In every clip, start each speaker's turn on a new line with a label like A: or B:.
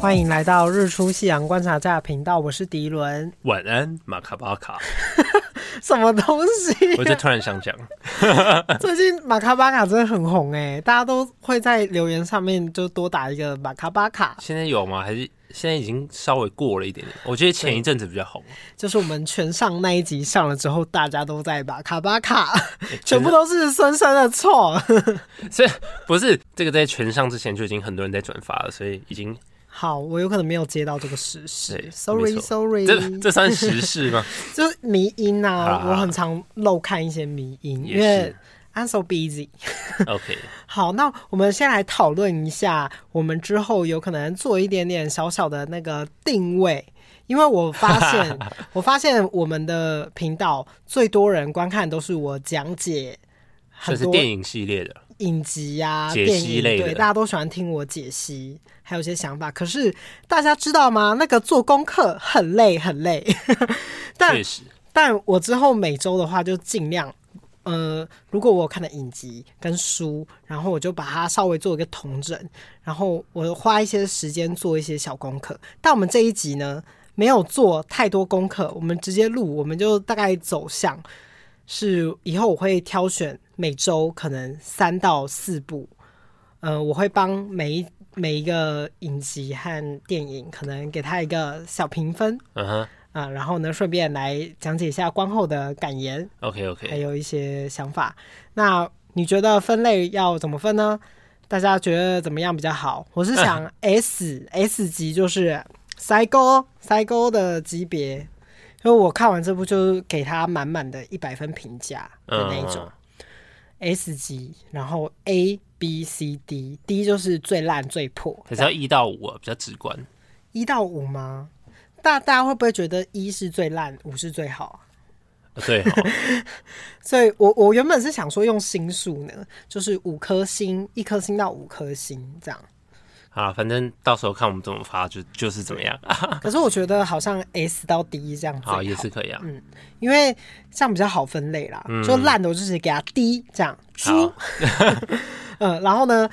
A: 欢迎来到日出夕阳观察站频道，我是迪伦。
B: 晚安，马卡巴 卡。
A: 什么东西？
B: 我就突然想讲，
A: 最近马卡巴卡真的很红哎、大家都会在留言上面就多打一个马卡巴卡，
B: 现在有吗？还是现在已经稍微过了一点点？我觉得前一阵子比较红，
A: 就是我们全上那一集上了之后，大家都在马卡巴卡，
B: 欸
A: 全部都是深深的 错。
B: 所以不是这个在全上之前就已经很多人在转发了，所以已经
A: 好，我有可能没有接到这个事实
B: 对没错
A: ，sorry，sorry，
B: 这这算时事 吗？
A: 就是迷音
B: 好
A: 啊
B: 啦，好
A: 我
B: 啦
A: 很常漏看一些迷音，因
B: 也
A: 为
B: 是
A: I'm so busy。
B: OK，
A: 好，那我们先来讨论一下，我们之后有可能做一点点小小的那个定位，因为我 发现，我发现我们的频道最多人观看都是我讲解很
B: 算是
A: 多
B: 电影系列的，
A: 影集呀、
B: 解
A: 电
B: 析
A: 影
B: 类
A: 对，
B: 的
A: 大家都喜欢听我解析，还有一些想法。可是大家知道吗？那个做功课很累，很累。但
B: 确实
A: 但我之后每周的话就尽量，呃，如果我有看的影集跟书，然后我就把它稍微做一个统整，然后我花一些时间做一些小功课。但我们这一集呢，没有做太多功课，我们直接录，我们就大概走向是以后我会挑选每周可能三到四部，呃，我会帮每一。每一个影集和电影，可能给它一个小评分，
B: 嗯哼
A: 啊，然后呢，顺便来讲解一下观后的感言，
B: ，OK
A: 还
B: OK，
A: 有一些想法。那你觉得分类要怎么分呢？大家觉得怎么样比较好？我是想 S S 级就是塞沟塞沟的级别，因为我看完这部就是给他满满的一百分评价
B: 嗯
A: 的那一种、S 级，然后 A B C D，D 就是最烂最破，
B: 可是要一到五啊比较直 观，
A: 一到五吗？大大家会不会觉得一是最烂，五是最好啊？
B: 呃对哦，
A: 所以我我原本是想说用星数呢，就是五颗星，一颗星到五颗星这样。
B: 啊，反正到时候看我们怎么发就就是怎么样啊，
A: 可是我觉得好像 S 到 D 这样最
B: 好
A: 好，嗯
B: 也是可以啊，
A: 因为这样比较好分类啦。就烂的我就直接给它 D 这样，猪
B: 嗯 好，
A: 嗯，然后呢，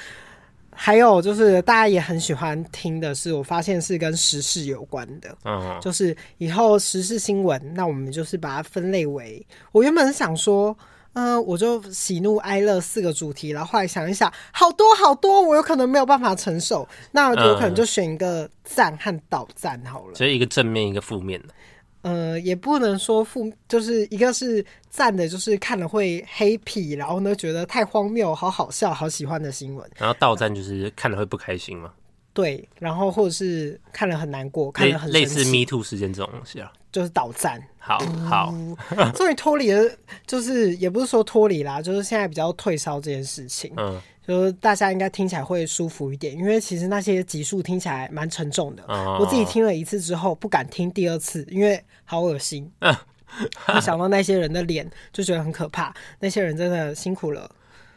A: 还有就是大家也很喜欢听的是，我发现是跟时事有关的。
B: 嗯，
A: 就是以后时事新闻，那我们就是把它分类为，我原本是想说，嗯、我就喜怒哀乐四个主题，然后后来想一想，好多好多，我有可能没有办法承受，那
B: 嗯
A: 有可能就选一个赞和倒赞好了。
B: 所以一个正面一个负面的，
A: 呃，也不能说负，就是一个是赞的，就是看了会黑皮，然后呢觉得太荒谬、好好笑、好喜欢的新闻，
B: 然后到站就是看了会不开心嘛，
A: 对，然后或者是看了很难过，看
B: 类
A: 了很
B: 类
A: 生
B: 似
A: 气
B: Me Too 事件这种东西啊，
A: 就是倒 赞。
B: 好
A: 哦
B: 好。
A: 终于脱离了，就是也不是说脱离啦，就是现在比较退烧这件事情，
B: 嗯
A: 就是大家应该听起来会舒服一点，因为其实那些集数听起来蛮沉重的，
B: 哦
A: 我自己听了一次之后不敢听第二次，因为好恶心。我想到那些人的脸，就觉得很可怕。那些人真的辛苦了。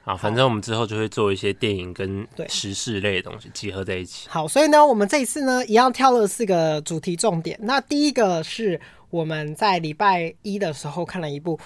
B: 啊，反正我们之后就会做一些电影跟
A: 对
B: 时事类的东西结合在一起。
A: 好，所以呢，我们这一次呢，一样挑了四个主题重点。那第一个是我们在礼拜一的时候看了一部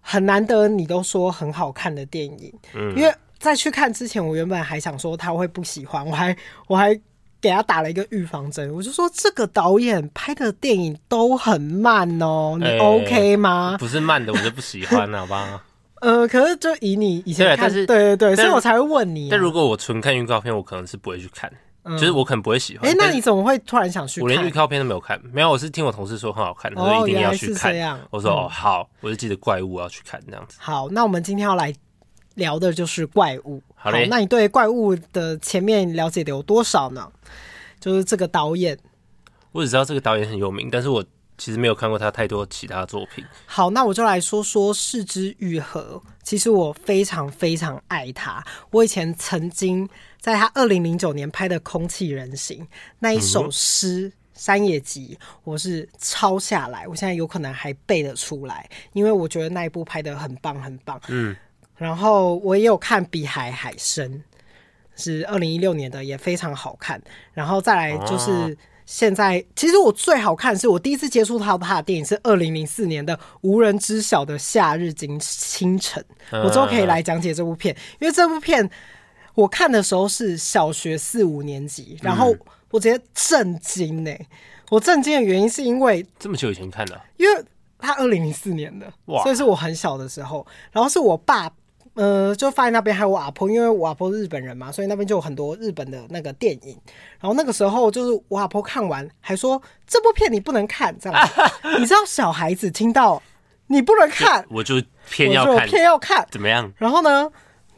A: 很难得你都说很好看的电影，
B: 嗯
A: 因为在去看之前，我原本还想说他会不喜欢，我还我还。给他打了一个预防针，我就说这个导演拍的电影都很慢哦，你
B: 哎
A: OK 吗？
B: 不是慢的，我就不喜欢，好 吧？
A: 呃，可是就以你以前
B: 对啊
A: 看，
B: 但是
A: 对对对，所
B: 但
A: 以我才会问你、啊。
B: 但如果我纯看预告片，我可能是不会去看，就是我可能不会喜欢。
A: 哎、那
B: 但是
A: 你怎么会突然想去
B: 我连预
A: 看？
B: 告片都没有看，没有，我是听我同事说很好看，他
A: 哦
B: 说一定
A: 原
B: 要
A: 来
B: 去
A: 是
B: 看
A: 这样。嗯
B: 我说哦好，我就记得怪物要去看这样子。
A: 好，那我们今天要来聊的就是怪物。
B: 好嘞
A: 那你对怪物的前面了解的有多少呢？就是这个导演。
B: 我只知道这个导演很有名，但是我其实没有看过他太多其他作品。
A: 好，那我就来说说《四之愈合》。其实我非常非常爱他。我以前曾经在他二零零九年拍的《空气人形》那一首诗。山野集，我是抄下来，我现在有可能还背得出来，因为我觉得那一部拍的很棒，很棒。
B: 嗯，
A: 然后我也有看《比海海深》，是二零一六年的，也非常好看。然后再来就是现在，其实我最好看是我第一次接触到他的电影是二零零四年的《无人知晓的夏日清清晨》，我之后可以来讲解这部片，因为这部片我看的时候是小学四五年级，然后。我直接震惊呢、我震惊的原因是因为，
B: 这么久以前看的、啊
A: 因为他二零零四年的，
B: 哇
A: 所以是我很小的时候，然后是我爸。呃，就放在那边，还有我阿婆，因为我阿婆是日本人嘛，所以那边就有很多日本的那个电影。然后那个时候就是我阿婆看完，还说这部片你不能看，这 样子。你知道小孩子听到你不能看，
B: 我就偏要
A: 我
B: 看
A: 就，偏要看，
B: 怎么样？
A: 然后呢，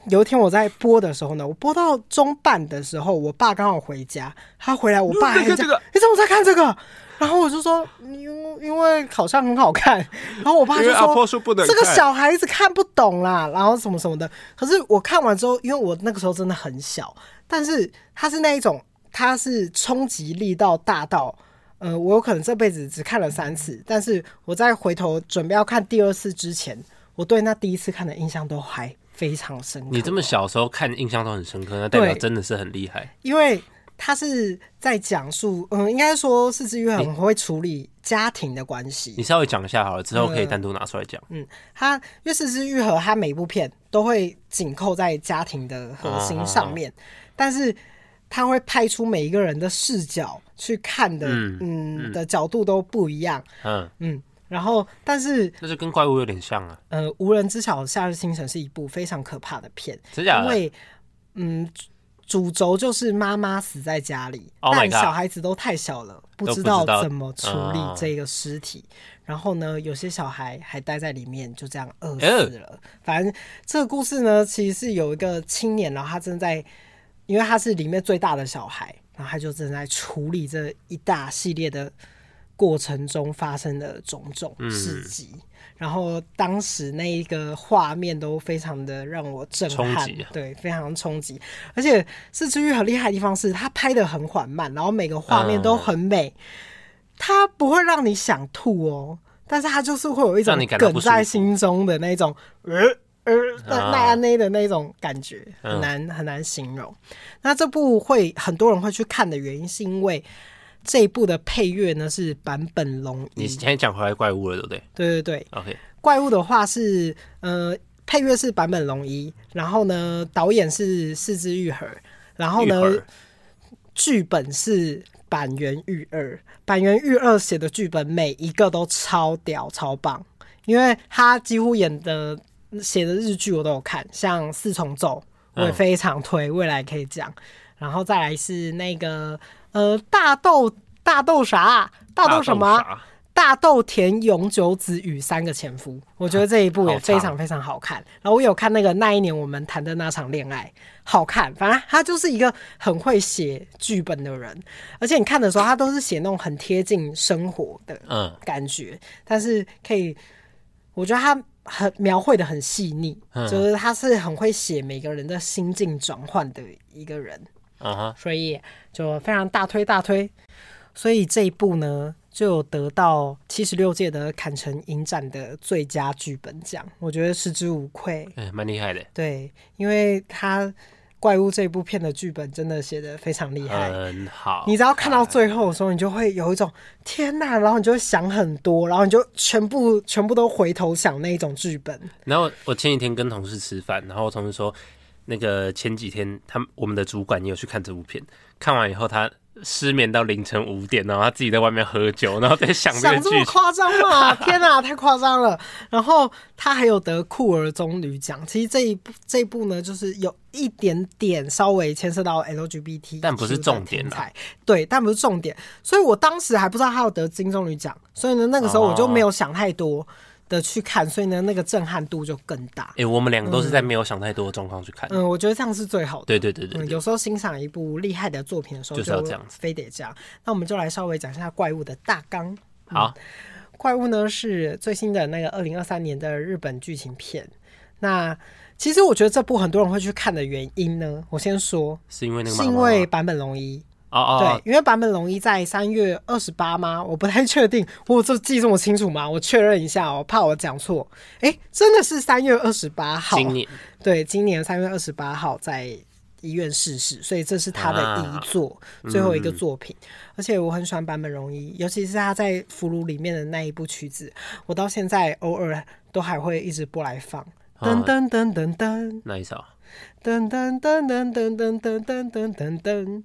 A: 有一天我在播的时候呢，我播到中半的时候，我爸刚好回家，他回来，我爸还
B: 你在看
A: 讲
B: 这个
A: 你怎么在看这个？然后我就说，因因为好像很好看， 然后我爸
B: 因
A: 就
B: 为阿婆说不能
A: 这个
B: 看
A: 小孩子看不懂啦，然后什么什么的。可是我看完之后，因为我那个时候真的很小，但是他是那一种，他是冲击力到大到，呃，我有可能这辈子只看了三次，但是我在回头准备要看第二次之前，我对那第一次看的印象都还非常深刻。
B: 你这么小时候看，印象都很深刻，那代表
A: 对
B: 真的是很厉害。
A: 因为他是在讲述，嗯，应该说是之玉很会处理家庭的关系
B: 你。稍微讲一下好了，之后可以单独拿出来讲。
A: 嗯，他因为四肢愈合，他每部片都会紧扣在家庭的核心上
B: 啊
A: 面，但是他会拍出每一个人的视角去看的，
B: 嗯
A: 嗯的角度都不一样，
B: 嗯，
A: 嗯。然后，但是
B: 那就跟怪物有点像啊，
A: 呃，无人知晓《夏日清晨》是一部非常可怕的片，
B: 真假
A: 因
B: 的？
A: 为嗯，主主轴就是妈妈死在家里
B: Oh my
A: 但
B: God
A: 小孩子都太小了，不
B: 都
A: 知
B: 不知道
A: 怎么处理
B: 嗯
A: 这个尸体。然后呢，有些小孩还待在里面，就这样饿
B: 呃
A: 死了。反正这个故事呢，其实是有一个青年，然后他正在，因为他是里面最大的小孩，然后他就正在处理这一大系列的过程中发生的种种
B: 嗯
A: 事迹。然后当时那一个画面都非常的让我震撼，
B: 冲击啊
A: 对，非常冲击。而且四之玉很厉害的地方是，它拍的很缓慢，然后每个画面
B: 嗯
A: 都很美，它不会让你想吐哦，但是它就是会有一种
B: 让你感到
A: 梗
B: 不舒服
A: 在心中的那种，呃呃，那
B: 啊
A: 那安内的那种感觉，
B: 嗯
A: 很难很难形容。那这部会很多人会去看的原因，是因为这一部的配乐呢是坂本龙
B: 你
A: 一，
B: 现在讲回来怪物了，对不对
A: 对对对，
B: ？OK，
A: 怪物的话是呃配乐是坂本龙一，然后呢导演是四之愈合，然后
B: 一
A: 呢
B: 会儿
A: 剧本是板垣裕二，板垣裕二写的剧本每一个都超屌超棒，因为他几乎演的写的日剧我都有看，像《四重奏》我也非常推，未来可以讲。然后再来是那个呃大豆大豆啥大豆什么啊？
B: 啥？
A: 大豆田永久子与三个前夫，我觉得这一部也非常非常好看。然后我有看那个那一年我们谈的那场恋爱，好看。反正他就是一个很会写剧本的人，而且你看的时候，他都是写那种很贴近生活的
B: 嗯
A: 感觉，但是可以，我觉得他很描绘的很细腻，
B: 嗯
A: 就是他是很会写每个人的心境转换的一个人。
B: 嗯哼，
A: 所以就非常大推大推。所以这一部呢，就有得到七十六届的坎城影展的最佳剧本奖，我觉得食之无愧。
B: 哎，蛮厉害的。
A: 对，因为他《怪物》这部片的剧本真的写的非常厉害。
B: 很好。
A: 你只要看到最后的时候，你就会有一种天呐，然后你就会想很多，然后你就全部全部都回头想那一种剧本。
B: 然后我前几天跟同事吃饭，然后我同事说，那个前几天他们我们的主管也有去看这部片，看完以后他失眠到凌晨五点，然后他自己在外面喝酒，然后在想这
A: 想
B: 个
A: 这
B: 剧
A: 么
B: 情。
A: 夸张吗？ 天哪、太夸张了！然后他还有得酷儿棕榈奖。其实这一部这一部呢，就是有一点点稍微牵涉到 LGBT，
B: 但不是重点啦
A: 才对，但不是重点。所以我当时还不知道他有得金棕榈奖，所以呢，那个时
B: 哦
A: 候我就没有想太多的去看，所以呢，那个震撼度就更大。
B: 哎、我们两个都是在没有想太多的状况去看。
A: 嗯，我觉得这样是最好的。
B: 对对对对
A: 嗯，
B: 对，
A: 有时候欣赏一部厉害的作品的时候，
B: 就是要这样子
A: 非得这样。那我们就来稍微讲一下怪物的大纲。
B: 好，
A: 嗯怪物呢是最新的那个二零二三年的日本剧情片。那其实我觉得这部很多人会去看的原因呢，我先说
B: 是因为那个
A: 是
B: 妈妈
A: 因
B: 吗
A: 为坂本龙一，
B: 哦哦
A: 对
B: 哦，，
A: 因为坂本龙一在三月二十八吗？我不太确定，我这记这么清楚吗？我确认一下哦，怕我讲错。诶，真的是三月二十八号，
B: 今年
A: 对，今年三月二十八号在医院逝世，所以这是他的
B: 啊嗯
A: 遗作、最后一个作品。而且我很喜欢坂本龙一，尤其是他在《俘虏》里面的那一部曲子，我到现在偶尔都还会一直播来放。
B: 啊
A: 噔噔噔噔噔
B: 哦那一首
A: 噔噔噔噔噔噔噔噔噔噔噔噔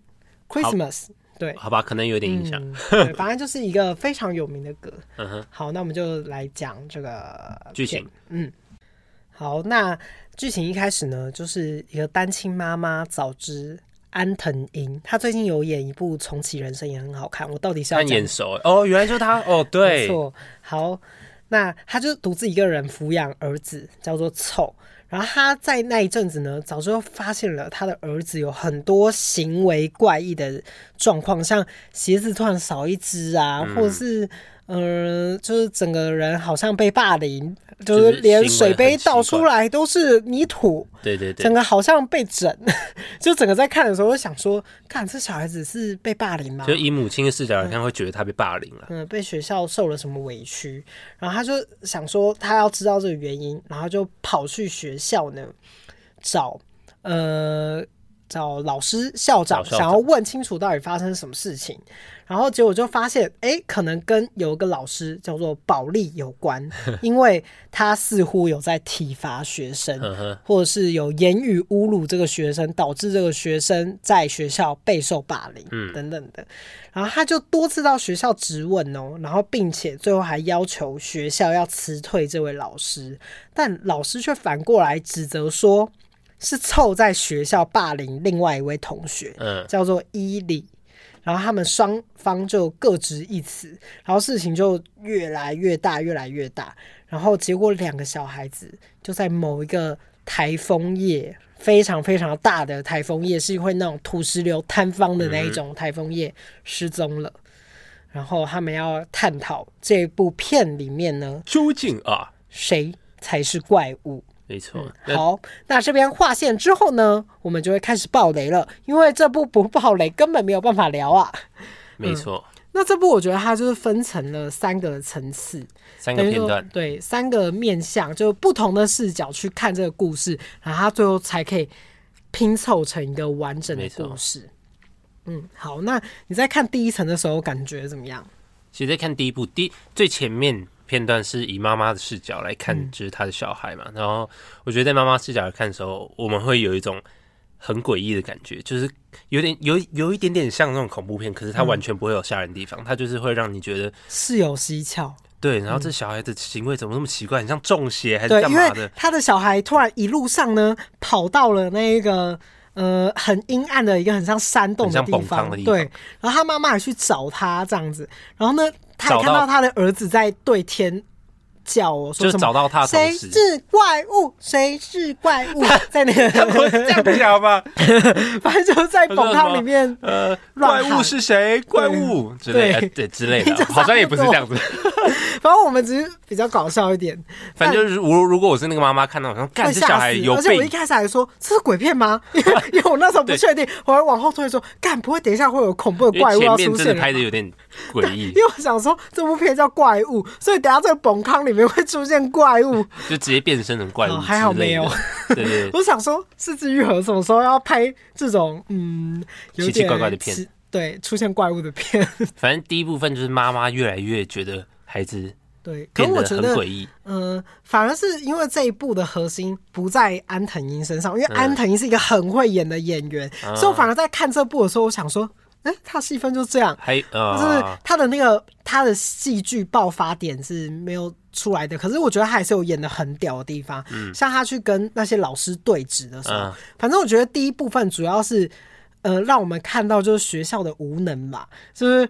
A: ，Christmas，对，
B: 好吧，可能有点影响。
A: 嗯，对，反正就是一个非常有名的歌。
B: 嗯哼，
A: 好，那我们就来讲这个
B: 剧
A: 片
B: 情。
A: 嗯，好，那剧情一开始呢，就是一个单亲妈妈早知安藤樱，她最近有演一部《重启人生》，也很好看。我到底是要
B: 但
A: 讲
B: 眼熟欸哦，原来就是他
A: 没
B: 哦，对，
A: 错，好，那他就独自一个人抚养儿子，叫做凑。然后他在那一阵子呢，早就发现了他的儿子有很多行为怪异的状况，像鞋子突然少一只啊，或者是嗯、呃，就是整个人好像被霸凌，就
B: 就是是行
A: 连
B: 为
A: 水
B: 很
A: 杯
B: 奇
A: 倒出
B: 怪
A: 来都是泥土，
B: 对对对
A: 整，个好像被整。 就整个在看的时候，我想说，看这小孩子是被霸凌吗？
B: 就以母亲的视角来看，会觉得他被霸凌了。
A: 嗯，被学校受了什么委屈，然后他就想说他要知道这个原因，然后就跑去学校呢找呃找老师校长，
B: 找校
A: 想要
B: 长
A: 问清楚到底发生什么事情，然后结果就发现，哎，可能跟有一个老师叫做保利有 关，因为他似乎有在体罚学生，
B: 嗯哼，
A: 或者是有言语侮辱这个学生，导致这个学生在学校备受霸凌，
B: 嗯
A: 等等的。然后他就多次到学校质问哦，然后并且最后还要求学校要辞退这位老师，但老师却反过来指责说，是凑在学校霸凌另外一位同学，
B: 嗯，
A: 叫做伊里。然后他们双方就各执一词，然后事情就越来越大，越来越大。然后结果两个小孩子就在某一个台风夜，非常非常大的台风夜，是会那种土石流坍方的那一种台风夜失踪了。然后他们要探讨这部片里面呢，
B: 究竟啊，
A: 谁才是怪物。
B: 没错，那
A: 好，那这边划线之后呢，我们就会开始爆雷了，因为这部不爆雷根本没有办法聊啊。
B: 没错，
A: 那这部我觉得它就是分成了三个层次，
B: 三个
A: 等于
B: 片
A: 说
B: 段，
A: 对三个面向，就不同的视角去看这个故事，然后它最后才可以拼凑成一个完整的
B: 没错
A: 故事。嗯，好，那你在看第一层的时候感觉怎么样？
B: 其实在看第一部，第最前面片段是以妈妈的视角来
A: 嗯
B: 看，就是她的小孩嘛。然后我觉得在妈妈视角来看的时候，我们会有一种很诡异的感觉，就是有点有有一点点像那种恐怖片，可是它完全不会有吓人的地
A: 嗯
B: 方，它就是会让你觉得
A: 是有蹊跷，
B: 对。然后这小孩的行为怎么那么奇怪，很像中邪还
A: 嗯
B: 是
A: 对，
B: 干
A: 因
B: 嘛
A: 为
B: 的？
A: 他的小孩突然一路上呢跑到了那个呃很阴暗的一个很像山洞的
B: 很像
A: 地
B: 崩
A: 方，
B: 塌的地方
A: 对，然后他妈妈还去找他这样子，然后呢，他还
B: 找
A: 看
B: 到
A: 到他的儿子在对天叫我说
B: 就是
A: 什
B: 找
A: 么。
B: 到他的
A: 谁
B: 同时，
A: 是怪物？谁是怪 物？在那
B: 我
A: 个，
B: 这样讲吧，
A: 反正就是在崩塌里面，
B: 呃，怪
A: 乱喊
B: 物是谁？怪物之
A: 对
B: 类，呃对之类的
A: 就差，不多
B: 好像也不是这样子。
A: 反正我们只是比较搞笑一点，
B: 反正就是如如果我是那个妈妈看到，我想说
A: 会
B: 干这小
A: 吓
B: 孩
A: 死。
B: 有
A: 而且我一
B: 病，
A: 开始还说这是鬼片 吗？因为因为我那时候不确定，我还往后推说，干不会等一下会有恐怖的
B: 因为
A: 怪物
B: 前
A: 要
B: 面
A: 出
B: 真的
A: 现
B: 拍
A: 了
B: 的有点诡异
A: 因，为我想说这部片叫怪物，所以等一下这个崩坑里面会出现怪物。
B: 就直接变身成怪物
A: 哦还好
B: 之类的
A: 没有
B: 对对对，
A: 我想说，四肢愈合什么时候要拍这种嗯有
B: 奇
A: 点
B: 奇怪怪的片
A: 奇？对，出现怪物的片，
B: 反正第一部分就是妈妈越来越觉得孩子
A: 对。可
B: 变
A: 是
B: 得
A: 我觉
B: 很
A: 得
B: 诡，异，
A: 嗯、反而是因为这一部的核心不在安藤英身上，因为安藤英是一个很会演的演员，
B: 啊
A: 所以我反而在看这部的时候，我想说，哎、他戏份就这样，
B: 还
A: 就是
B: 呃，
A: 他的那个他的戏剧爆发点是没有出来的，可是我觉得他还是有演的很屌的地方。像他去跟那些老师对峙的时候，
B: 嗯
A: 反正我觉得第一部分主要是呃让我们看到就是学校的无能嘛，就是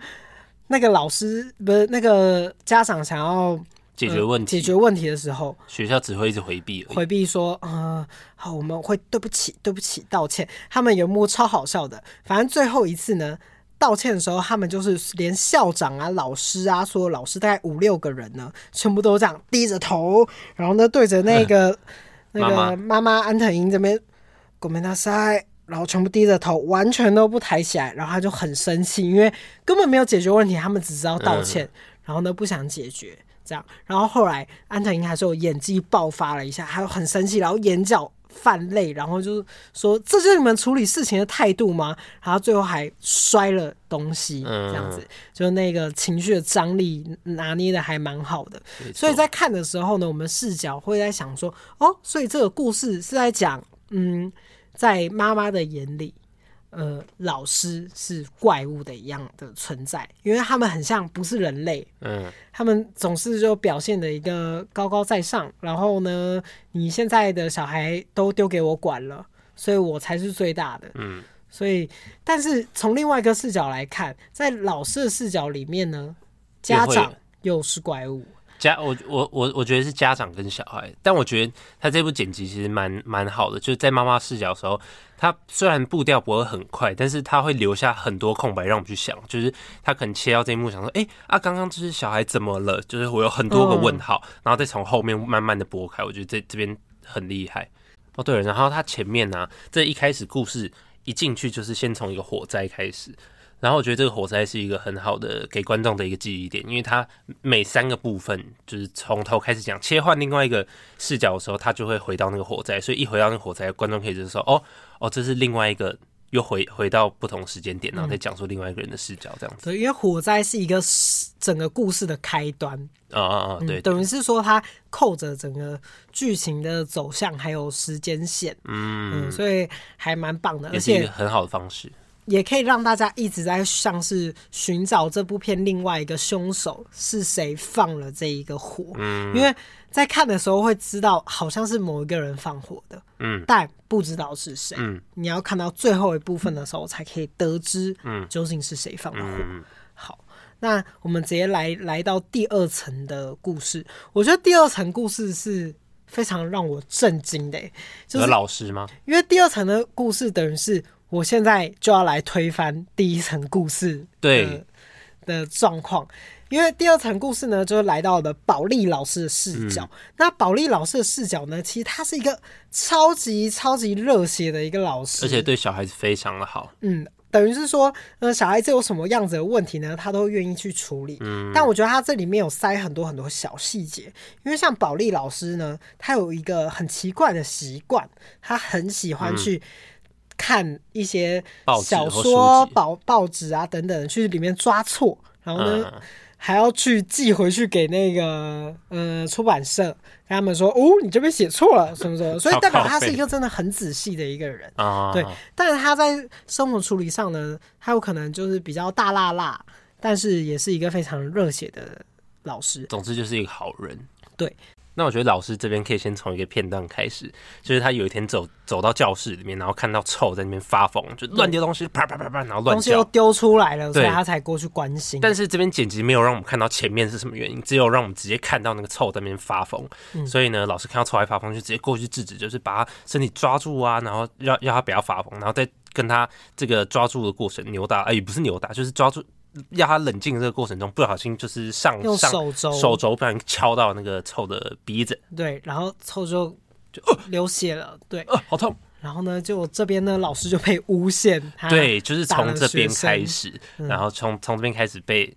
A: 那个老师不是那个家长想要
B: 解
A: 呃
B: 决问
A: 解
B: 题，嗯
A: 决问题的时候，
B: 学校只会一直回避而已。
A: 回避说，嗯，好，我们会对不起，对不起，道歉。他们有幕超好笑的，反正最后一次呢，道歉的时候，他们就是连校长啊、老师啊，所有老师大概五六个人呢，全部都这样低着头，然后呢对着 那个那个
B: 妈妈
A: 妈妈安藤英这边，国民大赛。然后全部低着头，完全都不抬起来，然后他就很生气，因为根本没有解决问题，他们只知道道歉，然后呢不想解决这样，然后后来安藤英还是有演技爆发了一下，还有很生气，然后眼角泛泪，然后就是说这就是你们处理事情的态度吗？然后最后还摔了东西，这样
B: 嗯
A: 子，就那个情绪的张力拿捏的还蛮好的，
B: 没错
A: 所以在看的时候呢，我们视角会在想说，哦，所以这个故事是在讲，嗯，在妈妈的眼里，呃，老师是怪物的一样的存在，因为他们很像不是人类，
B: 嗯，
A: 他们总是就表现的一个高高在上，然后呢，你现在的小孩都丢给我管了，所以我才是最大的。
B: 嗯，
A: 所以，但是从另外一个视角来看，在老师的视角里面呢，家长又是怪物。
B: 家我我我我觉得是家长跟小孩，但我觉得他这部剪辑其实蛮蛮好的，就是在妈妈视角的时候，他虽然步调不会很快，但是他会留下很多空白让我们去想，就是他可能切到这一幕，想说，哎、啊，刚刚就是小孩怎么了？就是我有很多个问号，然后再从后面慢慢的拨开，我觉得这这边很厉害。哦，对了，然后他前面呢、这一开始故事一进去就是先从一个火灾开始，然后我觉得这个火灾是一个很好的给观众的一个记忆点，因为它每三个部分就是从头开始讲，切换另外一个视角的时候，它就会回到那个火灾，所以一回到那个火灾，观众可以就是说，哦哦，这是另外一个。又回回到不同时间点，然后
A: 嗯
B: 再讲述另外一个人的视角，这样子。
A: 对，因为火灾是一个整个故事的开端，
B: 啊啊啊，
A: 嗯
B: 对，
A: 等于是说它扣着整个剧情的走向还有时间线，
B: 嗯，
A: 嗯，所以还蛮棒的，而
B: 也是一
A: 且
B: 个很好的方式。
A: 也可以让大家一直在像是寻找这部片另外一个凶手是谁放了这一个火，
B: 嗯
A: 因为在看的时候会知道好像是某一个人放火的，
B: 嗯，
A: 但不知道是谁，
B: 嗯，
A: 你要看到最后一部分的时候才可以得知，嗯，究竟是谁放的火。
B: 嗯
A: 好，那我们直接来来到第二层的故事，我觉得第二层故事是非常让我震惊的、欸就
B: 有
A: 是
B: 老师吗？
A: 因为第二层的故事等于是我现在就要来推翻第一层故事
B: 对
A: 的的状况，因为第二层故事呢，就是来到了保利老师的视角。那保利老师的视角呢，其实他是一个超级超级热血的一个老师，
B: 而且对小孩子非常的好。
A: 嗯，等于是说，呃，小孩子有什么样子的问题呢，他都愿意去处理。嗯，但我觉得他这里面有塞很多很多小细节，因为像保利老师呢，他有一个很奇怪的习惯，他很喜欢去。看一些
B: 嗯报纸
A: 小说
B: 或书、籍
A: 报报纸啊等等，去里面抓错，然后呢、
B: 嗯
A: 还要去寄回去给那个呃出版社，跟他们说哦，你这边写错了什么什么，所以
B: 超
A: 代表
B: 靠
A: 他是
B: 背
A: 一个真的很仔细的一个人。
B: 啊，
A: 嗯对，但是他在生活处理上呢，他有可能就是比较大辣辣，但是也是一个非常热血的老师。
B: 总之就是一个好人。
A: 对，
B: 那我觉得老师这边可以先从一个片段开始，就是他有一天走走到教室里面，然后看到臭在那边发疯，就乱丢东西，啪啪啪啪，然后乱
A: 东西都
B: 叫。
A: 丢出来了，所以
B: 对
A: 他才过去关心。
B: 但是这边剪辑没有让我们看到前面是什么原因，只有让我们直接看到那个臭在那边发疯。
A: 嗯
B: 所以呢，老师看到臭在发疯，就直接过去制止，就是把他身体抓住啊，然后让让他不要发疯，然后再跟他这个抓住的过程扭打，哎、也不是扭打，就是抓住。让他冷静的这个过程中，不小心就是上
A: 用
B: 上
A: 手肘
B: 手肘不小心敲到那个臭的鼻子，
A: 对，然后臭就
B: 就
A: 流血了，对，
B: 呃，好痛！
A: 然后呢，就这边呢，老师就被诬陷，他
B: 对，就是
A: 啊打
B: 从
A: 了
B: 这
A: 学
B: 边
A: 生嗯
B: 开始，然后从从这边开始被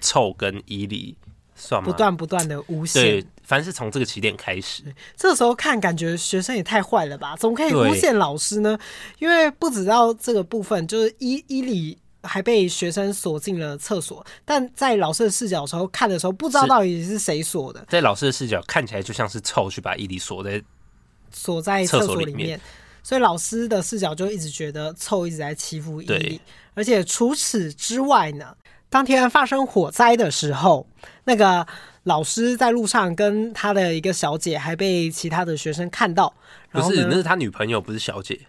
B: 臭跟伊犁算
A: 不
B: 吗？
A: 断不断的诬
B: 对
A: 陷。，
B: 凡是从这个起点开始，
A: 这时候看，感觉学生也太坏了吧？怎么可以
B: 对
A: 诬陷老师呢？因为不止到这个部分，就是伊伊里还被学生锁进了厕所，但在老师的视角的时候看的时候，不知道
B: 是
A: 到底是谁锁的，
B: 在老师的视角看起来就像是臭去把伊犁锁在，
A: 锁在
B: 厕
A: 厕
B: 所
A: 所
B: 里
A: 里
B: 面
A: 面。所以老师的视角就一直觉得臭一直在欺负伊
B: 对
A: 利，而且除此之外呢，当天发生火灾的时候，那个老师在路上跟他的一个小姐还被其他的学生看到，
B: 不
A: 然后
B: 是，那
A: 呢，
B: 是他女朋友，不是小姐，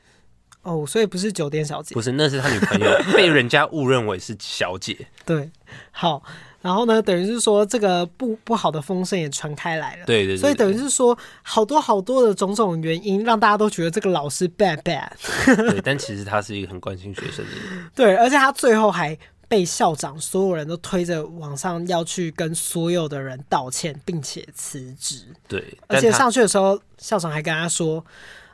A: 哦，所以不是酒店小姐
B: 不，是，那是他女朋 友被人家误认为是小姐，
A: 对，好，然后呢，等于是说这个不不好的风声也传开来了，
B: 对对对
A: 所以
B: 对
A: 等于是说好多好多的种种原因，让大家都觉得这个老师 bad bad，
B: 对，但其实他是一个很关心学生的人，
A: 对，而且他最后还被校长所有人都推着往上要去跟所有的人道歉，并且辞职，
B: 对，
A: 而
B: 但
A: 且
B: 他
A: 上去的时候，校长还跟他说，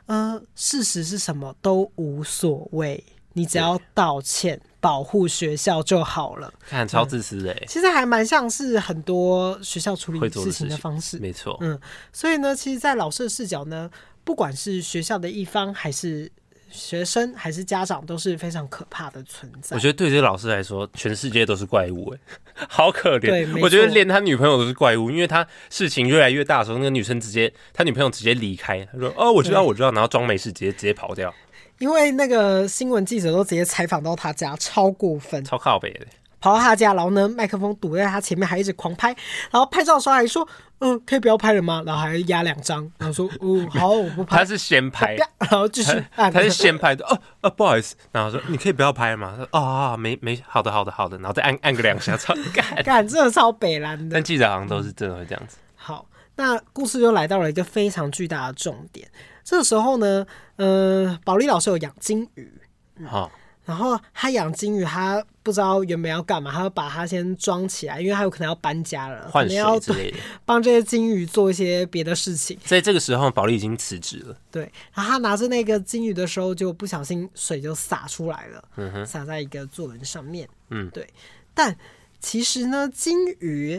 A: 呃，事实是什么都无所谓，你只要道歉，保护学校就好了。
B: 看超自私的、欸，
A: 其实还蛮像是很多学校处
B: 会
A: 理
B: 做的
A: 事情
B: 事
A: 的
B: 情
A: 方式。
B: 没错，
A: 嗯，所以呢，其实，在老师的视角呢，不管是学校的一方，还是学生，还是家长，都是非常可怕的存在
B: 我。觉得对这些老师来说，全世界都是怪物、哎， 好可
A: 对
B: 怜
A: 没。错
B: 我觉得连他女朋友都是怪物，因为他事情越来越大的时候，那个女生直接，他女朋友直接离开，他说：“哦，我知道，
A: 对
B: 我知道。”然后装没事，直接直接跑掉。
A: 因为那个新闻记者都直接采访到他家，超过分。
B: 超靠北的。
A: 跑到他家，然后呢，麦克风堵在他前面，还一直狂拍。然后拍照的时候还说：“嗯，可以不要拍了吗？”然后还压两张，然后说：“ 哦，好，我不
B: 他
A: 拍。
B: 是先拍，”
A: 然后继续
B: 他
A: 按。
B: 他是先拍的。哦哦，不好意思，然后说你可以不要拍嘛。他说哦哦，没没，好的好的好的，然后再按按个两下，超干。
A: 干，真的超北蓝的
B: 但。记者好像都是真的会这样子。
A: 好，那故事就来到了一个非常巨大的重点。这时候呢，呃，保利老师有养金鱼，嗯
B: 好，
A: 然后他养金鱼，他不知道原本要干嘛，他要把它先装起来，因为他有可能要搬家了，可
B: 换
A: 能要
B: 水之类的。
A: 帮这些金鱼做一些别的事情。
B: 所以这个时候，保利已经辞职了。
A: 对，然后他拿着那个金鱼的时候，就不小心水就洒出来了，洒在一个坐轮上面。
B: 嗯
A: 对。但其实呢，金鱼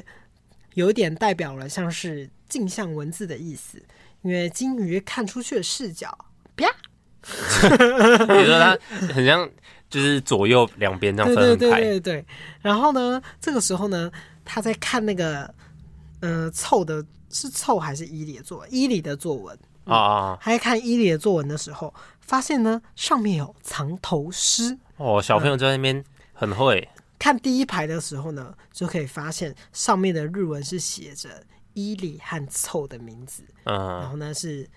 A: 有一点代表了像是镜像文字的意思，因为金鱼看出去的视角，啪，
B: 比如说他很像，就是左右两边这样
A: 对对
B: 分
A: 对
B: 开。
A: 对对。然后呢，这个时候呢，他在看那个，呃，凑的是凑还是伊里的作文？伊里的作文。
B: 啊啊
A: 他在看伊里的作文的时候，发现呢上面有藏头诗。
B: 哦，小朋友就在那边很会
A: 看第一排的时候呢，就可以发现上面的日文是写着伊里和凑的名字，然
B: 嗯
A: 后呢是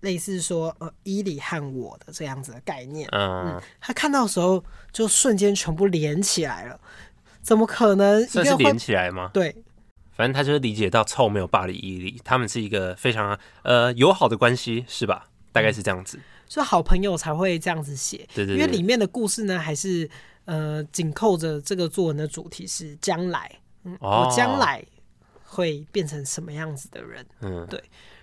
A: 类似说呃伊里和我的这样子的概念。
B: 嗯，
A: 他看到的时候就瞬间全部连起来了，怎么可能一
B: 算是
A: 个
B: 连
A: 会
B: 起来吗？
A: 对？
B: 反正他就会理解到臭没有霸凌毅力，他们是一个非常呃友好的关系，是吧？大概是这样子。
A: 所以好朋友才会这样子写，
B: 对对
A: 因为
B: 对
A: 里面的故事呢还是呃紧扣着这个作文的主题是将来，
B: 哦
A: 我将来会变成什么样子的人。
B: 嗯，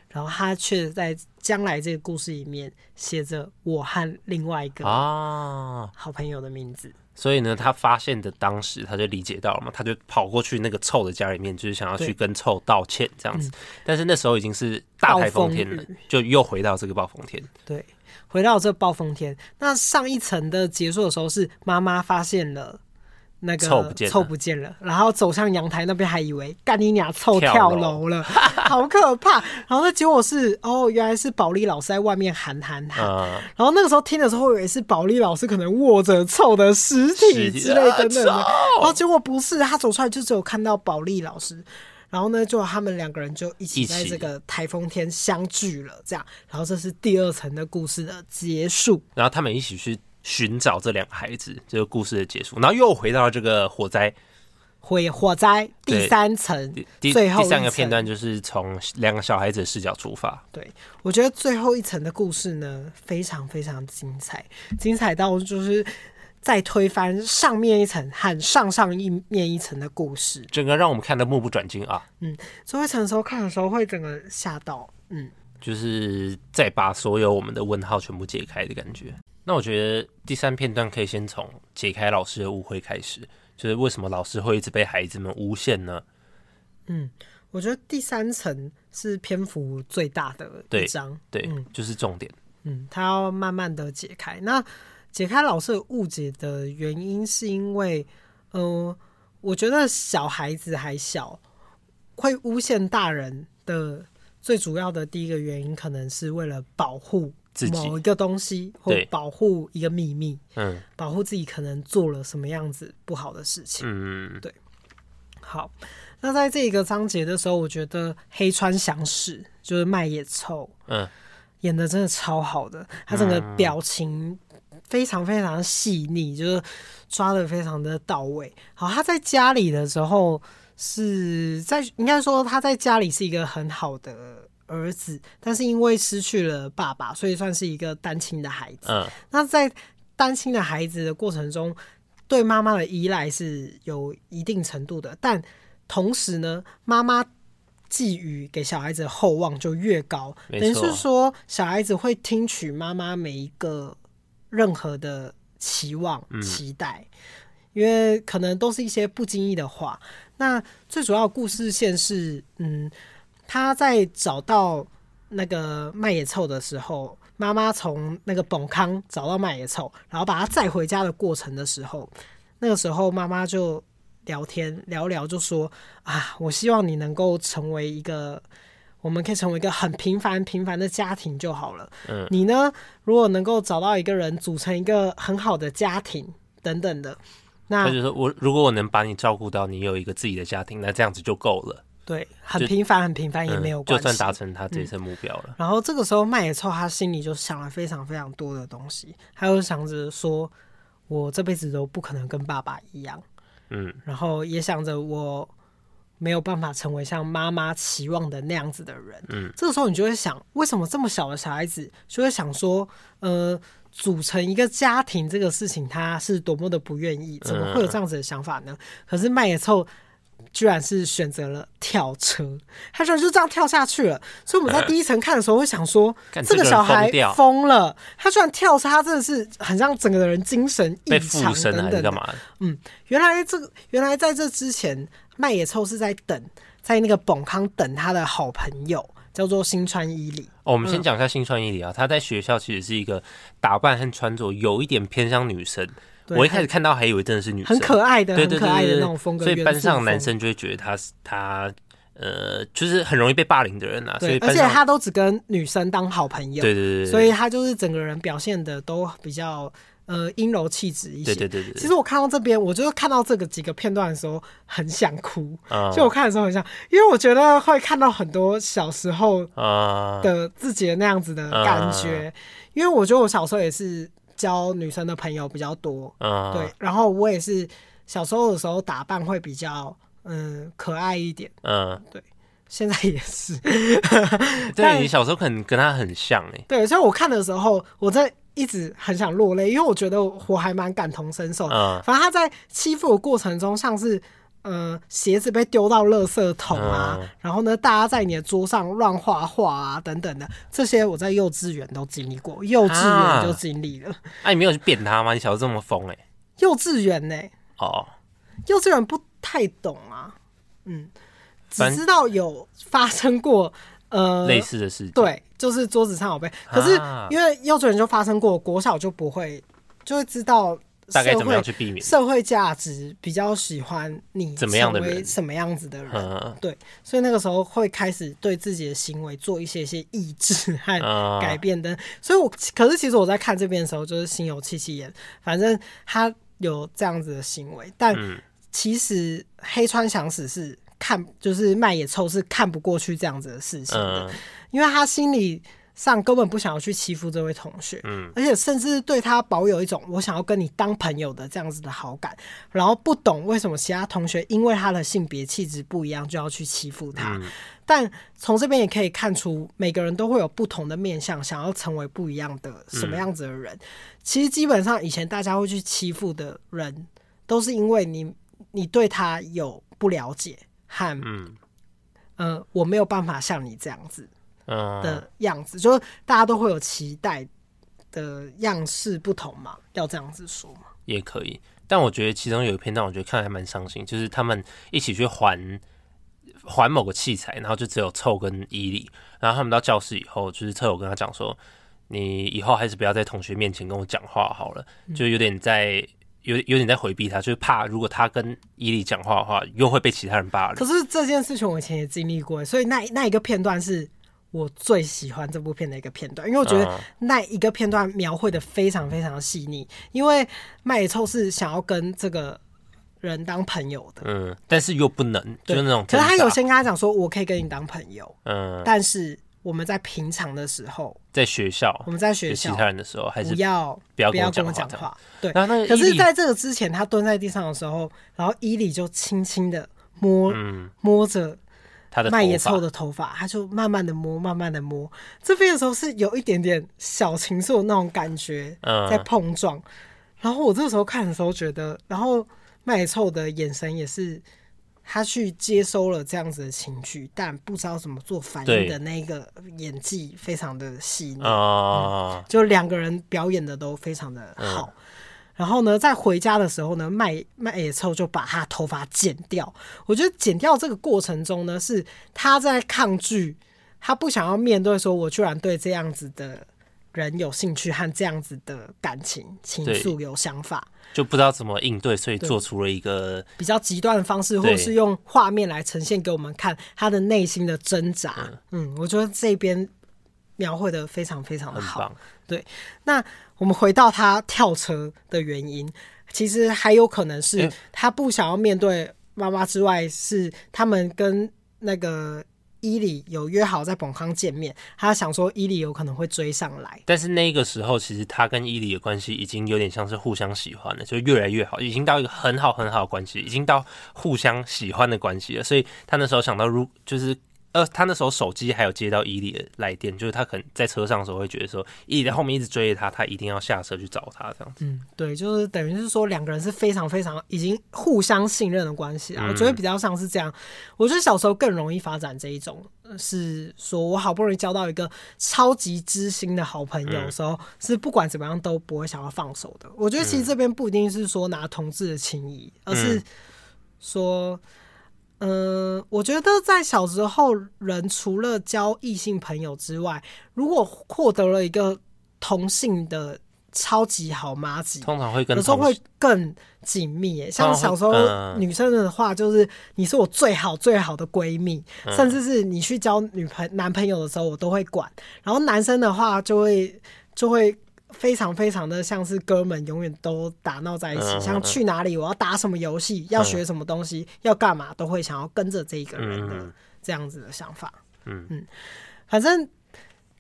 A: 然后他却在将来这个故事里面写着我和另外一个
B: 啊，
A: 好朋友的名字。
B: 所以呢，他发现的当时他就理解到了嘛，他就跑过去那个臭的家里面，就是想要去
A: 对嗯
B: 跟臭道歉这样子。但是那时候已经是大台风天
A: 暴
B: 了
A: 风，
B: 就又回到这个暴风 天。
A: 对，回到这暴风天，那上一层的结束的时候是妈妈发现了。那个
B: 凑不见了
A: 凑不见 了，然后走向阳台那边，还以为干你俩凑
B: 跳
A: 跳
B: 楼
A: 楼 了，好可怕！然后那结果是，哦，原来是保利老师在外面喊喊喊，
B: 嗯，
A: 然后那个时候听的时候，以为是保利老师可能握着臭的尸体
B: 尸体
A: 之类
B: 啊
A: 等等的，然后结果不是，他走出来就只有看到保利老师，然后呢，就他们两个人就一
B: 一
A: 起
B: 起
A: 在这个台风天相聚了，这样，然后这是第二层的故事的结束，
B: 然后他们一起去寻找这两个孩子，这个故事的结束。然后又回到这个火灾
A: 火火灾
B: 对
A: 第三层
B: 第，第
A: 最后
B: 第三
A: 一
B: 个
A: 层
B: 片段，就是从两个小孩子的视角出发。
A: 对，我觉得最后一层的故事呢，非常非常精彩，精彩到就是再推翻上面一层和上上一面一层的故事。
B: 整个让我们看得目不转睛啊！
A: 最后一层的时候看的时候会整个吓到，嗯，
B: 就是再把所有我们的问号全部解开的感觉。那我觉得第三片段可以先从解开老师的误会开始，就是为什么老师会一直被孩子们诬陷呢？
A: 我觉得第三层是篇幅最大的
B: 对
A: 一章，
B: 对，就是重点。
A: 嗯，它要慢慢的解开。那解开老师的误解的原因，是因为，嗯、我觉得小孩子还小，会诬陷大人的最主要的第一个原因，可能是为了保护
B: 自己
A: 某一个东西，或
B: 对
A: 保护一个秘密，
B: 嗯
A: 保护自己可能做了什么样子不好的事情。
B: 嗯，
A: 好，那在这个章节的时候，我觉得黑川祥史就是麦野凑，
B: 嗯，
A: 演的真的超好的，他整个表情非常非常细腻，就是抓的非常的到位。好，他在家里的时候是在应该说他在家里是一个很好的。儿子，但是因为失去了爸爸，所以算是一个单亲的孩子。
B: 嗯
A: 那在担心的孩子的过程中，对妈妈的依赖是有一定程度的，但同时呢，妈妈寄予给小孩子的厚望就越高，
B: 没
A: 等
B: 错
A: 于是说小孩子会听取妈妈每一个任何的期望、期待。
B: 嗯
A: 因为可能都是一些不经意的话，那最主要的故事线是，嗯，他在找到那个麦野臭的时候，妈妈从那个本康找到麦野臭，然后把他载回家的过程的时候，那个时候妈妈就聊天聊聊就说啊，我希望你能够成为一个我们可以成为一个很平凡平凡的家庭就好了。
B: 嗯
A: 你呢，如果能够找到一个人组成一个很好的家庭等等的，
B: 他
A: 那
B: 就说我如果我能把你照顾到，你有一个自己的家庭，那这样子就够了，
A: 对很
B: 就
A: 平凡很平凡也没有
B: 嗯、就
A: 关系。嗯
B: 算达成他这一生目标了。
A: 然后这个时候，麦野臭他心里就想了非常非常多的东西，他就想着说，我这辈子都不可能跟爸爸一样，
B: 嗯，
A: 然后也想着我没有办法成为像妈妈期望的那样子的人。
B: 嗯，
A: 这个时候你就会想，为什么这么小的小孩子就会想说，呃，组成一个家庭这个事情，他是多么的不愿意，怎
B: 嗯
A: 么会有这样子的想法呢？可是麦野臭居然是选择了跳车，他居然就这样跳下去了。所以我们在第一层看的时候会想 说，
B: 干
A: 这
B: 这个
A: 个
B: 人
A: 小孩
B: 疯掉
A: 疯了，他居然跳车，他真的是很像整个人精神异
B: 被
A: 常
B: 附身啊
A: 等
B: 还
A: 等
B: 是
A: 的
B: 干。嘛的？
A: 原来这个原来在这之前，麦野臭是在等，在那个本康等他的好朋友，叫做新川伊里。
B: 哦，我们
A: 嗯
B: 先讲一下新川伊里啊，她在学校其实是一个打扮和穿着有一点偏向女生。
A: 对
B: 我一开始看到还以为真的是女生，
A: 很可爱的、
B: 对
A: 很
B: 对对
A: 可爱的
B: 对
A: 那种风格，
B: 所以
A: 元
B: 班
A: 素
B: 上
A: 风
B: 男生就会觉得她是她呃，就是很容易被霸凌的人啊。所
A: 对
B: 以，
A: 而
B: 班
A: 且
B: 上
A: 他都只跟女生当好朋友，
B: 对对对对，
A: 所以他就是整个人表现的都比较呃阴柔气质一些。
B: 对对对对，
A: 其实我看到这边，我就是看到这个几个片段的时候，很想哭。
B: 啊
A: 就我看的时候很想，因为我觉得会看到很多小时候
B: 啊
A: 的自己的那样子的感觉，因为我觉得我小时候也是交女生的朋友比较多，
B: 啊
A: 对，然后我也是小时候的时候打扮会比较嗯可爱一点，
B: 嗯，
A: 现在也是， 但
B: 对你小时候可能跟她很像哎，
A: 对，所以我看的时候，我在一直很想落泪，因为我觉得我还蛮感同身受的。
B: 嗯
A: 反正他在欺负的过程中，像是呃鞋子被丢到垃圾桶啊，
B: 嗯
A: 然后呢，大家在你的桌上乱画画啊，等等的，这些我在幼稚园都经历过，幼稚园就经历了，
B: 哎，你没有去扁她吗？你小时候这么疯哎，
A: 幼稚园呢、
B: 哦，
A: 幼稚园不太懂啊，嗯，只
B: 反
A: 知道有发生过呃
B: 类似的事情，
A: 对，就是桌子上有被。可是
B: 啊
A: 因为幼稚园就发生过，国小就不会，就会知道
B: 大概
A: 社
B: 怎么样
A: 会
B: 去避免？
A: 社会价值比较喜欢你
B: 怎么样的
A: 成为
B: 人
A: 什么样子的人。
B: 嗯
A: 对，所以那个时候会开始对自己的行为做一些一些抑制和
B: 啊
A: 改变的。所以我可是其实我在看这边的时候，就是心有戚戚焉。反正他有这样子的行为，但
B: 嗯
A: 其实黑川祥史是看，就是麦野臭是看不过去这样子的事情的。
B: 嗯
A: 因为他心理上根本不想要去欺负这位同学，
B: 嗯
A: 而且甚至对他保有一种我想要跟你当朋友的这样子的好感，然后不懂为什么其他同学因为他的性别气质不一样就要去欺负他。
B: 嗯
A: 但从这边也可以看出，每个人都会有不同的面向，想要成为不一样的什
B: 嗯
A: 么样子的人。其实基本上以前大家会去欺负的人，都是因为你你对他有不了解和
B: 嗯
A: 呃我没有办法像你这样子。
B: 嗯，
A: 的样子，就是大家都会有期待的样式不同嘛，要这样子说嘛。
B: 也可以。但我觉得其中有一篇让我觉得看得还蛮伤心，就是他们一起去还还某个器材，然后就只有臭跟伊利，然后他们到教室以后，就是臭有跟他讲说，你以后还是不要在同学面前跟我讲话好了，
A: 嗯
B: 就有点在。有有点在回避他，就是怕如果他跟伊利讲话的话，又会被其他人霸
A: 可
B: 凌。
A: 是这件事情我以前也经历过，所以那那一个片段是我最喜欢这部片的一个片段，因为我觉得
B: 嗯
A: 那一个片段描绘的非常非常细腻，因为麦野臭是想要跟这个人当朋友的。
B: 嗯，但是又不能，
A: 对
B: 就是那种。
A: 可是他有先跟他讲说，我可以跟你当朋友，
B: 嗯，
A: 但是我们在平常的时候，
B: 在学校
A: 我们在
B: 有
A: 学
B: 其
A: 校
B: 他人的时候，还是
A: 不要
B: 不要
A: 不
B: 跟我
A: 要
B: 讲
A: 跟我
B: 话
A: 讲
B: 这样
A: 话，对，
B: 然后那个
A: 可
B: 伊
A: 是，
B: 利
A: 在这个之前，他蹲在地上的时候，然后伊里就轻轻的摸、
B: 嗯
A: 摸着
B: 他的
A: 麦野
B: 头发
A: 臭的头发，他就慢慢的摸，慢慢的摸。这边的时候是有一点点小情愫的那种感觉
B: 嗯
A: 在碰撞。然后我这个时候看的时候，觉得，然后麦野臭的眼神也是。他去接收了这样子的情绪，但不知道怎么做反应
B: 对嗯
A: 的那个演技非常的细腻。
B: 啊，
A: 就两个人表演的都非常的
B: 嗯
A: 好。然后呢，在回家的时候呢，麦麦野臭就把他头发剪掉。我觉得剪掉这个过程中呢，是他在抗拒，他不想要面对说，我居然对这样子的人有兴趣和这样子的感情情
B: 对
A: 愫有想法，
B: 就不知道怎么应对，所以
A: 对
B: 做出了一个
A: 比较极端的方式，或
B: 对
A: 者是用画面来呈现给我们看他的内心的挣扎。嗯我觉得这边描绘的非常非常的
B: 很
A: 好
B: 棒。。
A: 那我们回到他跳车的原因，其实还有可能是
B: 哎
A: 他不想要面对妈妈之外，是他们跟那个伊里有约好在本康见面，他想说伊里有可能会追上来。
B: 但是那个时候，其实他跟伊里的关系已经有点像是互相喜欢了，就越来越好，已经到一个很好很好的关系，已经到互相喜欢的关系了。所以他那时候想到如，就是呃，他那时候手机还有接到伊里的来电，就是他可能在车上的时候会觉得说，伊里在后面一直追着他，他一定要下车去找他这样子。
A: 嗯，对，就是等于是说两个人是非常非常已经互相信任的关系啊，我觉得比较像是这样。我觉得小时候更容易发展这一种，呃是说我好不容易交到一个超级知心的好朋友的时候，是不管怎么样都不会想要放手的。我觉得其实这边不一定是说拿同志的情谊，而是说。嗯，我觉得在小时候，人除了交异性朋友之外，如果获得了一个同性的超级好妈吉，
B: 通常会跟
A: 有时候
B: 同事
A: 会更紧密耶。像
B: 哦
A: 小时候
B: 嗯
A: 女生的话，就是你是我最好最好的闺蜜，
B: 嗯
A: 甚至是你去交女朋男朋友的时候，我都会管。然后男生的话，就会就会。非常非常的像是哥们，永远都打闹在一起。
B: 嗯嗯
A: 像去哪里，我要打什么游戏，要学什么东西，要干嘛，都会想要跟着这一个人
B: 嗯嗯
A: 的这样子的想法。
B: 嗯
A: 嗯，反正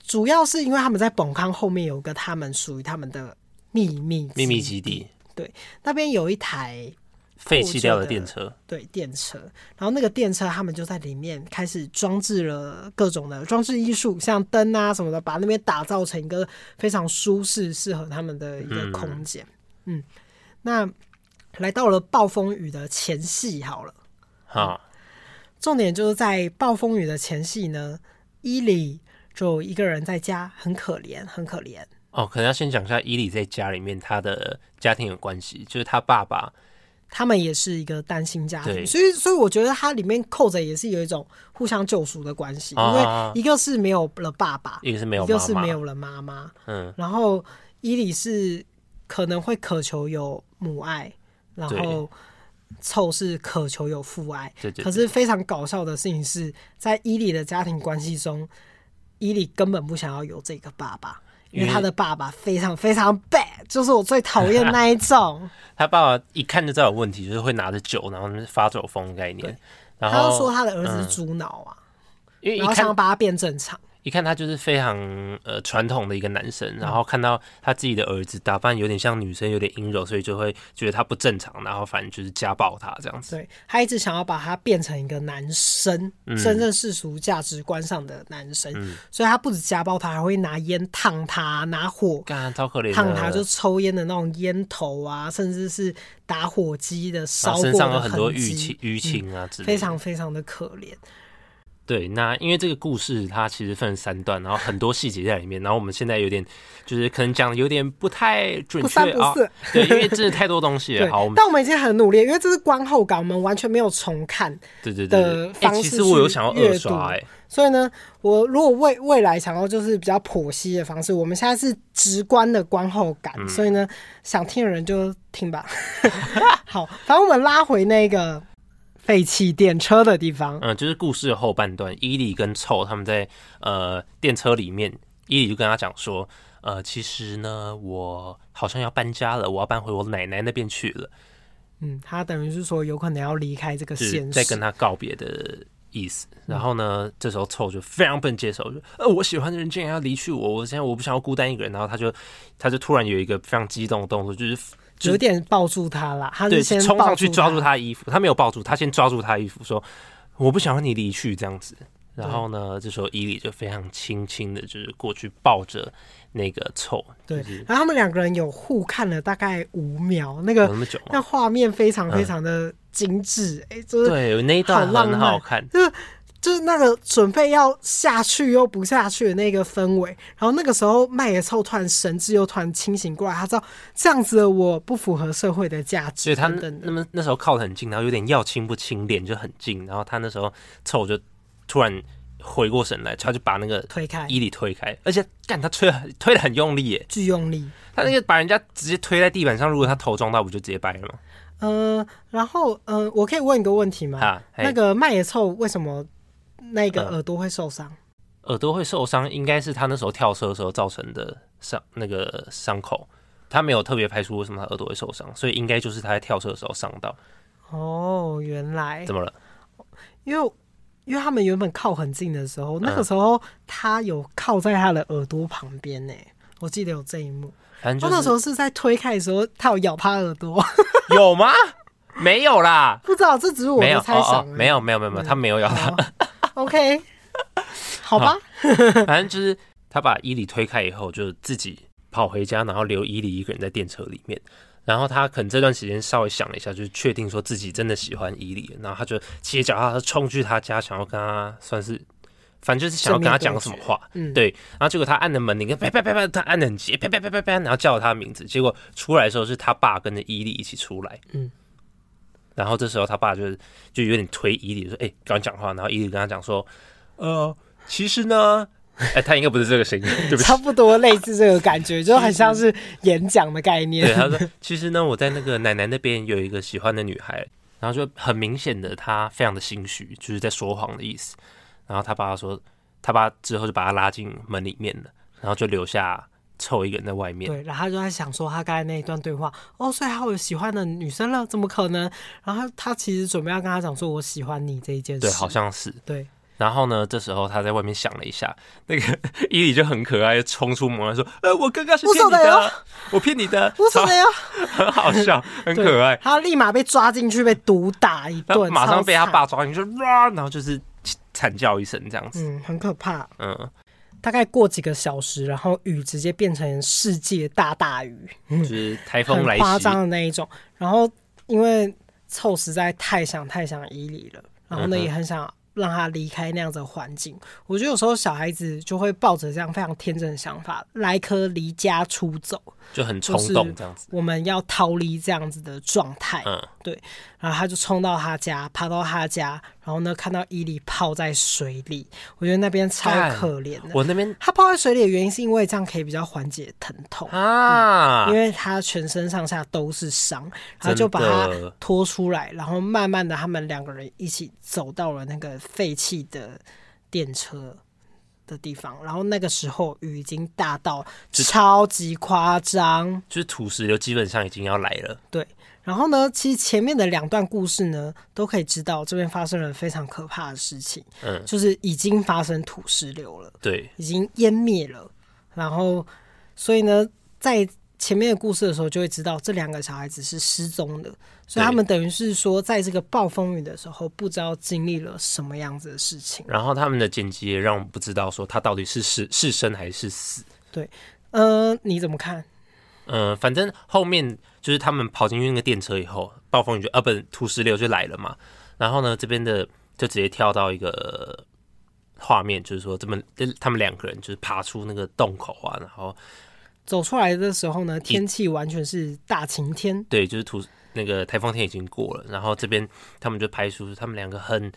A: 主要是因为他们在本康后面有个他们属于他们的秘密
B: 秘密基地
A: 那边有一台
B: 废弃掉的电车，
A: 对电车，然后那个电车他们就在里面开始装置了各种的装置艺术，像灯啊什么的，把那边打造成一个非常舒适、适合他们的一个空间。嗯那来到了暴风雨的前戏，好了，
B: 哈，
A: 重点就是在暴风雨的前戏呢，伊里就一个人在家，很可怜，很可怜。
B: 哦，可能要先讲一下伊里在家里面他的家庭有关系，就是他爸爸
A: 他们也是一个单亲家庭，
B: 对
A: 所以所以我觉得它里面扣着也是有一种互相救赎的关系，因
B: 啊
A: 为一个是没有了爸爸，
B: 一个是没有
A: 一个
B: 妈
A: 是
B: 妈
A: 没，有了妈妈，
B: 嗯，
A: 然后伊里是可能会渴求有母爱，然后凑是渴求有父爱，
B: 对对
A: 可是非常搞笑的事情是在伊里的家庭关系中，伊里根本不想要有这个爸爸。因为
B: 因为
A: 他的爸爸非常非常 bad，就是我最讨厌那一种。
B: 他爸爸一看就知道有问题，就是会拿着酒，然后发酒疯的概念。然
A: 他
B: 后
A: 就说他的儿子是猪脑啊，
B: 哦嗯因为
A: 然
B: 一
A: 后想要
B: 看
A: 把它变正常。
B: 一看他就是非常呃传统的一个男
A: 嗯
B: 生，然后看到他自己的儿子打扮有点像女生，有点阴柔，所以就会觉得他不正常，然后反正就是家暴他这样子。
A: 对他一直想要把他变成一个男生，
B: 嗯
A: 真正世俗价值观上的男生，所以他不止家暴他，还会拿烟烫他，拿火
B: 干，超可怜的。
A: 烫他，就抽烟的那种烟头啊，甚至是打火机的
B: 然
A: 烧
B: 后
A: 过
B: 啊身上有
A: 的
B: 很多
A: 痕
B: 淤青
A: 迹，、嗯
B: 淤青啊之类的。
A: 非常非常的可怜。
B: 对，那因为这个故事它其实分成三段，然后很多细节在里面，然后我们现在有点就是可能讲的有点不太准
A: 不
B: 确
A: 三不
B: 啊
A: 四，
B: 对，因为真的太多东西
A: 对
B: 了。好，我，们
A: 但我们已经很努力，因为这是观后感，我们完全没有重看。
B: 对对对
A: 的
B: 对，哎、
A: 方
B: 其
A: 式
B: 实我有
A: 去
B: 想要
A: 阅
B: 二刷、
A: 读
B: 哎，
A: 所以呢，我如果未未来想要就是比较剖析的方式，我们现在是直观的观后感，
B: 嗯
A: 所以呢，想听的人就听吧。 好，反正我们拉回那个废弃电车的地方，
B: 嗯，就是故事的后半段，伊利跟臭他们在呃电车里面，伊利就跟他讲说，呃，其实呢，我好像要搬家了，我要搬回我奶奶那边去了，
A: 嗯，他等于是说有可能要离开这个
B: 就是
A: 现
B: 在
A: 实，
B: 跟他告别的意思。
A: 嗯
B: 然后呢，这时候臭就非常不能接受，就呃，我喜欢的人竟然要离去我，我现在我不想要孤单一个人。然后他就他就突然有一个非常激动的动作，就是
A: 有点抱住他啦，他
B: 对
A: 是先
B: 冲
A: 抱
B: 上去抓住
A: 他，
B: 他的衣服，他没有抱住，他先抓住他的衣服说：“我不想让你离去。”这样子。然后呢，这时候伊里就非常轻轻的，就是过去抱着那个臭，
A: 对，然后他们两个人有互看了大概五秒，那个
B: 有那么久吗
A: 那画面非
B: 嗯
A: 常非常的精致，哎、就是
B: 对，那一段
A: 好浪
B: 很
A: 漫
B: 好看，
A: 就是就是那个准备要下去又不下去的那个氛围，然后那个时候麦野臭突然神智又突然清醒过来，他知道这样子的我不符合社会的价值，
B: 所以他
A: 等
B: 嗯那
A: 等的
B: 那么那时候靠得很近，然后有点要亲不亲，脸就很近，然后他那时候臭就突然回过神来，他就把那个
A: 推开，
B: 衣领推开，而且干他推得很推的很用力耶，
A: 巨用力。
B: 他那个把人家直接推在地板上，如果他头撞到，不就直接掰了吗？
A: 呃，然后呃，我可以问一个问题吗？
B: 啊，嘿
A: 哦那个麦野臭为什么那个
B: 嗯
A: 耳朵会受伤？
B: 耳朵会受伤，应该是他那时候跳车的时候造成的伤那个伤口。他没有特别排除为什么他耳朵会受伤，所以应该就是他在跳车的时候伤到。
A: 哦，原来
B: 怎么嗯了？
A: 因为因为他们原本靠很近的时候，那个时候他有靠在他的耳朵旁边呢、我记得有这一幕。
B: 反
A: 他
B: 正就
A: 哦那时
B: 是
A: 候是在推开的时候，他有咬他耳朵，
B: 有吗？没有啦，
A: 不知道这只是我
B: 没有
A: 的猜
B: 哦
A: 想、
B: 哦，没有没有没有没有，他没有咬他，
A: 好 OK，好吧，
B: 反正就是他把伊犁推开以后，就自己跑回家，然后留伊犁一个人在电车里面。然后他可能这段时间稍微想了一下，就是确定说自己真的喜欢伊犁，然后他就骑着脚踏车冲去他家，想要跟他算是，反正就是想要跟他讲什么话。
A: 嗯，
B: 对，然后结果他按了门铃，跟啪啪啪啪，他按的很急，啪啪啪啪啪，然后叫了他的名字，结果出来的时候是他爸跟着伊利一起出来，
A: 嗯，
B: 然后这时候他爸就是就有点推伊利说，哎、赶快讲话，然后伊利跟他讲说，呃，其实呢， 哎、他应该不是这个声 音，对不起
A: 差。不多类似这个感觉，就很像是演讲的概
B: 对，啊
A: 念。
B: 他说，其实呢，我在那个奶奶那边有一个喜欢的女孩，然后就很明显的他非常的心虚，就是在说谎的意思。然后他爸说，他爸之后就把他拉进门里面了，然后就留下臭一个人在外 面。
A: 对，然后他就在想说，他刚才那一段对话，哦，所以他有喜欢的女生了，怎么可能？然后他其实准备要跟他讲说，我喜欢你这一件事，
B: 对，好像是。
A: 对，
B: 然后呢，这时候他在外面想了一下，那个 伊里就很可爱，冲出门来说：“呃，我刚刚是
A: 无
B: 骗
A: 所
B: 你的
A: 谓
B: 啊，我骗你的，
A: 无所谓啊，
B: 超 很好笑，很
A: 对
B: 可爱。
A: 他立马被抓进去，被毒打一”
B: 然后
A: 顿，
B: 马上被他
A: 超惨，
B: 爸抓进去，哇，然后就是惨叫一声这样子。
A: 嗯，很可怕。
B: 嗯，
A: 大概过几个小时，然后雨直接变成世界大大雨，
B: 就是
A: 嗯
B: 台
A: 很
B: 风来
A: 夸
B: 袭，
A: 张的那一种。然后因为凑实在太想太想伊犁了，然后呢
B: 嗯哼
A: 也很想让他离开那样子的环境。我觉得有时候小孩子就会抱着这样非常天真的想法，来颗离家出走，
B: 就很
A: 就
B: 冲
A: 是
B: 动这样子。
A: 我们要逃离这样子的状态。
B: 嗯，
A: 然后他就冲到他家，爬到他家，然后呢看到伊犁泡在水里，我觉得那边超
B: 干
A: 可怜的。
B: 我那边
A: 他泡在水里的原因是因为这样可以比较缓解疼痛。
B: 啊
A: 嗯因，为他全身上下都是伤，然后就把
B: 真
A: 他
B: 的
A: 拖出来，然后慢慢的他们两个人一起走到了那个废弃的电车的地方，然后那个时候雨已经大到
B: 就
A: 超级夸张，
B: 就是土石流基本上已经要来了。
A: 对。然后呢，其实前面的两段故事呢，都可以知道这边发生了非常可怕的事情，
B: 嗯，
A: 就是已经发生土石流了。
B: 对，
A: 已经湮灭了。然后，所以呢，在前面的故事的时候，就会知道这两个小孩子是失踪的，所以
B: 对
A: 他们等于是说，在这个暴风雨的时候，不知道经历了什么样子的事情。
B: 然后他们的剪辑也让我们不知道说他到底是是是生还是死。
A: 呃，你怎么看？
B: 嗯，反正后面就是他们跑进去那个电车以后，暴风雨就啊不土石流就来了嘛。然后呢，这边的就直接跳到一个画面，就是说这么他们两个人就是爬出那个洞口啊，然后
A: 走出来的时候呢，天气完全是大晴天，
B: 对，就是土那个台风天已经过了，然后这边他们就拍出他们两个很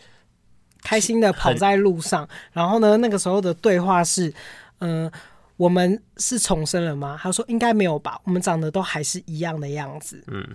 A: 开心的跑在路上。然后呢，那个时候的对话是，呃。我们是重生了吗？他说应该没有吧，我们长得都还是一样的样子。
B: 嗯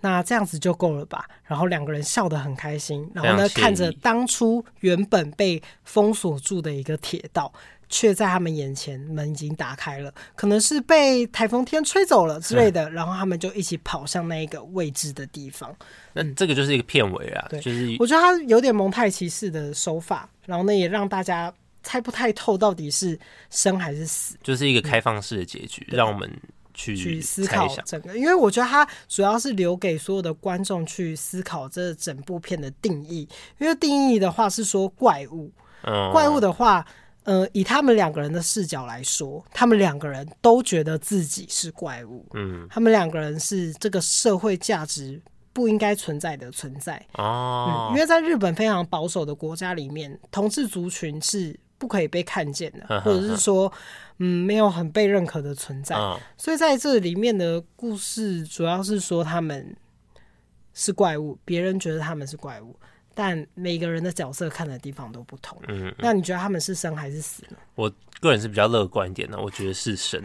A: 那这样子就够了吧？然后两个人笑得很开心，然后呢，
B: 非常
A: 看
B: 惬意
A: 着当初原本被封锁住的一个铁道，却在他们眼前门已经打开了，可能是被台风天吹走了之类的，
B: 嗯
A: 然后他们就一起跑向那一个未知的地方。
B: 那这个就是一个片尾啊，
A: 对
B: 就是
A: 我觉得他有点蒙太奇式的手法，然后呢，也让大家猜不太透到底是生还是死。
B: 就是一个开放式的结局，让我们去
A: 嗯去思
B: 猜
A: 考
B: 想。
A: 整个，因为我觉得它主要是留给所有的观众去思考这整部片的定义。因为定义的话是说怪物，
B: 嗯，
A: 怪物的话，呃，以他们两个人的视角来说，他们两个人都觉得自己是怪物，
B: 嗯
A: 他们两个人是这个社会价值不应该存在的存在。嗯，
B: 哦
A: 因，为在日本非常保守的国家里面，同志族群是不可以被看见的，
B: 嗯
A: 或者是说，嗯，没有很被认可的存在。
B: 嗯
A: 所以在这里面的故事主要是说他们是怪物，别人觉得他们是怪物，但每个人的角色看的地方都不同。
B: 嗯，
A: 那你觉得他们是生还是死呢？
B: 我个人是比较乐观一点的，我觉得是神。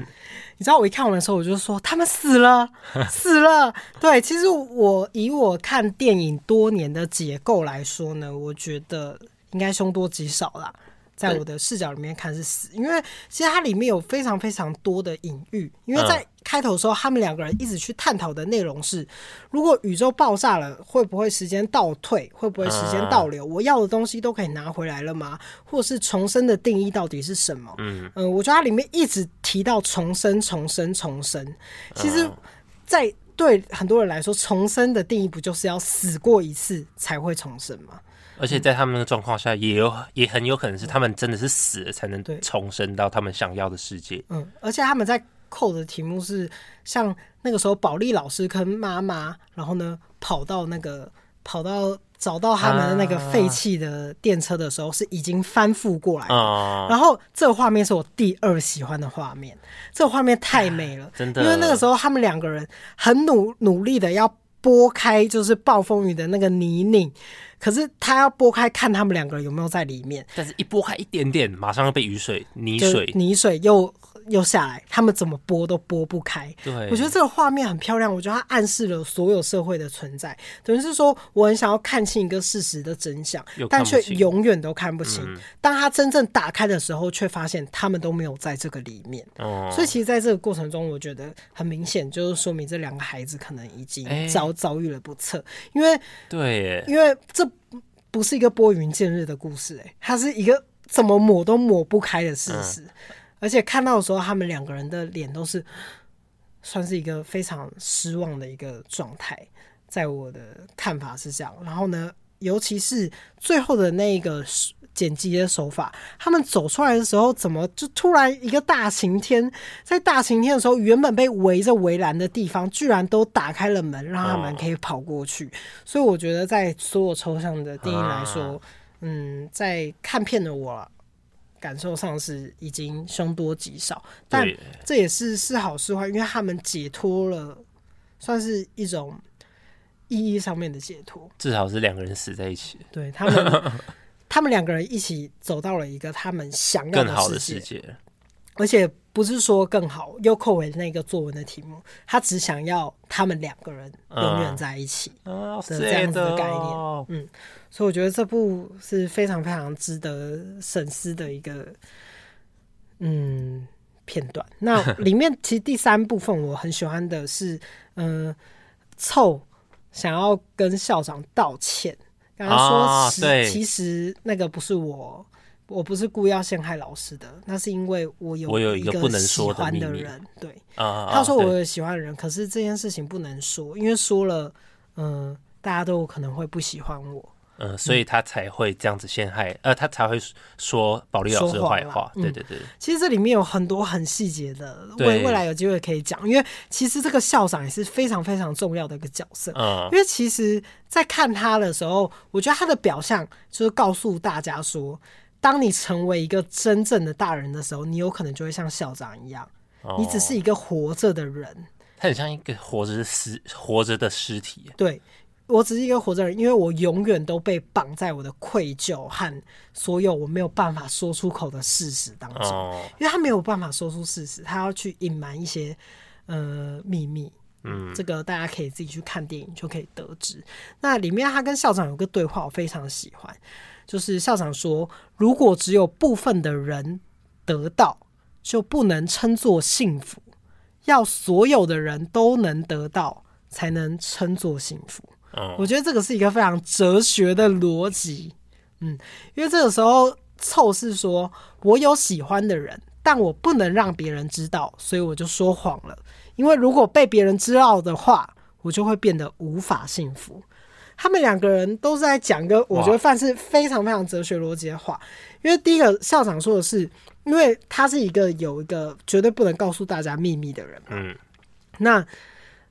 A: 你知道我一看完的时候，我就说他们死了，死了。对，其实我以我看电影多年的结构来说呢，我觉得应该凶多吉少啦。在我的视角里面看是死，因为其实它里面有非常非常多的隐喻，因为在开头的时候，他们两个人一直去探讨的内容是：如果宇宙爆炸了，会不会时间倒退？会不会时间倒流？我要的东西都可以拿回来了吗？或是重生的定义到底是什么？嗯、呃，我觉得它里面一直提到重生、重生、重生。其实，在对很多人来说，重生的定义不就是要死过一次才会重生吗？
B: 而且在他们的状况下，也有也很有可能是他们真的是死了才能
A: 对
B: 重生到他们想要的世界。
A: 嗯，而且他们在扣的题目是像那个时候保利老师跟妈妈，然后呢跑到那个跑到找到他们的那个废弃的电车的时候，是已经翻覆过来的。
B: 啊、
A: 然后这个画面是我第二喜欢的画面，这个画面太美了，
B: 啊真的
A: 因为那个时候他们两个人很努努力的要拨开就是暴风雨的那个泥泞，可是他要拨开看他们两个人有没有在里面，
B: 但是一拨开一点点，马上就被雨水、泥
A: 就
B: 水，
A: 泥水又又下来，他们怎么拨都拨不开。
B: 对，
A: 我觉得这个画面很漂亮，我觉得它暗示了所有社会的存在，等于是说我很想要看清一个事实的真相
B: 又，看
A: 但
B: 不
A: 却
B: 清嗯
A: 永远都看不清。当他真正打开的时候，却发现他们都没有在这个里面。
B: 哦，
A: 所以其实，在这个过程中，我觉得很明显，就是说明这两个孩子可能已经
B: 哎
A: 遭遭遇了不测，因为
B: 对耶，
A: 因为这不是一个拨云见日的故事、哎，它是一个怎么抹都抹不开的事实。而且看到的时候，他们两个人的脸都是算是一个非常失望的一个状态，在我的看法是这样。然后呢，尤其是最后的那个剪辑的手法，他们走出来的时候，怎么就突然一个大晴天？在大晴天的时候，原本被围着围栏的地方，居然都打开了门，让他们可以跑过去。所以我觉得，在所有抽象的电影来
B: 啊
A: 说，嗯，在看片的我感受上是已经凶多吉少，但
B: 对
A: 这也是啊是好是坏，因为他们解脱了，算是一种意义上面的解脱。
B: 至少是两个人死在一起，
A: 对他 们，他们两个人一起走到了一个他们想要
B: 更好的
A: 世
B: 世
A: 界，
B: 界。
A: 而且不是说更好，又扣回那个作文的题目，他只想要他们两个人永
B: 嗯
A: 远在一起。
B: 啊，
A: 的这样子的概念嗯
B: 哦
A: 所以我觉得这部是非常非常值得深思的一个嗯片 段。那里面其实第三部分我很喜欢的是，嗯、凑想要跟校长道歉，跟他说
B: 啊
A: 其、
B: 对
A: 其实那个不是我。我不是故意要陷害老师的，那是因为我有
B: 我有一
A: 个
B: 个不能说
A: 喜
B: 的
A: 欢的
B: 秘密
A: 人，对，
B: 啊啊，
A: 他说我
B: 对
A: 有喜欢的人，可是这件事情不能说，因为说了，嗯、大家都有可能会不喜欢我。
B: 嗯，所以他才会这样子陷害，呃，他才会说保利老师的坏
A: 嗯说谎
B: 话
A: 啦。嗯
B: 对对对，
A: 其实这里面有很多很细节的，
B: 对
A: 未未来有机会可以讲，因为其实这个校长也是非常非常重要的一个角色。
B: 嗯
A: 因为其实，在看他的时候，我觉得他的表象就是告诉大家说，当你成为一个真正的大人的时候，你有可能就会像校长一样，
B: 哦
A: 你只是一个活着的人。
B: 他很像一个活着的尸，活着的尸体。
A: 对我只是一个活着人，因为我永远都被绑在我的愧疚和所有我没有办法说出口的事实当中。
B: 哦，
A: 因为他没有办法说出事实，他要去隐瞒一些呃秘密。嗯，这个大家可以自己去看电影就可以得知。那里面他跟校长有个对话，我非常喜欢，就是校长说，如果只有部分的人得到，就不能称作幸福；要所有的人都能得到，才能称作幸福。
B: 嗯，
A: 我觉得这个是一个非常哲学的逻辑，嗯，因为这个时候凑是说我有喜欢的人，但我不能让别人知道，所以我就说谎了。因为如果被别人知道的话，我就会变得无法幸福。他们两个人都是在讲一个我觉得范是非常非常哲学逻辑的话，因为第一个校长说的是，因为他是一个有一个绝对不能告诉大家秘密的人，
B: 嗯，
A: 那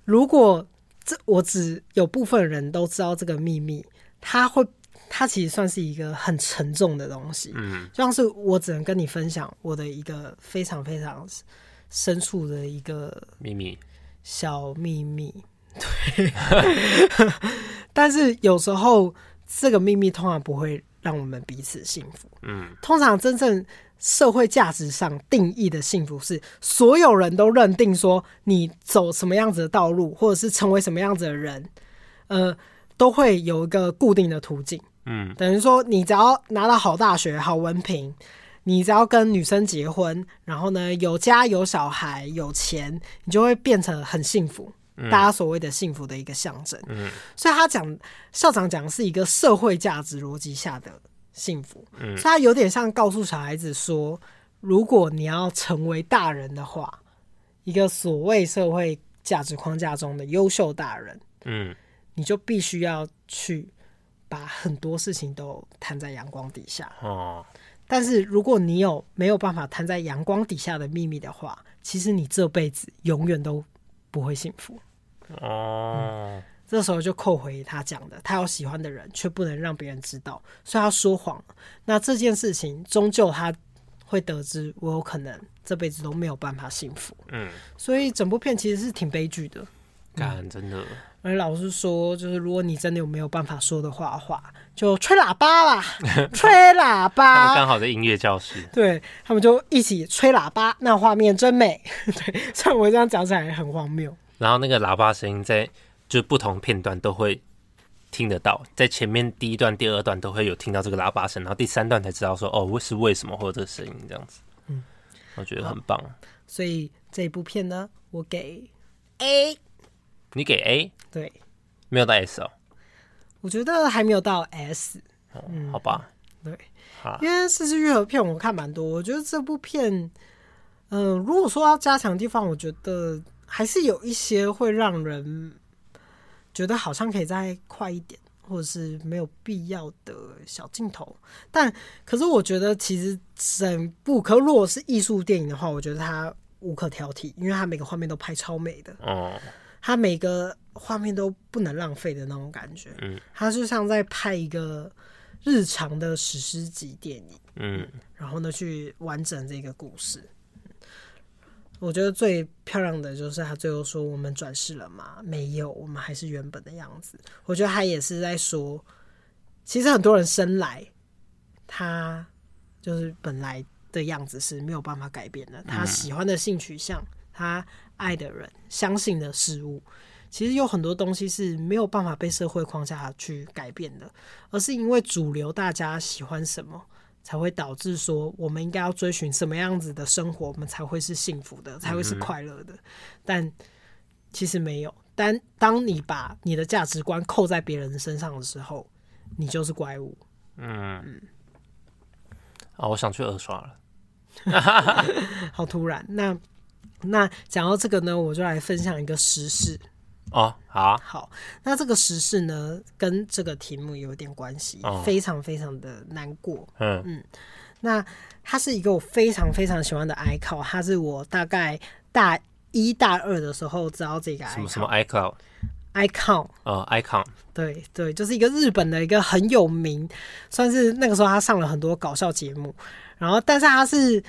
A: 如果这我只有部分人都知道这个秘密，它会它其实算是一个很沉重的东西。
B: 嗯，
A: 就像是我只能跟你分享我的一个非常非常深处的一个
B: 秘密。
A: 小秘密，对。但是有时候这个秘密通常不会让我们彼此幸福。
B: 嗯，
A: 通常真正社会价值上定义的幸福是，所有人都认定说你走什么样子的道路，或者是成为什么样子的人，呃，都会有一个固定的途径。
B: 嗯，
A: 等于说你只要拿到好大学、好文凭，你只要跟女生结婚，然后呢有家有小孩有钱，你就会变成很幸福。大家所谓的幸福的一个象征，
B: 嗯
A: 所以他讲校长讲的是一个社会价值逻辑下的幸福，
B: 嗯
A: 所以他有点像告诉小孩子说，如果你要成为大人的话，一个所谓社会价值框架中的优秀大人，
B: 嗯，
A: 你就必须要去把很多事情都摊在阳光底下。
B: 哦，
A: 但是如果你有没有办法摊在阳光底下的秘密的话，其实你这辈子永远都不会幸福。
B: 哦，
A: 这时候就扣回他讲的，他有喜欢的人，却不能让别人知道，所以他说谎了。那这件事情终究他会得知，我有可能这辈子都没有办法幸福。
B: 嗯，
A: 所以整部片其实是挺悲剧的。
B: 干，真的，
A: 而老实说，就是如果你真的有没有办法说的话的话，就吹喇叭啦，吹喇
B: 他们
A: 叭。
B: 刚好在音乐教室，
A: 对他们就一起吹喇叭，那画面真美。 对，虽然我这样讲起来很荒谬。
B: 然后那个喇叭声音在就不同片段都会听得到，在前面第一段、第二段都会有听到这个喇叭声，然后第三段才知道说哦，为是为什么会有这个声音这样子。嗯，我觉得很棒。
A: 所以这部片呢，我给 A。
B: 你给 A
A: 对，
B: 没有到 S 哦，
A: 我觉得还没有到 S，
B: 嗯、好吧，
A: 对
B: 好，
A: 因为《四肢愈合片》我看蛮多，我觉得这部片，嗯、如果说要加强的地方，我觉得还是有一些会让人觉得好像可以再快一点，或者是没有必要的小镜头。但可是我觉得，其实整部，可如果是艺术电影的话，我觉得它无可挑剔，因为它每个画面都拍超美的。
B: 哦，
A: 它每个画面都不能浪费的那种感觉。
B: 嗯，
A: 它就像在拍一个日常的史诗级电影，
B: 嗯
A: 然后呢去完整这个故事。嗯我觉得最漂亮的就是他最后说：“我们转世了吗？没有，我们还是原本的样子。”我觉得他也是在说，其实很多人生来，他就是本来的样子是没有办法改变的。他喜欢的性取向，他爱的人，相信的事物，其实有很多东西是没有办法被社会框架去改变的，而是因为主流大家喜欢什么，才会导致说我们应该要追寻什么样子的生活，我们才会是幸福的，才会是快乐的。但其实没有。但当你把你的价值观扣在别人身上的时候，你就是怪物。
B: 嗯，哦，我想去二刷了。
A: 好突然。那那讲到这个呢，我就来分享一个时事。
B: 哦，好啊、
A: 好，那这个时事呢，跟这个题目有点关系，
B: 哦
A: 非常非常的难过。
B: 嗯
A: 那他是一个我非常非常喜欢的 icon，他是我大概大一大二的时候知道这个
B: 什么什么
A: 嗯 icon。
B: iCloud
A: icon
B: 哦 icon，
A: 对对，就是一个日本的一个很有名，算是那个时候他上了很多搞笑节目，然后但是他是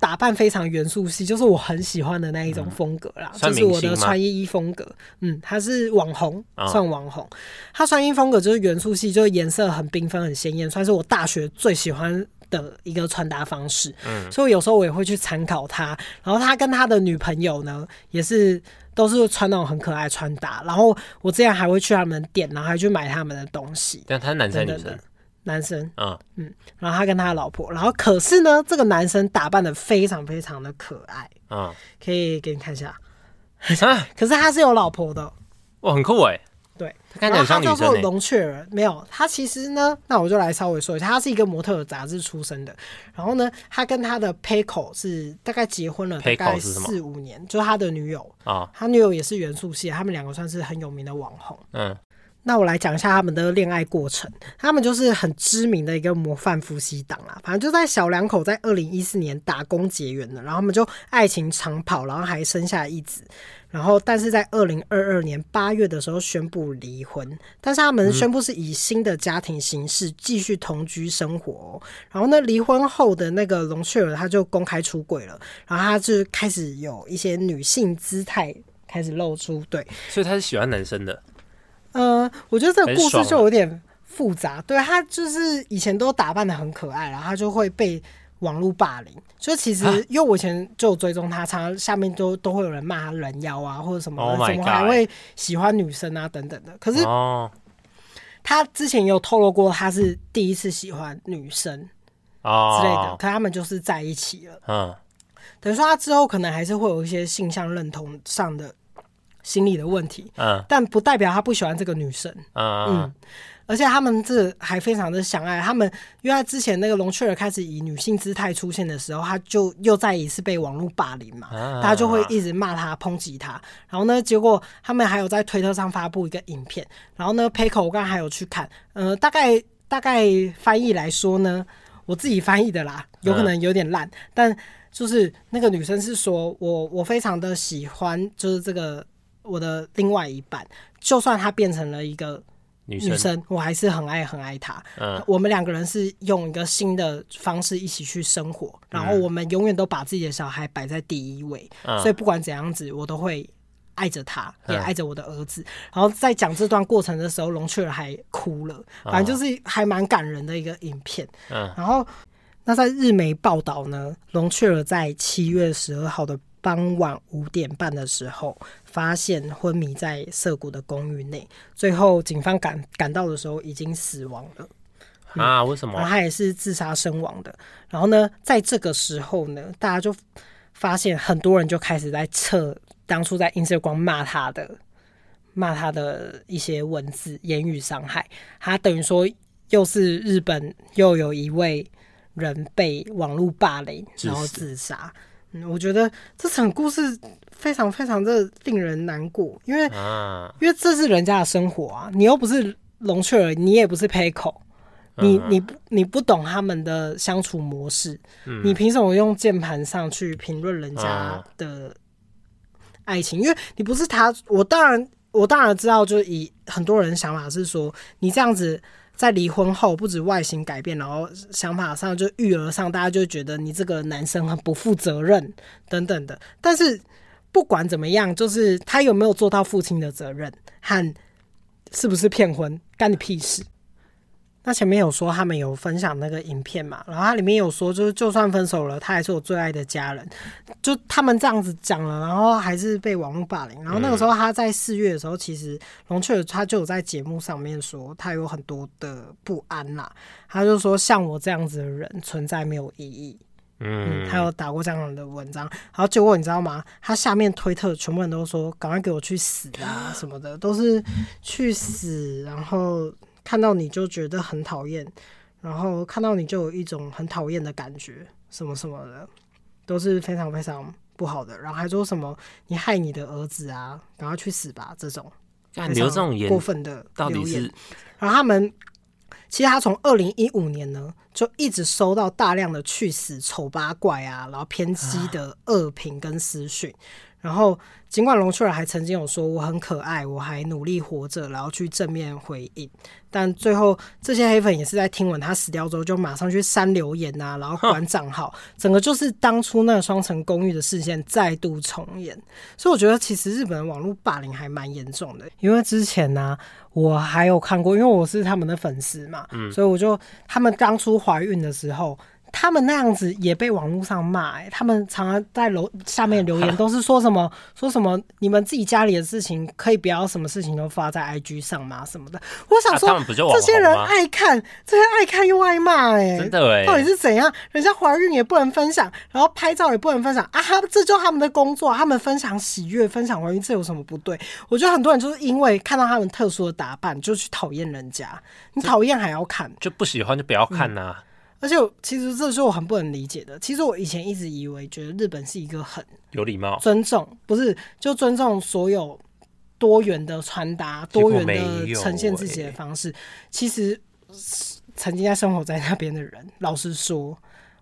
A: 打扮非常元素系，就是我很喜欢的那一种风格啦，
B: 嗯算
A: 就是我
B: 明星
A: 的
B: 吗
A: 穿衣风格。嗯，他是网红，
B: 啊
A: 算网红。他穿衣风格就是元素系，就是颜色很缤纷、很鲜艳，算是我大学最喜欢。的一个穿搭方式，嗯，所以有时候我也会去参考他。然后他跟他的女朋友呢，也是都是穿那种很可爱的穿搭。然后我之前还会去他们店，然后还去买他们的东西，
B: 但他是男生
A: 等等
B: 还是女
A: 的
B: 生？。
A: 男生，
B: 嗯
A: 然后他跟他的老婆，然后可是呢，这个男生打扮的非常非常的可爱，
B: 嗯，
A: 可以给你看一下。
B: 啊，
A: 可是他是有老婆的，
B: 哇，很酷哎，
A: 对，
B: 他看
A: 然
B: 起
A: 后
B: 来很像
A: 他
B: 女
A: 叫做
B: 生哎。
A: 龙雀儿，没有，他其实呢，那我就来稍微说一下，他是一个模特儿杂志出身的，然后呢，他跟他的 Payco 是大概结婚了大
B: Peiko
A: 概
B: 是什么
A: 四五年，就是他的女友，
B: 哦，
A: 他女友也是元素系，他们两个算是很有名的网红。
B: 嗯
A: 那我来讲一下他们的恋爱过程。他们就是很知名的一个模范夫妻档啦，反正就在小两口在二零一四年打工结缘的，然后他们就爱情长跑，然后还生下一子。然后，但是在二零二二年八月的时候宣布离婚，但是他们宣布是以新的家庭形式继续同居生活哦、然后呢，离婚后的那个龙雀儿他就公开出轨了，然后他就开始有一些女性姿态开始露出，对，
B: 所以他是喜欢男生的，
A: 呃，我觉得这个
B: 很
A: 故事
B: 爽
A: 就
B: 啊
A: 有点复杂，对他就是以前都打扮的很可爱，然后他就会被网络霸凌。就其实
B: 啊
A: 因为我以前就有追踪他，常常下面都都会有人骂他人妖啊，或者什么
B: Oh my
A: 怎么还
B: God
A: 会喜欢女生啊等等的。可是
B: 哦
A: 他之前也有透露过，他是第一次喜欢女生
B: 哦
A: 之类的，可他们就是在一起了。
B: 嗯，
A: 等于说他之后可能还是会有一些性向认同上的心理的问题，
B: 嗯
A: 但不代表他不喜欢这个女生。
B: 嗯
A: 嗯，而且他们这还非常的相爱。他们因为他之前那个龙雀儿开始以女性姿态出现的时候，他就又再一次被网络霸凌嘛，
B: 啊
A: 大家就会一直骂他、抨击他。然后呢，结果他们还有在推特上发布一个影片，然后呢 p 口我刚才还有去看，呃，大概大概翻译来说呢，我自己翻译的啦，有可能有点烂，但就是那个女生是说我我非常的喜欢，就是这个我的另外一半，就算他变成了一个
B: 女
A: 女
B: 生
A: 生，我还是很爱很爱她。
B: 嗯
A: 我们两个人是用一个新的方式一起去生
B: 嗯
A: 活，然后我们永远都把自己的小孩摆在第一位，
B: 嗯
A: 所以不管怎样子，我都会爱着他，也
B: 嗯
A: 爱着我的儿子。然后在讲这段过程的时候，龙雀儿还哭了，反正就是还蛮感人的一个影片。
B: 啊嗯
A: 然后，那在日媒报道呢，龙雀儿在七月十二号的傍晚五点半的时候，发现昏迷在涩谷的公寓内。最后，警方赶赶到的时候，已经死亡了。
B: 啊，为什
A: 然后
B: 么？
A: 他也是自杀身亡的。然后呢，在这个时候呢，大家就发现很多人就开始在测当初在 Instagram 骂他的、骂他的一些文字、言语伤害。他等于说又是日本又有一位人被网络霸凌，
B: 致死
A: 然后自杀。嗯，我觉得这场故事非常非常的令人难过，因为
B: 啊，
A: 因为这是人家的生活啊，你又不是龙雀儿，你也不是 p 口，你
B: 嗯
A: 你不你不懂他们的相处模式，
B: 嗯
A: 你凭什么用键盘上去评论人
B: 啊
A: 家的爱情？因为你不是他，我当然我当然知道，就是以很多人的想法是说，你这样子在离婚后，不止外形改变，然后想法上就育儿上，大家就会觉得你这个男生很不负责任等等的。但是不管怎么样，就是他有没有做到父亲的责任和是不是骗婚，干你屁事。那前面有说他们有分享那个影片嘛，然后它里面有说，就是就算分手了，他还是我最爱的家人。就他们这样子讲了，然后还是被网络霸凌。然后那个时候他在四月的时候，其实龙雀儿他就有在节目上面说，他有很多的不安啦。他就说，像我这样子的人存在没有意义。嗯，
B: 嗯，
A: 他有打过这样的文章，然后结果你知道吗？他下面推特全部人都说赶快给我去死啊什么的，都是去死，然后看到你就觉得很讨厌，然后看到你就有一种很讨厌的感觉，什么什么的，都是非常非常不好的。然后还说什么你害你的儿子啊，赶快去死吧这种，
B: 干留这种言
A: 过分的
B: 到底
A: 留言
B: 是
A: 然后他们其实他从二零一五年呢，就一直收到大量的去死、丑八怪啊，然后偏激的恶评跟私讯。然后，尽管龙雀儿还曾经有说我很可爱，我还努力活着，然后去正面回应，但最后这些黑粉也是在听闻他死掉之后，就马上去删留言啊，然后关账号，整个就是当初那个双层公寓的事件再度重演。所以我觉得其实日本的网络霸凌还蛮严重的，因为之前呢、我还有看过，因为我是他们的粉丝嘛，
B: 嗯
A: 所以我就他们当初怀孕的时候。他们那样子也被网络上骂、欸，他们常常在楼下面留 言都是说什么说什么，你们自己家里的事情可以不要什么事情都发在 IG 上吗？什么的。我想
B: 啊
A: 说，
B: 他们不就网
A: 这些
B: 红
A: 人
B: 吗
A: 爱看，这些爱看又爱骂、欸，
B: 真的哎
A: 到底是怎样？人家怀孕也不能分享，然后拍照也不能分享啊！他这就是他们的工作，他们分享喜悦、分享怀孕，这有什么不对？我觉得很多人就是因为看到他们特殊的打扮，就去讨厌人家。你讨厌还要看，
B: 就不喜欢就不要看呐。
A: 而且我其实这是我很不能理解的。其实我以前一直以为，觉得日本是一个很
B: 有礼貌，
A: 尊重，不是就尊重所有多元的穿搭、多元
B: 结果没
A: 的
B: 有欸
A: 呈现自己的方式。其实曾经在生活在那边的人，老实说，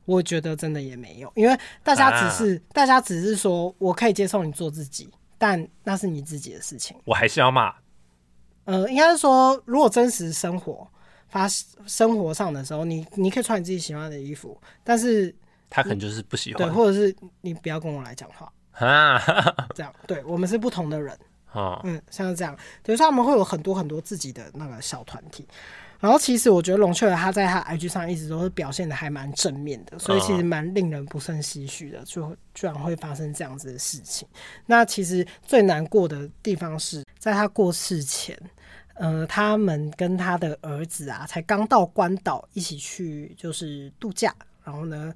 A: 我觉得真的也没有，因为大家只
B: 啊
A: 是、大家只是说我可以接受你做自己，但那是你自己的事情。
B: 我还是要骂。
A: 呃，应该是说，如果真实生活发生活上的时候，你你可以穿你自己喜欢的衣服，但是
B: 他可能就是不喜
A: 对，
B: 欢
A: 或者是你不要跟我来讲话，
B: 啊，
A: 这样对我们是不同的人。
B: 哦，
A: 嗯嗯，像是这样，等于说他们会有很多很多自己的那个小团体。然后其实我觉得龙雀儿他在他 IG 上一直都是表现的还蛮正面的，所以其实蛮令人不胜唏嘘的，就居然会发生这样子的事情。那其实最难过的地方是在他过世前，呃，他们跟他的儿子啊，才刚到关岛一起去就是度假，然后呢。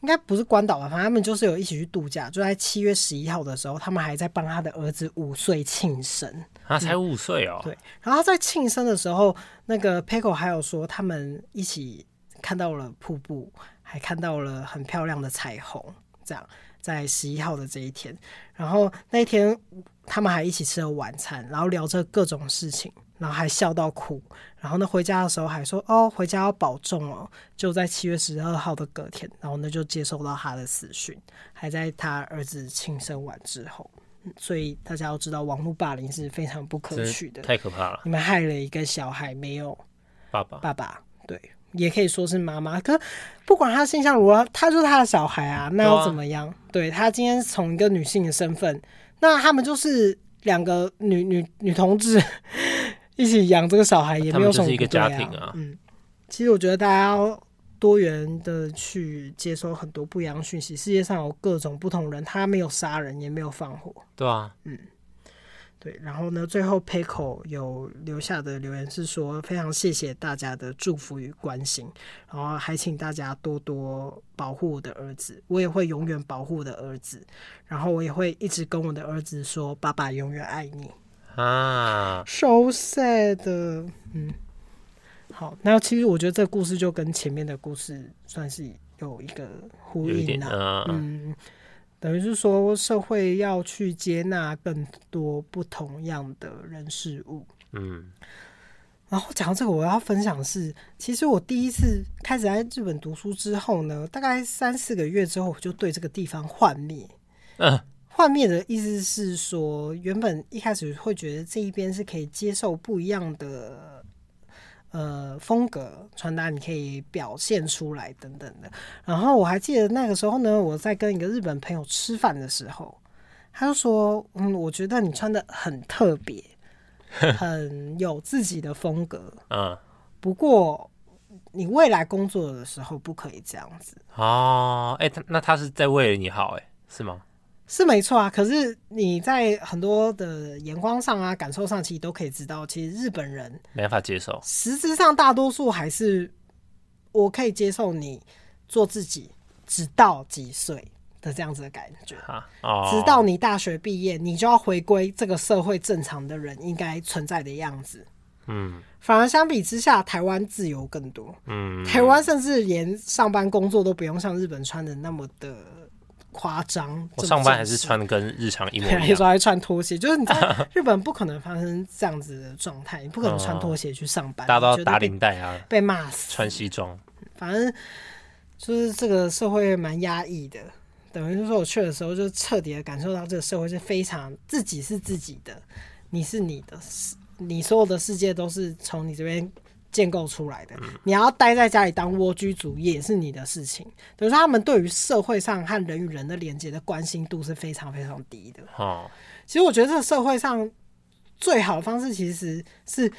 A: 应该不是关岛吧，反正他们就是有一起去度假，就在七月十一号的时候，他们还在帮他的儿子五岁庆生。
B: 啊，才五岁哦，
A: 对，然后他在庆生的时候，那个 Pickle 还有说他们一起看到了瀑布，还看到了很漂亮的彩虹，这样在十一号的这一天，然后那一天他们还一起吃了晚餐，然后聊着各种事情，然后还笑到哭，然后呢回家的时候还说哦回家要保重哦，就在七月十二号的隔天，然后呢就接收到他的死讯，还在他儿子庆生完之后。嗯所以大家要知道，网络霸凌是非常不可
B: 真
A: 取的。
B: 太可怕了，
A: 你们害了一个小孩没有
B: 爸爸。
A: 爸爸，对，也可以说是妈妈。可不管他性向如何，他就是他的小孩啊，那
B: 对
A: 又
B: 啊
A: 怎么样？对他今天从一个女性的身份，那他们就是两个女女女同志 一起养这个小孩，也
B: 他
A: 没有
B: 们
A: 什
B: 就
A: 么
B: 是一个
A: 不对
B: 家庭啊
A: 嗯，其实我觉得大家要。多元的去接收很多不一样的讯息，世界上有各种不同人，他没有杀人，也没有放火，
B: 对啊，
A: 对，然后呢，最后 Pickle 有留下的留言是说，非常谢谢大家的祝福与关心，然后还请大家多多保护我的儿子，我也会永远保护我的儿子，然后我也会一直跟我的儿子说，爸爸永远爱你。
B: 啊，
A: So sad，嗯，好，那其实我觉得这个故事就跟前面的故事算是有一个呼
B: 有一点
A: 应，啦、
B: 嗯嗯，
A: 嗯，等于是说社会要去接纳更多不同样的人事物。
B: 嗯，
A: 然后讲到这个，我要分享的是，其实我第一次开始在日本读书之后呢，大概三四个月之后，我就对这个地方幻灭。
B: 嗯，
A: 幻灭的意思是说，原本一开始会觉得这一边是可以接受不一样的呃风格穿搭，你可以表现出来等等的。然后我还记得那个时候呢，我在跟一个日本朋友吃饭的时候，他就说：“嗯，我觉得你穿的很特别，很有自己的风格。
B: 嗯，
A: 不过你未来工作的时候不可以这样子。”
B: 哦，哎、他那他是在为了你好、哎，是吗？
A: 是没错啊，可是你在很多的眼光上啊、感受上，其实都可以知道，其实日本人
B: 没办法接受，
A: 实质上大多数还是我可以接受你做自己，直到几岁的这样子的感觉，
B: 啊，哦，
A: 直到你大学毕业，你就要回归这个社会正常的人应该存在的样子。
B: 嗯
A: 反而相比之下，台湾自由更多，
B: 嗯，
A: 台湾甚至连上班工作都不用像日本穿的那么的夸张。
B: 我
A: 这么
B: 上班还
A: 正
B: 是
A: 式
B: 穿的跟日常一模
A: 对，
B: 一
A: 有时
B: 样，
A: 候 还穿拖鞋，就是你 在日本不可能发生这样子的状态，你不可能穿拖鞋去上班，
B: 嗯大家都
A: 绝
B: 要
A: 对
B: 打
A: 被
B: 领带啊，
A: 被骂死。
B: 穿西装，
A: 反正就是这个社会蛮压抑的，等于就是说我去的时候就彻底的感受到这个社会是非常自己是自己的，你是你的，世，你所有的世界都是从你这边。建构出来的，你要待在家里当蜗居族也是你的事情。等于说，他们对于社会上和人与人的连接的关心度是非常非常低的。
B: 哦，
A: 其实我觉得这个社会上最好的方式其实是，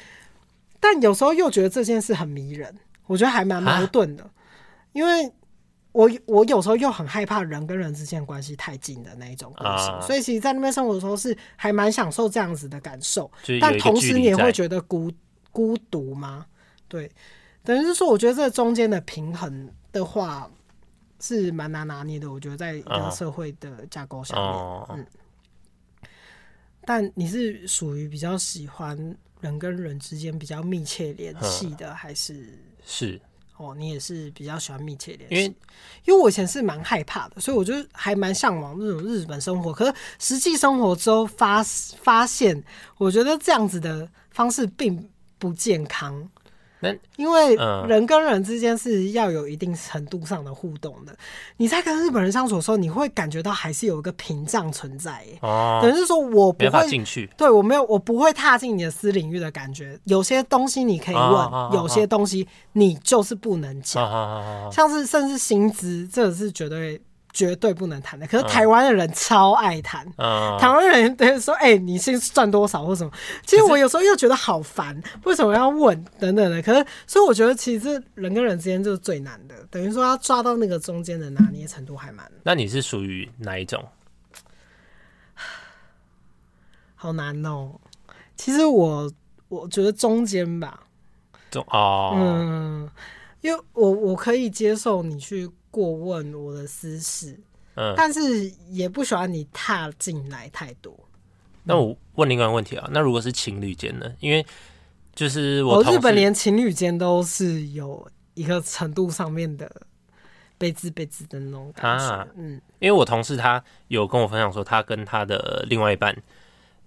A: 但有时候又觉得这件事很迷人，我觉得还蛮矛盾
B: 啊
A: 的，因为我我有时候又很害怕人跟人之间关系太近的那一种关系，
B: 啊
A: 所以其实，在那边生活的时候是还蛮享受这样子的感受，
B: 就是有
A: 但
B: 一个
A: 同
B: 距
A: 时你也
B: 离
A: 会
B: 在，
A: 觉得孤孤独吗？对，等于是说，我觉得这中间的平衡的话是蛮难拿捏的。我觉得在一个
B: 啊
A: 社会的架构下面，
B: 哦，
A: 但你是属于比较喜欢人跟人之间比较密切联系
B: 嗯
A: 的，还是
B: 是
A: 哦，你也是比较喜欢密切联
B: 因
A: 系
B: 为？
A: 因为我以前是蛮害怕的，所以我就还蛮向往那种日本生活。可是实际生活之后发发现，我觉得这样子的方式并不健康。
B: 那
A: 因为
B: 嗯
A: 人跟人之间是要有一定程度上的互动的。你在跟日本人相处的时候，你会感觉到还是有一个屏障存在耶。等
B: 哦，
A: 于是说我不
B: 没办法
A: 会
B: 进去，
A: 对我没有，我不会踏进你的私领域的感觉。有些东西你可以问，
B: 啊啊啊啊
A: 有些东西你就是不能
B: 啊
A: 讲，
B: 啊啊啊啊，
A: 像是甚至薪资，这个是绝对绝对不能谈的。
B: 嗯
A: 可是台湾的人超爱谈，
B: 啊，
A: 台湾人都说：“哎、你是赚多少或什么？”其实我有时候又觉得好烦，为什么要问等等的？可是，所以我觉得其实人跟人之间就是最难的，等于说要抓到那个中间的拿捏程度还蛮
B: 那你是属于哪一种？
A: 好难哦。其实我我觉得中间吧，
B: 中哦，
A: 嗯，因为我我可以接受你去过问我的私事，
B: 嗯，
A: 但是也不喜欢你踏进来太多。
B: 那我问另外一个问题啊，那如果是情侣间呢？因为就是我
A: 哦，
B: 同
A: 日本
B: 事
A: 连情侣间都是有一个程度上面的被自被自的那种感觉。
B: 啊
A: 嗯，
B: 因为我同事他有跟我分享说，他跟他的另外一半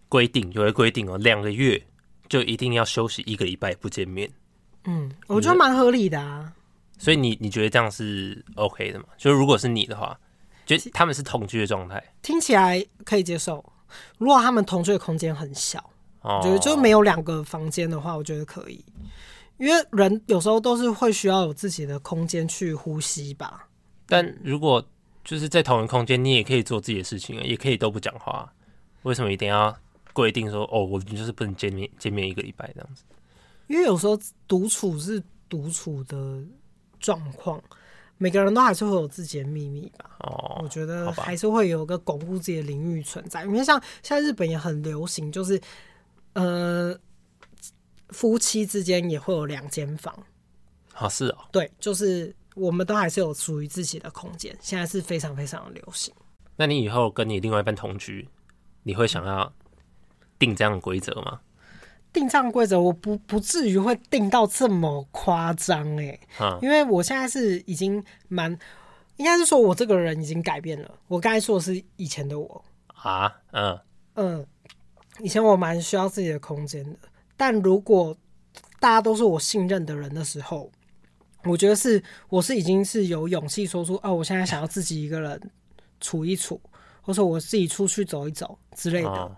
B: 规定，有的规定哦，两个月就一定要休息一个礼拜不见面。
A: 嗯，我觉得蛮合理的啊。
B: 所以你你觉得这样是 OK 的吗？就是如果是你的话，就他们是同居的状态
A: 听起来可以接受。如果他们同居的空间很小，
B: 哦
A: 我，觉得就没有两个房间的话，我觉得可以。因为人有时候都是会需要有自己的空间去呼吸吧。
B: 但如果就是在同一空间，你也可以做自己的事情，啊，也可以都不讲话啊，为什么一定要规定说哦，我们就是不能见面见面一个礼拜这样子？
A: 因为有时候独处是独处的状况，每个人都还是会有自己的秘密吧。
B: 哦
A: 我觉得
B: 好吧
A: 还是会有一个巩固自己的领域存在。因为像现在日本也很流行，就是呃，夫妻之间也会有两间房，
B: 好、是哦，
A: 对，就是我们都还是有属于自己的空间。现在是非常非常的流行。
B: 那你以后跟你另外一半同居，你会想要定这样的规则吗？
A: 定这样规则，我不不至于会定到这么夸张哎，
B: 啊、
A: 因为我现在是已经蛮，应该是说我这个人已经改变了。我刚才说的是以前的我，
B: 啊，嗯，
A: 嗯，以前我蛮需要自己的空间的，但如果大家都是我信任的人的时候，我觉得是我是已经是有勇气说出哦，我现在想要自己一个人处一处，或者我自己出去走一走之类的
B: 哦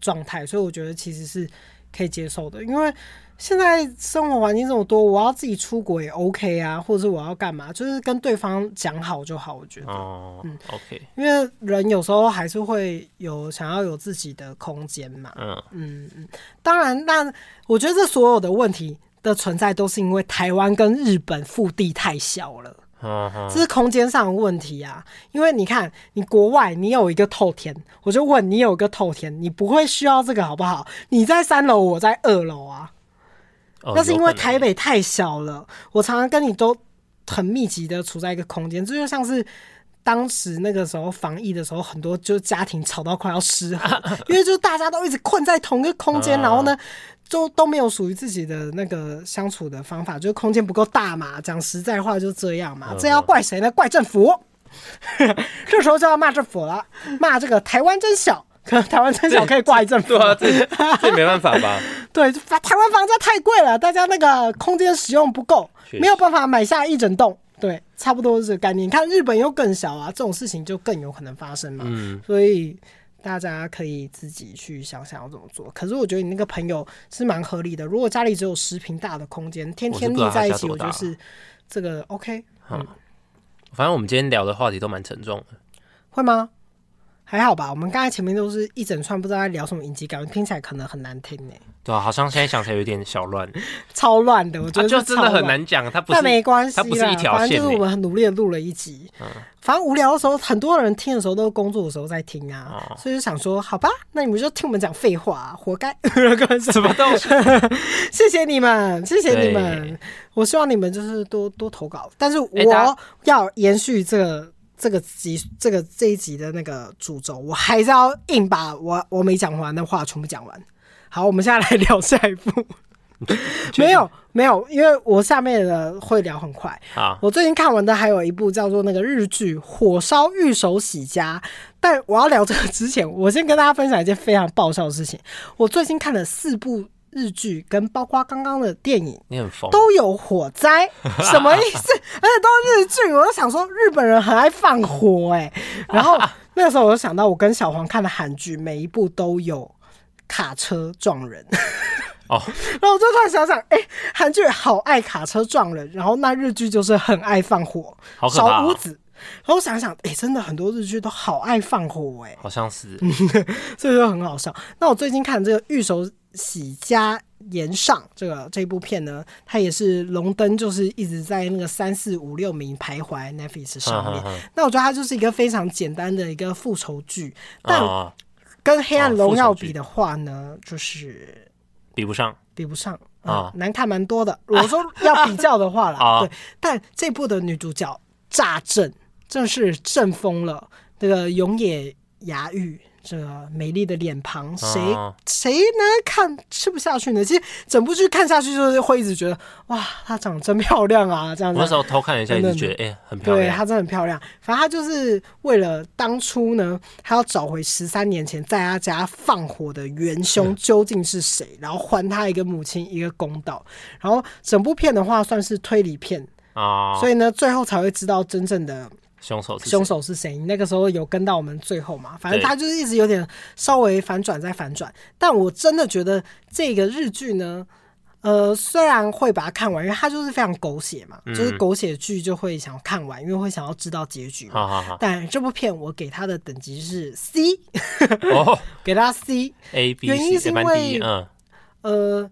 A: 状态，所以我觉得其实是可以接受的，因为现在生活环境这么多，我要自己出国也 OK 啊，或者是我要干嘛，就是跟对方讲好就好，我觉得。
B: 哦、o
A: 嗯
B: k
A: 因为人有时候还是会有想要有自己的空间嘛。
B: 嗯，
A: 嗯，嗯当然，那我觉得这所有的问题的存在，都是因为台湾跟日本腹地太小了，
B: 嗯哼，
A: 这是空间上的问题啊。因为你看，你国外你有一个透天，我就问你有一个透天，你不会需要这个好不好？你在三楼，我在二楼啊。
B: 哦
A: 那是因
B: 有可
A: 为
B: 能
A: 台北太小了，我常常跟你都很密集的处在一个空间，这就像是当时那个时候防疫的时候，很多就家庭吵到快要失衡， 因为就大家都一直困在同一个空
B: 啊
A: 间，然后呢。就都没有属于自己的那个相处的方法，就是空间不够大嘛。讲实在话就这样
B: 嗯
A: 嘛，这要怪谁呢？怪政府。 这时候就要骂政府了，骂这个台湾真小，可台湾真小可以怪政府
B: 对。啊，这这没办法吧？
A: 对，法台湾房价太贵了，大家那个空间使用不够，
B: 确实
A: 没有办法买下一整栋。对，差不多是这个概念。你看日本又更小啊，这种事情就更有可能发生嘛。
B: 嗯，
A: 所以大家可以自己去想想要怎么做。可是我觉得你那个朋友是蛮合理的。如果家里只有十平大的空间，天天
B: 我是不知道
A: 腻
B: 他
A: 在一
B: 家
A: 起，
B: 多
A: 我
B: 大
A: 觉得是这个 OK
B: 反正我们今天聊的话题都蛮沉重的，
A: 会吗？还好吧，我们刚才前面都是一整串不知道在聊什么影集，感觉听起来可能很难听呢、
B: 对啊，好像现在想起来有点 小乱，
A: 超乱的。我觉
B: 啊、
A: 得、
B: 就真的很。难讲，它不是
A: 但没关系
B: 它
A: 啦，
B: 不是一条
A: 反正
B: 线
A: 就是
B: 欸 嗯
A: 我们很努力的录了一集。反正无聊的时候，很多人听的时候都是工作的时候在听啊，
B: 哦
A: 所以就想说，好吧，那你们就听我们讲废话、啊，活 该。
B: 什么东西。
A: 谢谢你们，谢谢你
B: 对
A: 们。我希望你们就是多多投稿，但是
B: 哎大家
A: 我要延续这个。这个集这个这一集的那个主轴，我还是要硬把我我没讲完的话全部讲完。好，我们现在来聊下一步。没有没有，因为我下面的会聊很快。
B: 啊，
A: 我最近看完的还有一部叫做那个日剧《火烧玉手洗家》，但我要聊这个之前，我先跟大家分享一件非常爆笑的事情。我最近看了四部日剧，跟包括刚刚的电影。
B: 你很疯，
A: 都有火 灾，什么意思？ 而且都日剧，我就想说日本人很爱放火 哎、然后那个时候我就想到，我跟小黄看的韩剧，每一部都有卡车撞人。
B: 哦，
A: 然后我就突然想想，哎、韩剧好爱卡车撞人，然后那日剧就是很爱放火，
B: 好可
A: 小
B: 怕啊
A: 屋子。然后我想想，哎、真的很多日剧都好爱放火哎、
B: 好像 是
A: 所以就很好笑。那我最近看这个《玉手洗家岩上》这个这部片呢，它也是龙灯，就是一直在那个三四五六名徘徊 Netflix 上面。
B: 嗯嗯嗯
A: 那我觉得它就是一个非常简单的一个复仇剧，但
B: 哦，
A: 跟《黑暗
B: 哦
A: 荣耀
B: 复》仇剧
A: 比的话呢，就是
B: 比不上
A: 比不上啊
B: 哦，
A: 难看蛮多的。我说要比较的话啦，
B: 啊
A: 对，但这部的女主角炸阵，真是阵疯了。这个永野芽郁，这个美丽的脸庞，谁
B: 哦
A: 谁能看吃不下去呢？其实整部剧看下去就是会一直觉得，哇，她长得真漂亮啊，这样
B: 我
A: 子。
B: 那时候偷看了一下，也是觉得哎、很漂
A: 对，
B: 亮。
A: 她真的很漂亮。反正她就是为了当初呢，她要找回十三年前在她家放火的元凶究竟是谁，然后还她一个母亲一个公道。然后整部片的话算是推理片，
B: 啊，
A: 所以呢最后才会知道真正的
B: 凶手是谁
A: 凶手是谁。你那个时候有跟到我们最后嘛？反正
B: 对
A: 他就是一直有点稍微反转再反转，但我真的觉得这个日剧呢。呃，虽然会把它看完，因为它就是非常狗血嘛，
B: 嗯
A: 就是狗血剧就会想要看完，因为会想要知道结局嘛。
B: 好好好
A: 但这部片我给它的等级是 C，
B: 哦
A: 给它 C。
B: ，A B
A: 原因
B: C
A: 是因
B: 也蛮低
A: 为
B: 嗯
A: 呃，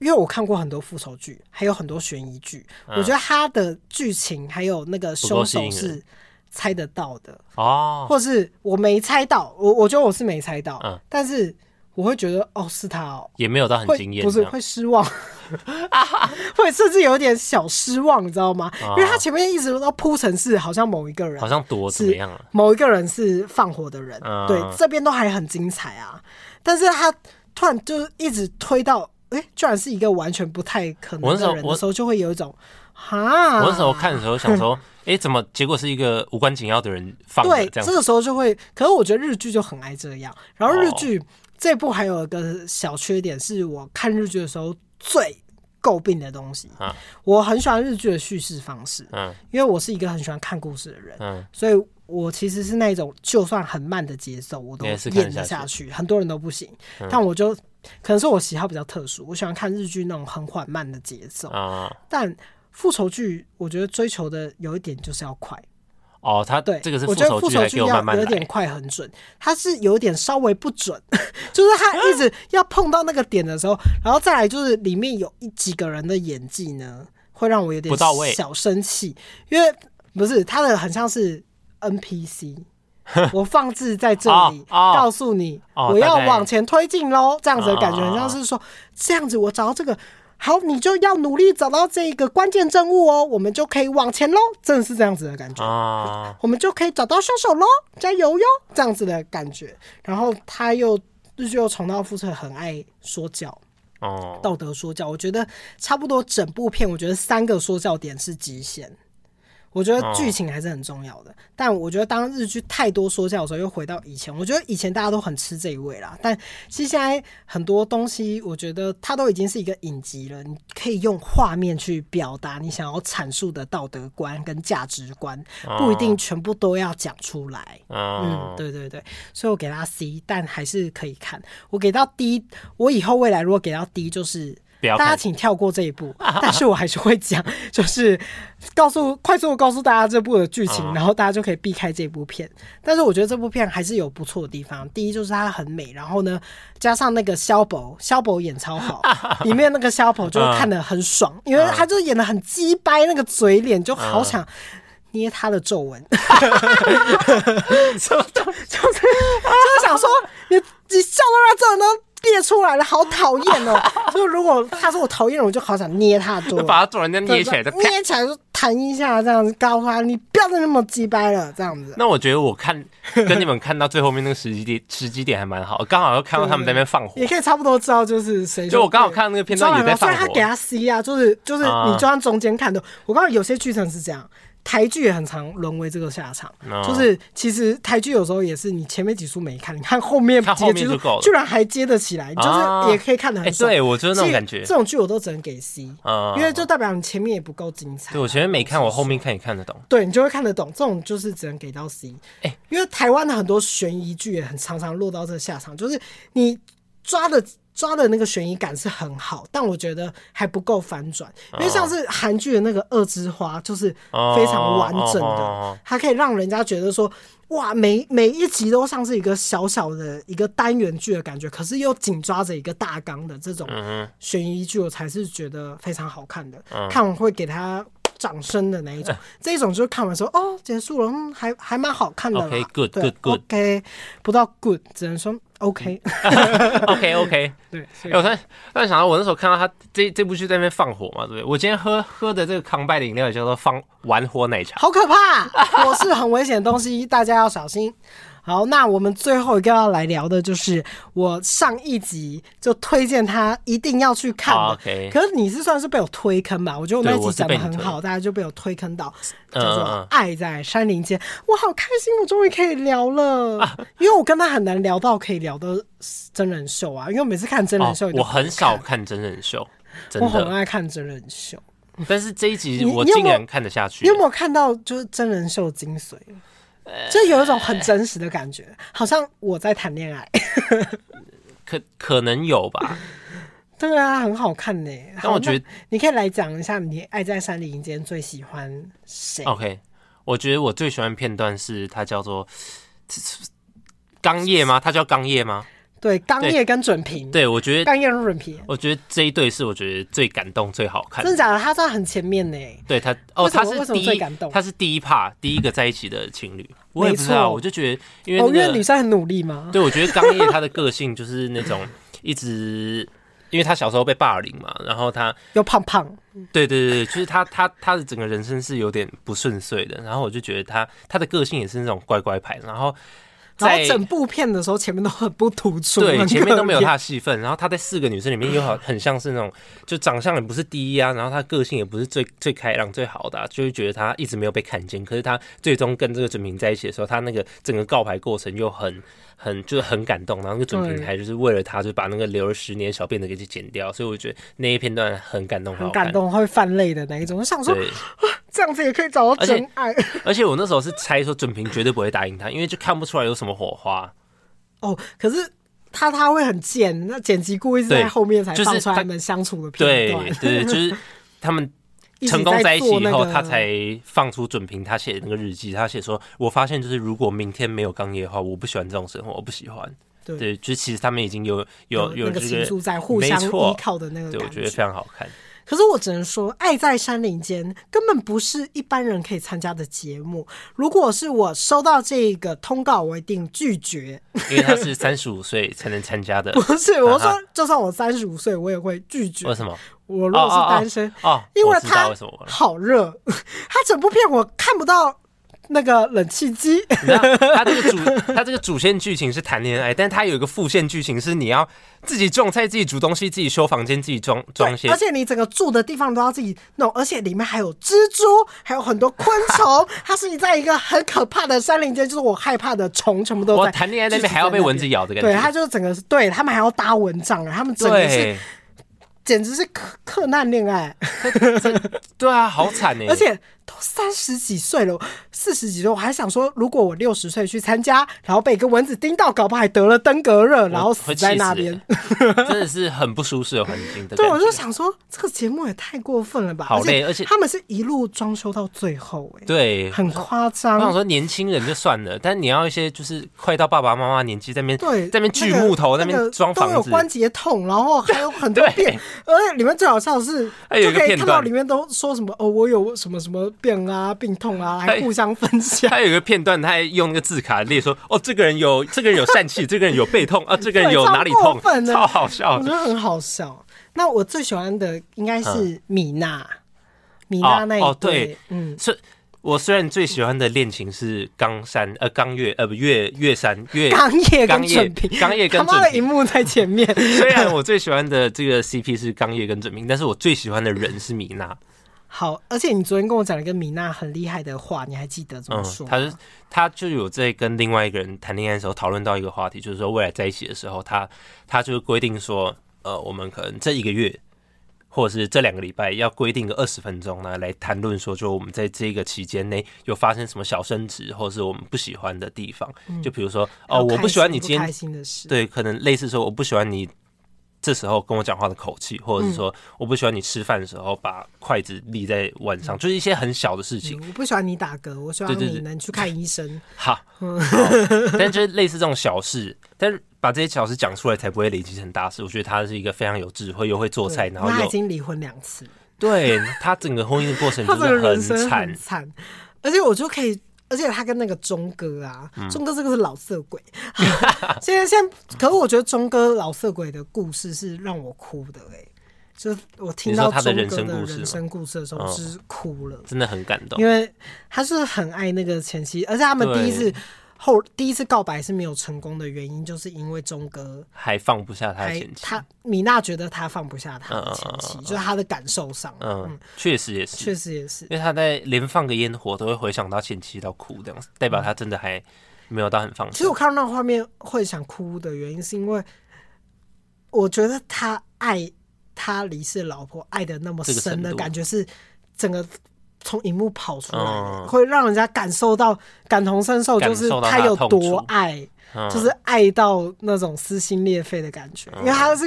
A: 因为我看过很多复仇剧，还有很多悬疑剧，
B: 嗯
A: 我觉得它的剧情还有那个凶
B: 吸
A: 手
B: 引人
A: 是猜得到的，
B: 哦，
A: 或是我没猜到，我我觉得我是没猜到，
B: 嗯
A: 但是我会觉得哦是他哦，
B: 也没有到很
A: 会
B: 惊艳
A: 不
B: 这
A: 是
B: 样，
A: 会失望， 会甚至有点小失望，你知道吗？因为他前面一直都铺陈是好像某一个人
B: 啊好，像躲怎
A: 是
B: 么样啊了？
A: 某一个人是放火的人，
B: 嗯
A: 对，这边都还很精彩啊，但是他突然就是一直推到，哎、居然是一个完全不太可
B: 我
A: 能
B: 那时候
A: 的人的
B: 我
A: 时候，就会有一种哈，
B: 我那时
A: 啊
B: 候看的时候 想说，哎、怎么结果是一个无关紧要的人放的
A: 对，
B: 这样
A: 这
B: 子？哦
A: 个时候就会，可是我觉得日剧就很爱这样。然后日剧、这部还有一个小缺点，是我看日剧的时候最诟病的东西。
B: 啊
A: 我很喜欢日剧的叙事方式，
B: 嗯
A: 因为我是一个很喜欢看故事的人，
B: 嗯，
A: 所以我其实是那种就算很慢的节奏，我都
B: 你也是
A: 演
B: 看
A: 得
B: 得
A: 下
B: 下嗯
A: 去。很多人都不行，但我就可能是我喜好比较特殊，我喜欢看日剧那种很缓慢的节奏。
B: 啊、
A: 但复仇剧，我觉得追求的有一点就是要快。
B: 哦，他
A: 对，
B: 这个是
A: 我
B: 复
A: 觉得
B: 仇
A: 复
B: 剧，
A: 仇
B: 还
A: 剧
B: 给我
A: 要
B: 慢慢
A: 有
B: 来
A: 点快很准，它是有点稍微不准， 就是它一直要碰到那个点的时候，然后再来就是里面有一几个人的演技呢，会让我有点
B: 不到位
A: 小生气，因为不是他的很像是 NPC。我放置在这里，
B: 哦哦
A: 告诉你、
B: 哦
A: 我要
B: 大概
A: 往前推进喽，这样子的感觉，
B: 哦哦哦
A: 很像是说这样子我找到这个好，你就要努力找到这个关键证物哦，我们就可以往前喽，真的是这样子的感觉。
B: 啊。
A: 我们就可以找到凶手喽，加油哟，这样子的感觉。然后他又日剧又重蹈覆辙，很爱说教，
B: 哦，
A: 道德说教。我觉得差不多整部片，我觉得三个说教点是极限。我觉得
B: 哦
A: 剧情还是很重要的，但我觉得当日剧太多说教的时候，又回到以前。我觉得以前大家都很吃这一味啦，但其实现在很多东西，我觉得它都已经是一个影集了，你可以用画面去表达你想要阐述的道德观跟价值观，不一定全部都要讲出来。嗯
B: 嗯，，
A: 对对对，所以我给他 C，但还是可以看。我给到 D，我以后未来如果给到 D，就是
B: 不要
A: 大家
B: 看
A: 请跳过这一步， 但是我还是会讲，就是告诉快速的告诉大家这部的剧情，
B: 嗯
A: 然后大家就可以避开这部片。但是我觉得这部片还是有不错的地方，第一就是它很美，然后呢，加上那个萧博，萧博演超 好，里面那个萧博就看得很爽，因
B: 嗯
A: 为他就演的很鸡掰，那个嘴脸就好想捏他的皱纹。
B: 什么东
A: 就是就是想说你你笑到那这都裂出来了，好讨厌 哦！就如果他说我讨厌人，我就好想捏他的桌
B: 就
A: 子，
B: 把它做人家捏起来的。
A: 捏起来就弹一下，这样子告诉他你不要再那么鸡掰了，这样子。
B: 那我觉得我看跟你们看到最后面那个时机点，时机点还蛮好，刚好又看到他们在那边放火
A: 也，可以差不多知道，就是谁
B: 就我刚好看到那个片段
A: 抓
B: 有在
A: 所以
B: 放
A: 他给
B: 火，
A: 他 C 啊，就是就是
B: 啊
A: 你就算中间看的，我告诉你，有些剧情是这样，台剧也很常沦为这个下场，
B: 哦
A: 就是其实台剧有时候也是你前面几出没看，你看后面
B: 看后面
A: 几出
B: 就够了
A: 居然还接得起来，你就是
B: 啊
A: 也可以看得很
B: 哎
A: 爽。
B: 对我就是那种
A: 所以
B: 感觉
A: 这种剧我都只能给 C，
B: 嗯
A: 因为就代表你前面也不够精彩啊。
B: 对我前面没看，我后
A: 面。
B: 面看也看得懂。
A: 对你就会看得懂，这种就是只能给到 C。
B: 哎
A: 因为台湾的很多悬疑剧也很常常落到这下场，就是你抓的抓的那个悬疑感是很好，但我觉得还不够反转，因为
B: 哦
A: 像是韩剧的那个《恶之花》就是非常完整的，
B: 哦
A: 它可以让人家觉得说，哇，每每一集都像是一个小小的一个单元剧的感觉，可是又紧抓着一个大纲的这种
B: 嗯
A: 悬疑剧，我才是觉得非常好看的，
B: 嗯
A: 看完会给他。掌声的那 一种，这一种就是看完说哦，结束了，嗯，还还蛮好看的啦。
B: OK，good，
A: 对
B: good，good
A: OK，不到 good，只能说 OK。
B: ，OK OK，
A: 对，所以
B: 哦哎、我突然突然想到，我那时候看到他这这部剧在那边放火嘛，对不对？我今天喝喝的这个康拜的饮料也叫做放玩火奶茶。
A: 好可怕！我是很危险的东西，大家要小心。好，那我们最后一个要来聊的就是我上一集就推荐他一定要去看的。
B: 好哦 OK，
A: 可是你是算是被我推坑吧？我觉得我那
B: 对
A: 集
B: 我是
A: 讲的
B: 被你
A: 很
B: 推
A: 好，大家就被我推坑到，叫
B: 嗯
A: 做
B: 嗯
A: 《
B: 嗯
A: 爱在山林间》。我好开心，我终于可以聊 了，因为我跟他很难聊到可以聊的真人秀啊，因为我每次看真人秀
B: 哦
A: 你都
B: 我
A: 不
B: 很
A: 看
B: 少，看真人秀，真
A: 我很
B: 的。
A: 爱看真人秀。
B: 但是这一集
A: 你
B: 我
A: 你有
B: 竟
A: 没有
B: 然看得下去
A: 你有。没有看到就是真人秀的精髓？
B: 呃
A: 就有一种很真实的感觉，好像我在谈恋爱。
B: 可可能有吧，
A: 对啊，很好看呢、
B: 但我觉得
A: 好那你可以来讲一下你《爱在山林间》最喜欢谁？
B: OK，我觉得我最喜欢的片段是它叫做刚叶吗？它叫刚叶吗？
A: 对，刚叶跟准平，
B: 对，我觉得，
A: 刚叶跟准平，
B: 我觉得这一对是我觉得最感动、最好看
A: 真的假的？他在很前面呢、
B: 对他，哦，
A: 为什么
B: 他
A: 为什
B: 是
A: 么
B: 第
A: 最
B: 一
A: 感动，
B: 他是第一趴第一个在一起的情侣。我也不知
A: 没
B: 道，
A: 错
B: 我就觉得，因
A: 哦，因为
B: 为那
A: 女
B: 个，
A: 生很努力嘛。
B: 对我觉得刚叶他的个性就是那种一直。因为他小时候被霸凌嘛，然后他，
A: 又胖胖，
B: 对对对，就是他他他的整个人生是有点不顺遂的，然后我就觉得他他的个性也是那种乖乖牌，然后
A: 然
B: 在
A: 后整部片的时候前面都很不突出，
B: 对，
A: 很
B: 前面都没有
A: 可怜
B: 他。的戏份，然后他在四个女生里面又好很像是那种，就长相也不是第一啊，然后他个性也不是最最开朗最好的、啊，就会觉得他一直没有被看见。可是他最终跟这个准平在一起的时候，他那个整个告白过程又很很就是很感动，然后那个准平
A: 对
B: 还就是为了他就把那个留了十年小辫子给剪掉，所以我觉得那一片段很感动，
A: 很
B: 好
A: 感
B: 看。
A: 动，会泛泪的那一种。我想说，
B: 对，
A: 这样子也可以找到
B: 而且
A: 真爱。
B: 而且我那时候是猜说准平绝对不会答应他，因为就看不出来有什么火花。
A: 哦，可是他他会很贱，那剪辑故意是在
B: 对
A: 后面才
B: 就是
A: 放出来
B: 他
A: 他们相处的片
B: 对
A: 段，
B: 对，就是他们
A: 一起
B: 成功在一起
A: 做
B: 以
A: 那
B: 后，
A: 个
B: 他才放出准评，他写的那个日记，他写说：“我发现就是如果明天没有钢业的话，我不喜欢这种生活，我不喜欢。”
A: 对
B: 对，就是其实他们已经有有有
A: 那个
B: 这
A: 情
B: 个
A: 愫在互相
B: 没错
A: 依靠的那个
B: 对，我
A: 感
B: 觉得非常好看。
A: 可是我只能说，《爱在山林间》根本不是一般人可以参加的节目。如果是我收到这个通告，我一定拒绝。
B: 因为他是三十五岁才能参加的，
A: 不是，我说
B: 啊
A: 就算我三十五岁，我也会拒绝
B: 为。什么？
A: 我如果是单身，
B: 哦，哦
A: 因为
B: 我知道
A: 它
B: 为什么了。
A: 好热， 它整部片我看不到那个冷气机。
B: 你知道他这个主，他这个主线剧情是谈恋爱，但他有一个副线剧情是你要自己种菜、自己煮东西、自己修房间、自己装
A: 对
B: 装些
A: 而且你整个住的地方都要自己弄，而且里面还有蜘蛛，还有很多昆虫。 它是在一个很可怕的山林间，就是我害怕的虫全部都
B: 我
A: 在。
B: 谈恋爱那边还要被蚊子咬的感觉。
A: 对，它就是整个是对他们还要搭蚊帐，他们整个是
B: 对
A: 简直是克克难恋爱，
B: 对啊，好惨哎！
A: 而且都三十几岁了，四十几岁，我还想说，如果我六十岁去参加，然后被一个蚊子叮到，搞不好还得了登革热，然后死
B: 会
A: 在
B: 气
A: 那
B: 死
A: 边。
B: 欸真的是很不舒适的环境的感觉。
A: 对，我就想说，这个节目也太过分了吧！
B: 嗯好累而且
A: 他们是一路装修到最后、哎，
B: 对，
A: 很夸
B: 我想
A: 张。
B: 说年轻人就算了，但你要一些就是快到爸爸妈妈年纪在那边
A: 对，
B: 在那边锯木头，
A: 那
B: 那
A: 个
B: 边装
A: 那个都
B: 房
A: 有
B: 子，
A: 关节痛，然后还有很多
B: 对
A: 变，而且里面最好笑的是，
B: 还有
A: 就
B: 一个
A: 可以
B: 片
A: 看到
B: 段
A: 里面都说什么哦，我有什么什么病啊、病痛啊，还
B: 还
A: 互相分享。
B: 他有一个片段，他还用那个字卡列说：“哦，这个人有这个人有疝气，这个人有背痛啊，这个人有
A: 对
B: 哪里
A: 超过
B: 痛
A: 分，的
B: 超好笑
A: 我觉
B: 的。
A: 得很好笑。那我最喜欢的应该是米娜，米娜那一
B: 嗯哦哦
A: 对，
B: 对
A: 嗯”，
B: 所以，我虽然最喜欢的恋情是冈山呃冈月呃不月月山月
A: 冈叶跟
B: 冈叶
A: 准平，
B: 冈叶跟
A: 他妈的
B: 准
A: 荧
B: 平
A: 幕在前面，
B: 虽然我最喜欢的这个 CP 是冈叶跟准明，但是我最喜欢的人是米娜。
A: 好，而且你昨天跟我讲了一个米娜很厉害的话，你还记得怎么说吗？
B: 他嗯是他就有在跟另外一个人谈恋爱的时候讨论到一个话题，就是说未来在一起的时候，他他就规定说，呃，我们可能这一个月或者是这两个礼拜要规定个二十分钟啊呢，来谈论说，就我们在这个期间内有发生什么小争执，或者是我们不喜欢的地方。就比如说，哦，我
A: 不
B: 喜欢你今
A: 嗯开
B: 天，
A: 心的事，
B: 对，可能类似说我不喜欢你这时候跟我讲话的口气，或
A: 嗯
B: 者是说我不喜欢你吃饭的时候把筷子立在碗上，就是一些很小的事情。
A: 嗯我不喜欢你打嗝，我希望
B: 对对
A: 你
B: 对
A: 能去看医生。
B: 好，好
A: 嗯
B: 但就是类似这种小事，但是把这些小事讲出来，才不会累积成大事。我觉得他是一个非常有智慧，又会做 菜，
A: 对
B: 然后
A: 他已
B: 又
A: 经离婚两次，
B: 对他整个婚姻的过 程
A: 他
B: 就
A: 整个
B: 是
A: 人生
B: 惨
A: 很，惨，而且我就可以。而且他跟那个钟哥啊，
B: 嗯
A: 钟哥这个是老色鬼。 现在现在，可是我觉得钟哥老色鬼的故事是让我哭的哎、就是我听
B: 你
A: 到钟
B: 说他
A: 哥
B: 的
A: 的
B: 人生故事吗
A: 人生故事的时候，
B: 哦
A: 是哭了。
B: 真的很感动
A: 因。为他是很爱那个前妻，而且他们第一次后第一次告白是没有成功的原因，就是因为钟哥
B: 还放不下他的
A: 还
B: 前妻，嗯
A: 他米娜觉得他放不下他的前妻，
B: 嗯嗯嗯嗯
A: 就是他的感受上，
B: 嗯，确实也是，
A: 确实也是。
B: 因为他在连放个烟火都会回想到前妻到哭这样子，代表他真的还没有到很放
A: 嗯其实
B: 松
A: 我。看到那个画面会想哭的原因，是因为我觉得他爱他离世老婆爱的那么
B: 这个
A: 深的
B: 程度
A: 感觉，是整个从荧幕跑出来的，
B: 嗯
A: 会让人家感受到感同身受，
B: 感
A: 就是
B: 受到
A: 他
B: 他的
A: 有
B: 痛
A: 多
B: 楚
A: 爱。
B: 嗯，
A: 就是爱到那种撕心裂肺的感觉，因为他是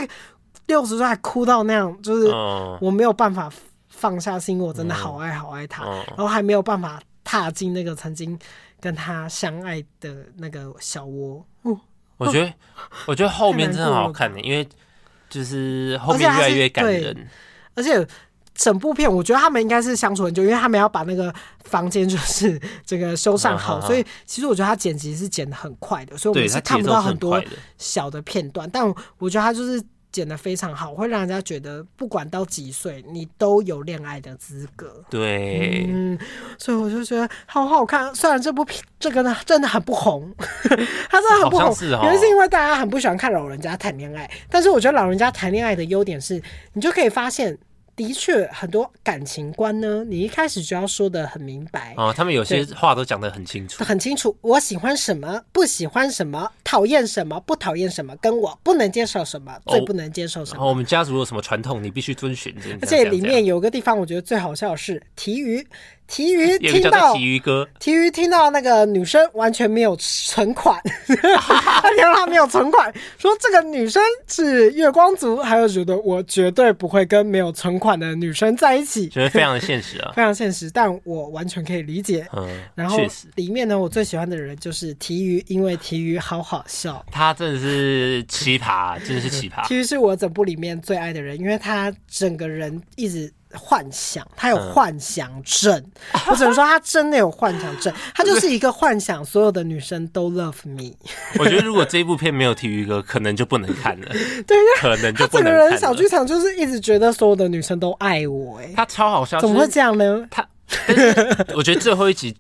A: 六十岁还哭到那样，就是
B: 嗯，
A: 我没有办法放下，是因为我真的好爱好爱他，
B: 嗯
A: 然后还没有办法踏进那个曾经跟他相爱的那个小窝，嗯，
B: 我 觉得我觉得后面真的很好看
A: 太
B: 的，
A: 难
B: 因为就是后
A: 而且
B: 面
A: 他
B: 越来
A: 是
B: 越感
A: 对
B: 人。
A: 而且。整部片，我觉得他们应该是相处很久，因为他们要把那个房间就是这个修缮好，
B: 嗯嗯嗯
A: 所以其实我觉得他剪辑是剪的很快的，所以我
B: 对
A: 们
B: 他
A: 是
B: 节
A: 看不
B: 奏
A: 到
B: 是
A: 很
B: 很
A: 多
B: 快的，
A: 小的片段，但我觉得他就是剪得非常好，会让人家觉得不管到几岁，你都有恋爱的资格。
B: 对，
A: 嗯，所以我就觉得好好看。虽然这部片这个呢真的很不 红，它真的很不
B: 好
A: 红
B: 像，是哦
A: 原因是因为大家很不喜欢看老人家谈恋爱。但是我觉得老人家谈恋爱的优点是，你就可以发现，的确很多感情观呢，你一开始就要说的很明白，
B: 哦，他们有些话都讲得很清楚，
A: 很清楚我喜欢什么，不喜欢什么，讨厌什么，不讨厌什么，跟我不能接受什么，
B: 哦
A: 最不能接受什
B: 然
A: 么。
B: 后我们家族有什么传统，你必须遵循。这样
A: 而
B: 这
A: 且
B: 样
A: 里
B: 这
A: 面
B: 样
A: 有个地方我觉得最好笑的是提鱼，提鱼
B: 有一
A: 听
B: 个叫
A: 到
B: 做体育歌，
A: 提鱼听到那个女生完全没有存款，他听到她没有存款，说这个女生是月光族，还有觉得我绝对不会跟没有存款的女生在一起，
B: 觉得非常的现实 啊。
A: 非常现实，但我完全可以理解。
B: 嗯，
A: 然后
B: 确实，
A: 里面呢，我最喜欢的人就是提鱼，因为提鱼好好笑。
B: 他真的是奇 葩，啊真的是奇葩。
A: 提鱼是我整部里面最爱的人，因为他整个人一直幻想，他有幻想症。 我只能说他真的有幻想症，他就是一个幻想所有的女生都 love me。
B: 我觉得如果这部片没有体育歌，可能就不能看 了，
A: 对，因为
B: 可能
A: 他
B: 就不
A: 整
B: 能
A: 个
B: 看
A: 人小
B: 了。
A: 剧场就是一直觉得所有的女生都爱我、哎，
B: 他超好笑，
A: 怎么会
B: 就是
A: 这样呢？
B: 他？但是 我觉得最后一集，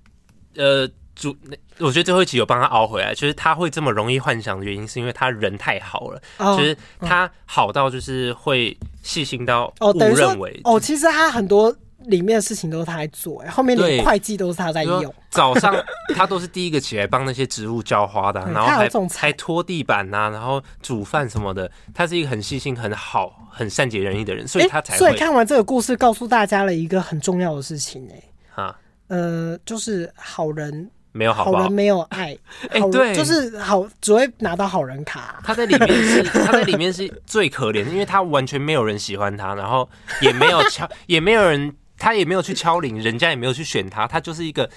B: 呃，主，我觉得最后一集有帮他熬回来，就是他会这么容易幻想的原因，是因为他人太好了，
A: 哦
B: 就是他好到就是会细心到
A: 哦，
B: 误
A: 等于说
B: 认为，
A: 哦，其实他很多里面的事情都是他在做、哎，后面连
B: 对
A: 会计都是他在
B: 比如
A: 用
B: 说。早上他都是第一个起来帮那些植物浇花的啊、
A: 嗯
B: 然后
A: 他有
B: 还
A: 种菜
B: 还拖地板呐、然后煮饭什么的。他是一个很细心、很好、很善解人意的人，所以
A: 哎，
B: 他才
A: 所以
B: 会
A: 看完这个故事，告诉大家了一个很重要的事情、哎。
B: 啊，
A: 呃，就是好人，
B: 没有好
A: 好
B: 不好
A: 人？没有爱，
B: 哎
A: 好人
B: 对
A: 就是好，只会拿到好人卡。
B: 他在里面 是他在里面是最可怜的，因为他完全没有人喜欢他，然后也没有敲， 也没有人，他也没有去敲铃，人家也没有去选他，他就是一个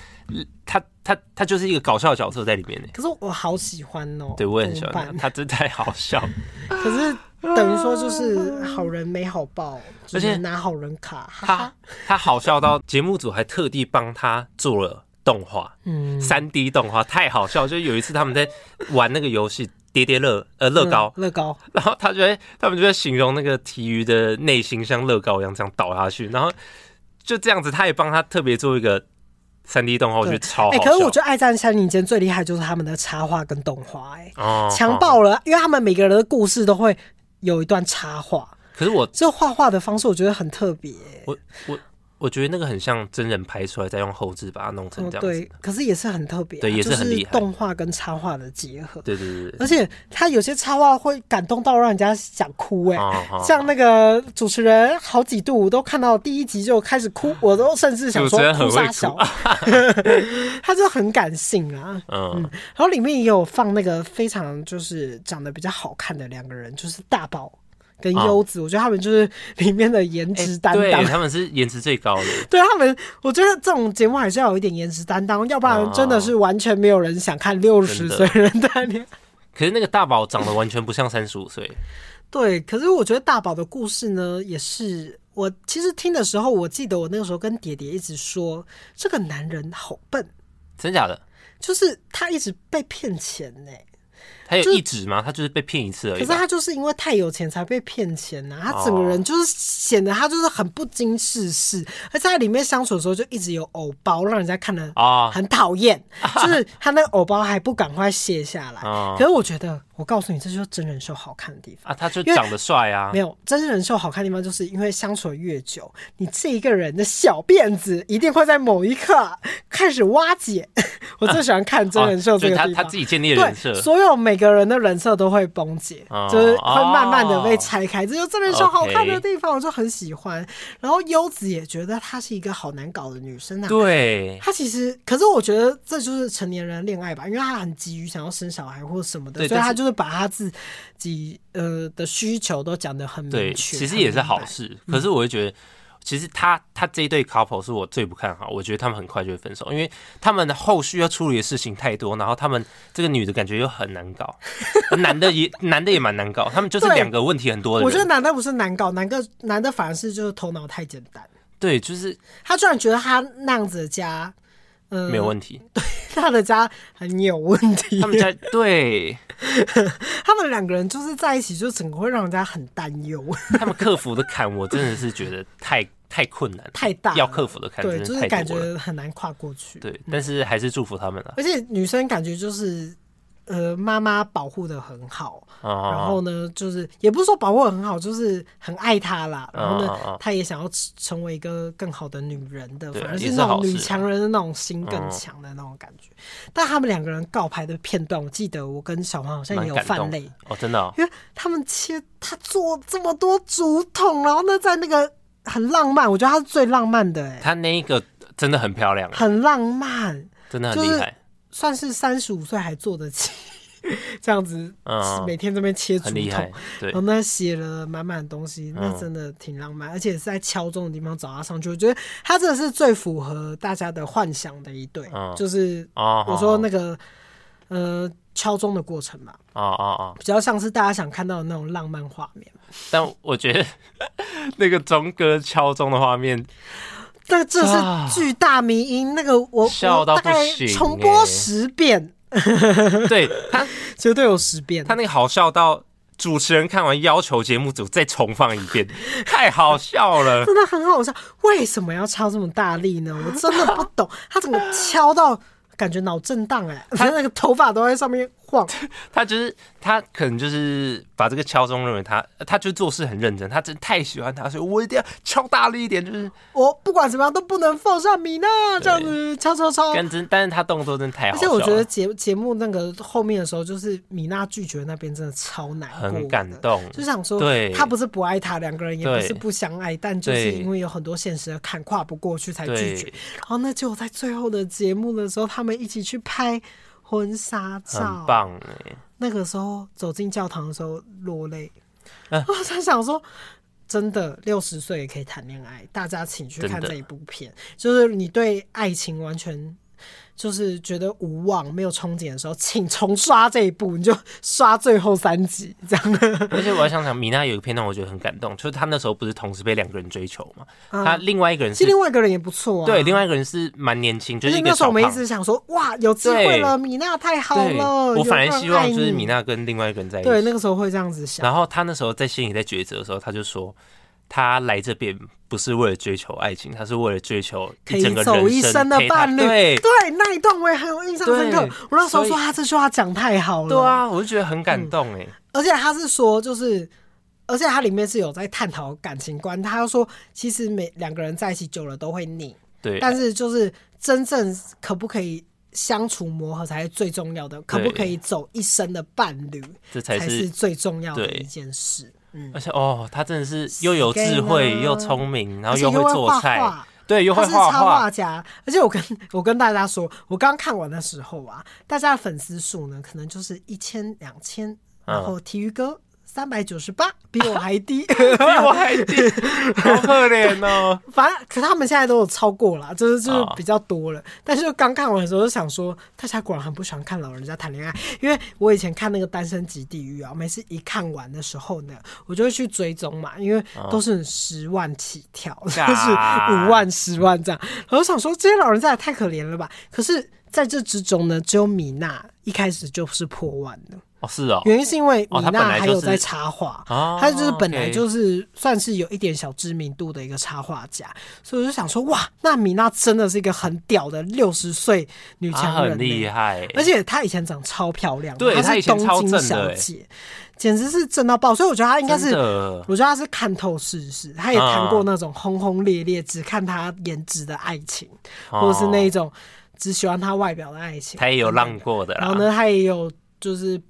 B: 他他他就是一个搞笑的角色在里面呢。欸
A: 可是我好喜欢哦、
B: 对我也很喜
A: 怎么
B: 欢他，
A: 办
B: 他真的太好 笑了。
A: 可是等于说就是好人没好报，只
B: 而且
A: 能拿好人卡，哈
B: 他
A: 哈。
B: 他好笑到节目组还特地帮他做了动画，
A: 嗯，
B: 三 D 动画太好笑。就有一次他们在玩那个游戏叠叠乐呃乐高，
A: 嗯乐高，
B: 然后他就在他们就在形容那个体育的内心像乐高一样这样倒下去，然后就这样子，他也帮他特别做一个三 D 动画，我觉得超好
A: 哎、
B: 笑。
A: 可是我觉得《爱战山林间》最厉害就是他们的插画跟动画、哎、
B: 哦
A: 强
B: 哦
A: 爆了，因为他们每个人的故事都会有一段插画，
B: 可是我
A: 这画画的方式我觉得很特别、
B: 我我我觉得那个很像真人拍出来，再用后置把它弄成
A: 哦
B: 这样子。
A: 对，可是也是很特别啊、
B: 对也是很厉害
A: 就是动画跟插画的结合。
B: 对对对对
A: 而且他有些插画会感动到让人家想哭哎、
B: 哦哦哦
A: 像那个主持人好几度我都看到第一集就开始哭，我都甚至想
B: 主
A: 说
B: 持人很
A: 哭
B: 会
A: 傻
B: 哭
A: 小， 他就很感性啊。
B: 嗯，
A: 然后里面也有放那个非常就是长得比较好看的两个人，就是大宝跟优子，我觉得他们就是里面的颜值担
B: 啊哎对
A: 当。
B: 他们是颜值最高的，
A: 对他们，我觉得这种节目还是要有一点颜值担当，要不然真的是完全没有人想看六十
B: 真的
A: 岁人谈恋爱。
B: 可是那个大宝长得完全不像三十五岁，
A: 对，可是我觉得大宝的故事呢，也是我其实听的时候，我记得我那个时候跟爹爹一直说，这个男人好笨，
B: 真假的？
A: 就是他一直被骗钱呢、
B: 他有
A: 就是
B: 一直吗？他就是被骗一次而
A: 可
B: 已
A: 是
B: 吧。哦
A: 他就是因为太有钱才被骗钱呐、他整个人就是显得他就是很不经世事，而且在里面相处的时候就一直有偶包，让人家看了
B: 哦
A: 很讨 厌，就是他那个偶包还不赶快卸下来。
B: 哦
A: 可是我觉得，我告诉你，这就是真人秀好看的地方。
B: 啊，他就
A: 因为
B: 长得帅啊
A: 没，有真人秀好看的地方，就是因为相处得越久，你这一个人的小辫子一定会在某一刻开始瓦解。 我最喜欢看真人秀
B: 哦
A: 这个
B: 就是
A: 地
B: 他
A: 方，
B: 他自己建立的人设
A: 对，，所有每个人的人设都会崩解，
B: 哦
A: 就是会慢慢的被拆开，这就是真人秀好看的
B: OK
A: 地方，我就很喜欢。然后优子也觉得她是一个好难搞的女生啊，
B: 对
A: 她其实，可是我觉得这就是成年人恋爱吧，因为她很急于想要生小孩或什么的，
B: 对
A: 所以
B: 但
A: 她
B: 是
A: 就是把她自己呃的需求都讲得很明
B: 对，
A: 确。
B: 其实
A: 很
B: 也是
A: 明白嗯
B: 好。事。可是我会觉得，其实他他这一对 couple 是我最不看好，我觉得他们很快就会分手，因为他们的后续要处理的事情太多，然后他们这个女的感觉又很难 搞，男的也男的也蛮难搞，他们就是
A: 对
B: 两个问题很多的
A: 我觉得
B: 人。
A: 男的不是难搞，男的男的反而是就是头脑太简单。
B: 对，就是
A: 他居然觉得他那样子的家，嗯、
B: 没有问题，
A: 他的家很有问题。
B: 他们在对
A: 他们两个人就是在一起，就整个会让人家很担 忧，
B: 他们克服的坎，我真的是觉得太太困难，
A: 太大了
B: 要克服的坎
A: 对，
B: 真
A: 就
B: 的
A: 是
B: 太
A: 感
B: 多了。
A: 觉很难跨过去。
B: 对，但是还是祝福他们啊了。
A: 而且女生感觉就是，呃，妈妈保护的很好，然
B: 哦，
A: 后呢，就是也不是说保护得很好，就是很爱她啦。然后
B: 嗯嗯
A: 呢
B: 嗯，
A: 她也想要成为一个更好的女人的，
B: 对
A: 反而是
B: 也是
A: 那种
B: 好事啊嗯
A: 女强人的那种心更强的那种感觉。但他们两个人告白的片段，我记得我跟小黄好像也
B: 蛮
A: 有
B: 感
A: 犯
B: 动的
A: 泪，
B: 哦，真的哦，
A: 因为他们切他做这么多竹筒，然后呢，在那个很浪漫，我觉得他是最浪漫的、欸，
B: 他那一个真的很漂亮，
A: 很浪漫，
B: 真的很
A: 就是
B: 厉害。
A: 算是三十五岁还做得起， 这样子
B: 嗯
A: 每天这边切竹
B: 很厉害
A: 筒。，
B: 对
A: 然后，那写了满满的东西，那
B: 嗯
A: 真的挺浪漫，而且是在敲钟的地方找他上去。我觉得他真的是最符合大家的幻想的一对，
B: 嗯
A: 就是
B: 哦，
A: 我说那个呃敲钟的过程嘛，
B: 哦哦哦，
A: 比较像是大家想看到的那种浪漫画面。
B: 但我觉得 那个钟哥敲钟的画面，
A: 但这
B: 啊
A: 是巨大迷音，那个我
B: 笑到
A: 我大概
B: 不行
A: 重播
B: 欸
A: 十遍，
B: 对他
A: 绝对有十遍。
B: 他那个好笑到主持人看完要求节目组再重放一遍，太好笑了。
A: 真的很好笑，为什么要敲这么大力 呢？我真的不懂，他整个敲到感觉脑震荡哎、他那个头发都在上面晃，
B: 他就是他可能就是把这个敲钟认为他，他就做事很认真，他真的太喜欢他，所以我一定要敲大力一点，就是
A: 我不管怎么样都不能放下米娜这样子敲敲敲。
B: 但真，但是他动作真的太
A: 哦
B: 好
A: 而且
B: 笑啊
A: 我
B: 了，
A: 觉得节节目那个后面的时候，就是米娜拒绝那边真的超难过的，
B: 很感动，
A: 就想说，
B: 对
A: 他不是不爱他，两个人也
B: 对
A: 不是不相爱，但就是
B: 对
A: 因为有很多现实的坎跨不过去才拒绝
B: 对。
A: 然后呢，结果在最后的节目的时候，他们一起去拍婚纱
B: 很
A: 照，
B: 棒哎，
A: 那个时候走进教堂的时候落泪，
B: 嗯
A: 我在想说。真的，六十岁也可以谈恋爱，大家请去
B: 真的
A: 看这一部片。就是你对爱情完全就是觉得无望、没有憧憬的时候，请重刷这一部，你就刷最后三集这样。
B: 而且我还想想，米娜有一个片段我觉得很感动，就是她那时候不是同时被两个人追求嘛，她另外一个人
A: 其
B: 是
A: 嗯实另外一个人也不错啊。
B: 对，另外一个人是蛮年轻，就
A: 而
B: 是
A: 且
B: 一个
A: 那时候
B: 小
A: 我们一
B: 胖。
A: 直想说，哇，有机会了，米娜太好
B: 对，
A: 了。
B: 我反而
A: 有人
B: 希望
A: 爱
B: 就是
A: 你
B: 米。娜跟另外一个人在一
A: 对，
B: 起。
A: 那个时候会这样子想。
B: 然后她那时候在心里在抉择的时候，她就说，她来这边不是为了追求爱情，她是为了追求
A: 可
B: 一整
A: 以
B: 个
A: 走一
B: 人
A: 生的
B: 陪她
A: 伴侣，
B: 对
A: 那一段我也很有印象深刻
B: 对。
A: 我那时候说
B: 所以啊
A: 他这句话讲太好了，嗯
B: 欸对，啊，我就觉得很感动哎、
A: 而且他是说就是而且它里面是有在探讨感情观，他又说其实每两个人在一起久了都会腻，
B: 对，
A: 但是就是真正可不可以相处磨合才是最重要的，可不可以走一生的伴侣
B: 这才
A: 才
B: 是
A: 是最重要的
B: 对
A: 一件事。嗯，
B: 而且哦，他真的是又有智慧
A: 啊
B: 又聪明，然
A: 而
B: 后
A: 且
B: 又
A: 又
B: 会做菜，
A: 画画
B: 对，又会
A: 他是
B: 画
A: 插
B: 画
A: 画，家，而且我跟我跟大家说，我刚看完的时候啊，大家的粉丝数呢，可能就是一千、两千，然
B: 嗯
A: 后体育哥三百九十八，比我还 低。
B: 比我还低，好可怜哦。
A: 反正可他们现在都有超过了，就是就是
B: 哦
A: 比较多了。但是就刚看完的时候就想说，大家果然很不喜欢看老人家谈恋爱，因为我以前看那个《单身即地狱》啊，每次一看完的时候呢，我就会去追踪嘛，因为都是十万起跳，就是
B: 嘎
A: 五万、十万这样。然后想说这些老人家也太可怜了吧？可是在这之中呢，只有米娜一开始就是破万的，
B: 哦，是哦，
A: 原因是因为米
B: 哦她本
A: 娜
B: 来
A: 还
B: 就是
A: 有在插画，
B: 哦
A: 他就是本来
B: OK
A: 就是算是有一点小知名度的一个插画家，所以我就想说，哇，那米娜真的是一个很屌的六十岁女
B: 他
A: 强人、
B: 很厉，害，
A: 而且她以前长超漂亮的，
B: 对
A: 她
B: 她
A: 是
B: 以前
A: 东
B: 超正
A: 京
B: 的
A: 小
B: 欸
A: 姐，简直是正到爆，所以我觉得她应该
B: 真
A: 是。
B: 的嗯
A: 我觉得她是看透世事，她也谈过那种轰轰烈烈、只看她颜值的爱情，或者是那一
B: 哦
A: 种只喜欢她外表的爱情。
B: 他也有浪过的
A: 然后
B: 啦，
A: 呢，他也有就是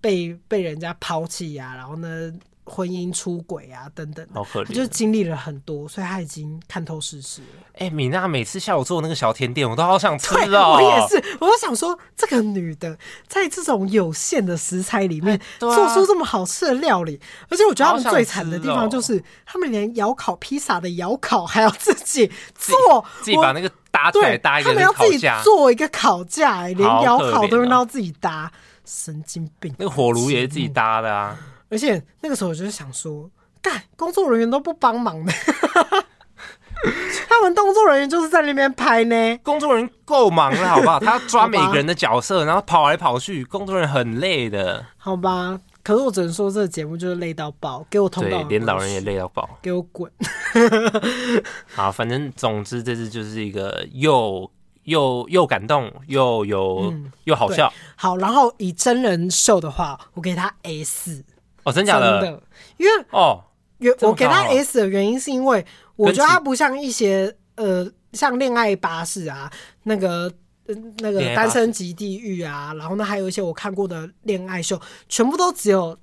A: 被被人家抛弃啊，然后呢，婚姻出轨啊等等的，
B: 好可
A: 他就
B: 怜。
A: 经历了很多，所以他已经看透世事了。
B: 哎，米娜每次下午做那个小甜点，我都好想吃
A: 对，
B: 哦。
A: 我也，是，我就想说，这个女的在这种有限的食材里面、
B: 对啊
A: 做出这么好吃的料理，而且我觉得他们
B: 好想哦
A: 最惨的地方就是，他们连窑烤披萨的窑烤还要自己做，
B: 自己把那个搭起来
A: 对，
B: 搭一个
A: 他们
B: 那
A: 要
B: 个烤
A: 自己
B: 架，
A: 做一个烤架、哎连
B: 好
A: 窑
B: 可
A: 烤
B: 怜
A: 都用
B: 哦
A: 到自己搭，神经病。
B: 那个火炉也是自己搭的啊。
A: 而且那个时候我就是想说，干工作人员都不帮忙的， 他们工作人员就是在那边拍呢。
B: 工作人员够忙了，好不好？他要抓每
A: 好吧
B: 个人的角色，然后跑来跑去，工作人员很累的。
A: 好吧，可是我只能说这个节目就是累到爆，给我痛到
B: 对，连老人也，累到爆。
A: 给我滚！
B: 好，反正总之这次就是一个又又又感动又有、
A: 嗯
B: 又好笑
A: 好，然后以真人秀的话，我给他 S，
B: 哦，
A: 真
B: 真假的
A: 的，因为
B: 哦，
A: 原
B: 这么
A: 我给他
B: 高哦
A: S 的原因是因为我
B: 跟
A: 觉得
B: 其
A: 他不像一些呃像恋爱巴士啊那个。呃那个
B: 恋爱巴
A: 单
B: 士
A: 身即地狱啊，然后呢，还有一些我看过的恋爱秀，全部都只有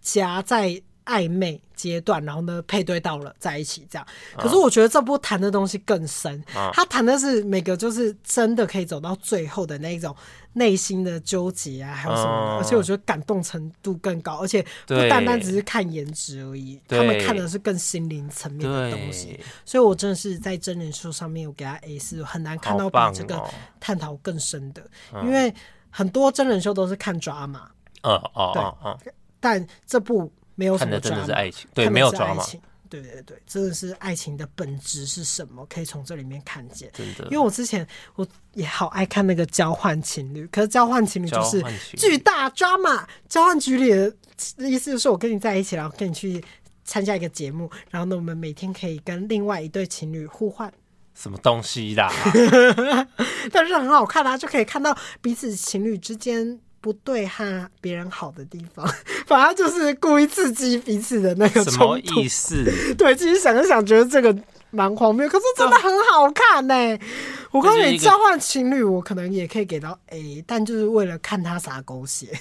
A: 夹在暧昧阶段，然后呢配对到了在一起这样。可是我觉得这部谈的东西更深，
B: 啊
A: 他谈的是每个就是真的可以走到最后的那一种内心的纠结啊，还有什么的，
B: 嗯
A: 而且我觉得感动程度更高，而且不
B: 对
A: 单单只是看颜值而已，他们
B: 对
A: 看的是更心灵层面的东西
B: 对。，
A: 所以我真的是在真人秀上面，我给他 A 四，很难看到
B: 好
A: 比
B: 棒
A: 这个
B: 哦，嗯
A: 探讨更深的，因为很多真人秀都是看抓马，
B: 呃哦哦哦，
A: 但这部没有什
B: 看
A: 么
B: 的真
A: 抓
B: 的是
A: 马，
B: 爱情，对，
A: 看的
B: 没有
A: 是
B: 抓
A: 爱
B: 嘛，
A: 情。对对对，真的是爱情的本质是什么？可以从这里面看见。
B: 真的
A: 因为我之前我也好爱看那个交换情侣，可是交换情侣就
B: 交
A: 是
B: 换情侣
A: 巨大 drama。交换情侣的意思就是我跟你在一起，然后跟你去参加一个节目，然后呢，我们每天可以跟另外一对情侣互换，
B: 什么东西 啦？
A: 但是很好看啊，就可以看到彼此情侣之间。不对和别人好的地方，反正就是故意刺激彼此的那个
B: 什么
A: 冲突
B: 意。思？
A: 对，其实想一想，觉得这个蛮荒谬，可是真的很好看 呢、我告诉
B: 这就是
A: 你，
B: 一个
A: 交换情侣我可能也可以给到 A，但就是为了看他撒狗血。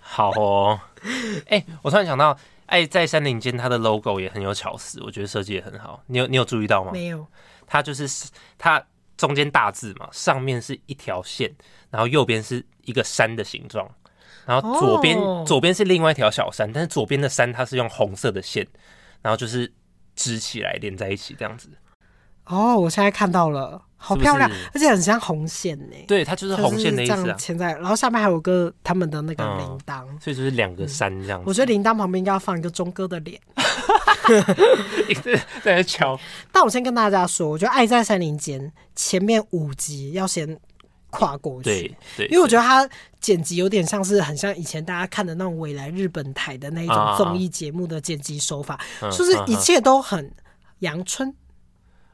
B: 好哦， 哎、我突然想到，《爱在山林间》它的 logo 也很有巧思，我觉得设计也很好。你有你有注意到吗？
A: 没有，
B: 它就是它中间大字嘛，上面是一条线，然后右边是一个山的形状，然后左边、
A: 哦
B: 左边是另外一条小山，但是左边的山它是用红色的线，然后就是支起来连在一起这样子。
A: 哦，我现在看到了，好
B: 是不
A: 漂亮，
B: 是
A: 而且很像红线呢、
B: 对，它就是
A: 就
B: 红线的意
A: 这
B: 思
A: 样
B: 啊，
A: 牵在，然后下面还有个他们的那个
B: 嗯
A: 铃铛。
B: 所以就是两个山这样
A: 我
B: 子。
A: 觉得铃铛旁边应该要放一个钟哥的脸，
B: 一直在那敲，
A: 但我先跟大家说，我觉得《爱在山林间》前面五集要先跨过去，
B: 对对，
A: 因为我觉得他剪辑有点像是很像以前大家看的那种未来日本台的那一种
B: 啊
A: 综艺节目的剪辑手法，
B: 嗯
A: 就是
B: 嗯
A: 一切都很阳春。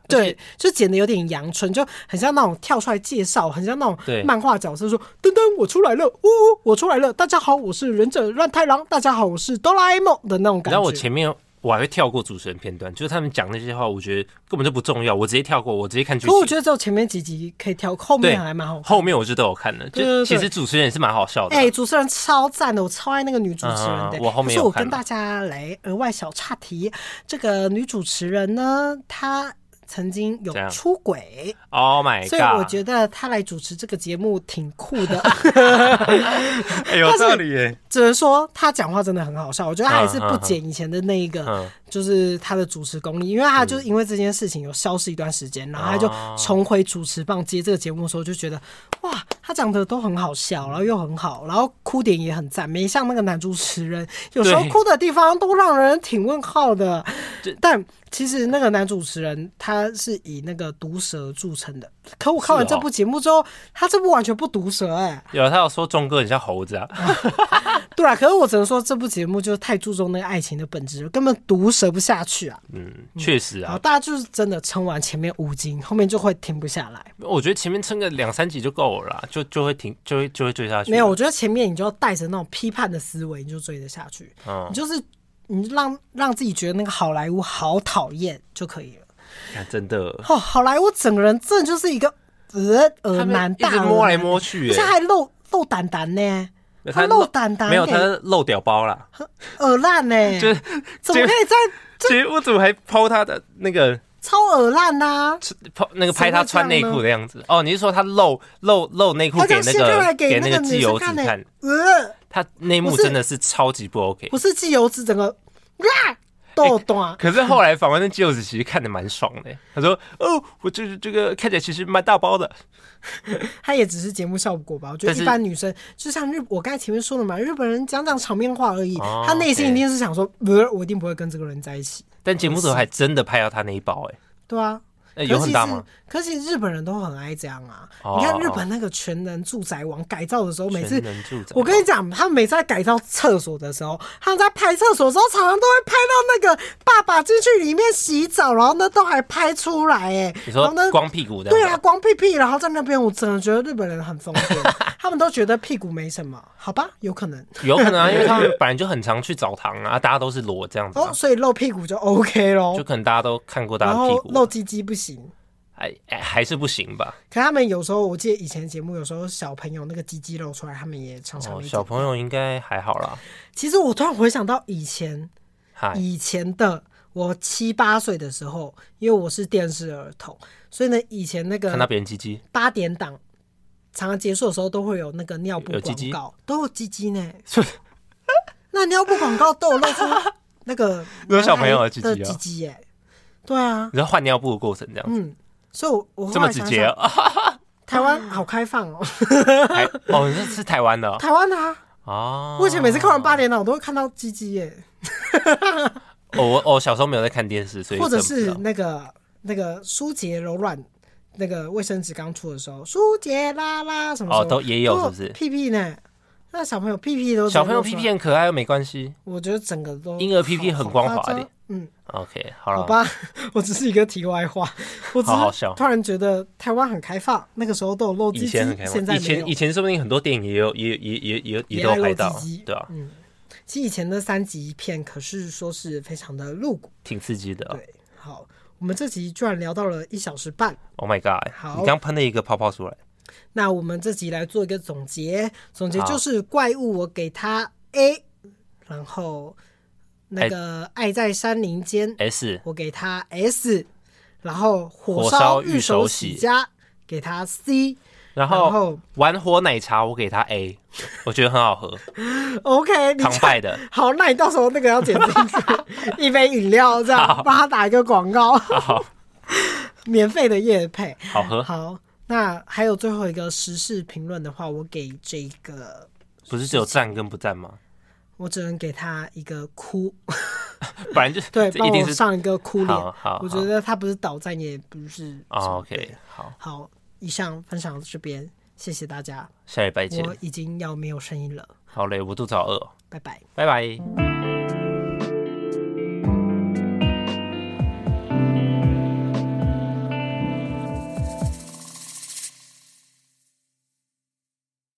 A: 对，就剪的有点阳春，就很像那种跳出来介绍，很像那
B: 对
A: 种漫画角色说：“噔噔，我出来了，呜呜，我出来了，大家好，我是忍者乱太郎，大家好，我是哆啦 A 梦的那种
B: 你
A: 感
B: 知道
A: 觉。”
B: 我前面我还会跳过主持人片段，就是他们讲那些话，我觉得根本就不重要，我直接跳过，我直接看剧
A: 可我觉
B: 情。
A: 得只有前面几集可以挑，后
B: 对
A: 面还蛮好看。
B: 后面我就都有看了，
A: 对对
B: 就
A: 对
B: 其实主持人也是蛮好笑的啊。
A: 哎、主持人超赞的，我超爱那个女主持人的。
B: 嗯我后面
A: 可是
B: 有
A: 我
B: 看
A: 跟大家来额外小岔题，这个女主持人呢，她曾经有
B: 怎样
A: 出轨，
B: Oh my
A: 所以我
B: god！
A: 觉得她来主持这个节目挺酷的。
B: 哎有道理耶。
A: 只能说她讲话真的很好笑，我觉得她还是
B: 嗯嗯
A: 不
B: 嗯
A: 减以前的那一个，
B: 嗯
A: 就是她的主持功力，因为她就是因为这件事情有消失一段时间，然后她就
B: 哦
A: 重回主持棒接这个节目的时候，就觉得哇，她讲的都很好笑，然后又很好，然后哭点也很赞，没像那个男主持人，有时候
B: 对
A: 哭的地方都让人挺问号的
B: 这。
A: 但其实那个男主持人他是以那个毒舌著称的，可我看完
B: 是哦
A: 这部节目之后，他这部完全不毒舌哎、
B: 有他有说钟哥很像猴子啊，
A: 对啊，可是我只能说这部节目就是太注重那个爱情的本质了，根本毒舌不下去啊。
B: 嗯，确实
A: 然
B: 啊
A: 后，大家就是真的撑完前面五集，后面就会停不下来。
B: 我觉得前面撑个两三集就够了啦，就就会停，就会就会追下去。
A: 没有，，我觉得前面你就要带着那种批判的思维，你就追得下去。
B: 嗯
A: 你，就是你让让自己觉得那个好莱坞好讨厌就可以了。
B: 看真的，
A: 哦，好莱坞整个人真的就是一个呃呃
B: 他
A: 男
B: 们一
A: 大
B: 直
A: 耳
B: 摸来
A: 男
B: 摸去欸
A: 而且
B: 耶，
A: 还露露蛋蛋呢，他露蛋蛋、欸，
B: 没有他漏屌包 啦，
A: 耳烂呢、
B: 就是
A: 怎么可以在
B: 节目组还剖他的那个
A: 超耳烂呐、啊？
B: 剖那个拍他穿内裤的样子。哦，你是说他露露露内裤
A: 他这
B: 给
A: 样
B: 那
A: 掀开
B: 个
A: 来给
B: 那
A: 那个
B: 自
A: 女
B: 由
A: 生
B: 子
A: 看呢、
B: 看？
A: 呃，
B: 他内幕
A: 不是
B: 真的是超级不 OK。
A: 不是自由子整个啊
B: 哎
A: 豆短。
B: 可是后来访问那基友子其实看的蛮爽的，他说：“哦，我就是这个看起来其实蛮大包的，
A: 他也只是节目效果吧。我觉得
B: 但是
A: 一般女生就像日，我刚才前面说了嘛，日本人讲讲场面话而已，
B: 哦
A: 他内心
B: OK
A: 一定是想说，不是，我一定不会跟这个人在一起，
B: 但节目组还真的拍到他那一包，哎，
A: 对啊。
B: 那有很大吗？
A: 可是其实可是日本人都很爱这样啊！
B: 哦
A: 你看日本那个全能住宅王改造的时候，每次
B: 全能住宅
A: 我跟你讲，他们每次在改造厕所的时候，他们在拍厕所的时候，常常都会拍到那个爸爸进去里面洗澡，然后呢都还拍出来哎、
B: 你
A: 然
B: 说
A: 后呢
B: 光屁股的，
A: 对啊，，光屁屁，然后在那边，我真的觉得日本人很疯癫， 他们都觉得屁股没什么，好吧，有可能
B: 有可能啊，因为他们本来就很常去澡堂啊，大家都是裸这样子、啊
A: 哦，，所以露屁股就 OK 咯
B: 就。可能大家都看过大
A: 然
B: 家的屁
A: 后露
B: 股，
A: 鸡鸡不行，
B: 还哎还是不行吧？
A: 可他们有时候，我记得以前节目有时候小朋友那个鸡鸡露出来，他们也常常
B: 哦，
A: 没
B: 小
A: 讲。
B: 朋友应该还好啦。
A: 其实我突然回想到以前
B: 嗨，
A: 以前的我七八岁的时候，因为我是电视儿童，所以呢，以前那
B: 看到
A: 个
B: 别人鸡鸡，
A: 八点档常常结束的时候都会有那个尿布
B: 有鸡
A: 广
B: 鸡
A: 告，都有鸡鸡 呢。
B: 是
A: 那尿布广告都有露出那个
B: 有小朋友的鸡鸡
A: 的
B: 啊
A: 鸡鸡耶，对啊，
B: 你知道换尿布的过程这样子，
A: 嗯，所以我我
B: 这
A: 后
B: 么
A: 来
B: 直
A: 想
B: 接
A: 想，
B: 啊？
A: 台湾好开放哦，
B: 台哦，你是是台湾的哦
A: 台湾啊，
B: 哦。
A: 我以前每次看完八点档，我都会看到鸡鸡耶，
B: 哦，我我小时候没有在看电视，所以
A: 或者
B: 真不知
A: 是
B: 道
A: 那个那个舒洁柔软。那个卫生纸刚出的时候，舒洁啦啦什么
B: 哦
A: 什么
B: 都也有是不是
A: 屁屁呢？那小朋友屁屁都
B: 小朋友屁
A: 直
B: 屁
A: 接露出来，
B: 很可爱又没关系。
A: 我觉得整个都
B: 婴儿屁屁
A: 好
B: 很光
A: 好夸
B: 滑的
A: 张嗯，
B: OK，好
A: 好
B: 了，
A: 吧，我只是一个题外话，我只
B: 好好
A: 是
B: 笑
A: 突然觉得台湾很开放，那个时候都有露
B: 以
A: 鸡鸡，
B: 前很开
A: 现
B: 放，
A: 在
B: 以
A: 没
B: 前以
A: 有。
B: 前说不定很多电影也有也也也也也
A: 也
B: 都
A: 爱
B: 有拍
A: 露
B: 到
A: 鸡鸡，
B: 对啊，
A: 嗯，其实以前那三级片可是说是非常的露骨，
B: 挺刺激的哦。
A: 对。好，我们这集居然聊到了一小时半，
B: Oh my god！
A: 好
B: 你刚喷了一个泡泡出来，
A: 那我们这集来做一个总结，总结
B: 好
A: 就是怪物我给他 A，然后那
B: 哎
A: 个爱在山林间
B: S
A: 我给他 S，然后火
B: 火烧
A: 烧
B: 玉
A: 玉
B: 手
A: 手
B: 洗
A: 洗家给他 C，
B: 然
A: 然
B: 后
A: 后
B: 玩火奶茶我给他 A，我觉得很好喝，
A: OK，你
B: 康
A: 这
B: 拜的。
A: 好，那你到时候那个要剪进 去，一杯饮料这样，帮他打一个广告，
B: 好
A: 免费的夜配。
B: 好喝，
A: 好，那还有最后一个时事评论的话，我给这个，
B: 不是只有赞跟不赞吗？
A: 我只能给他一个哭，
B: 不然就
A: 对，
B: 这
A: 帮
B: 一定
A: 我
B: 是
A: 上一个哭脸
B: 好好。
A: 我觉得他不是倒赞，也不是什么
B: 哦 OK
A: 对
B: 好，
A: 好，以上分享到这边，谢谢大家，
B: 下礼拜见。
A: 我已经要没有声音了，
B: 好嘞，我肚子好饿哦，
A: 拜拜。
B: 拜拜。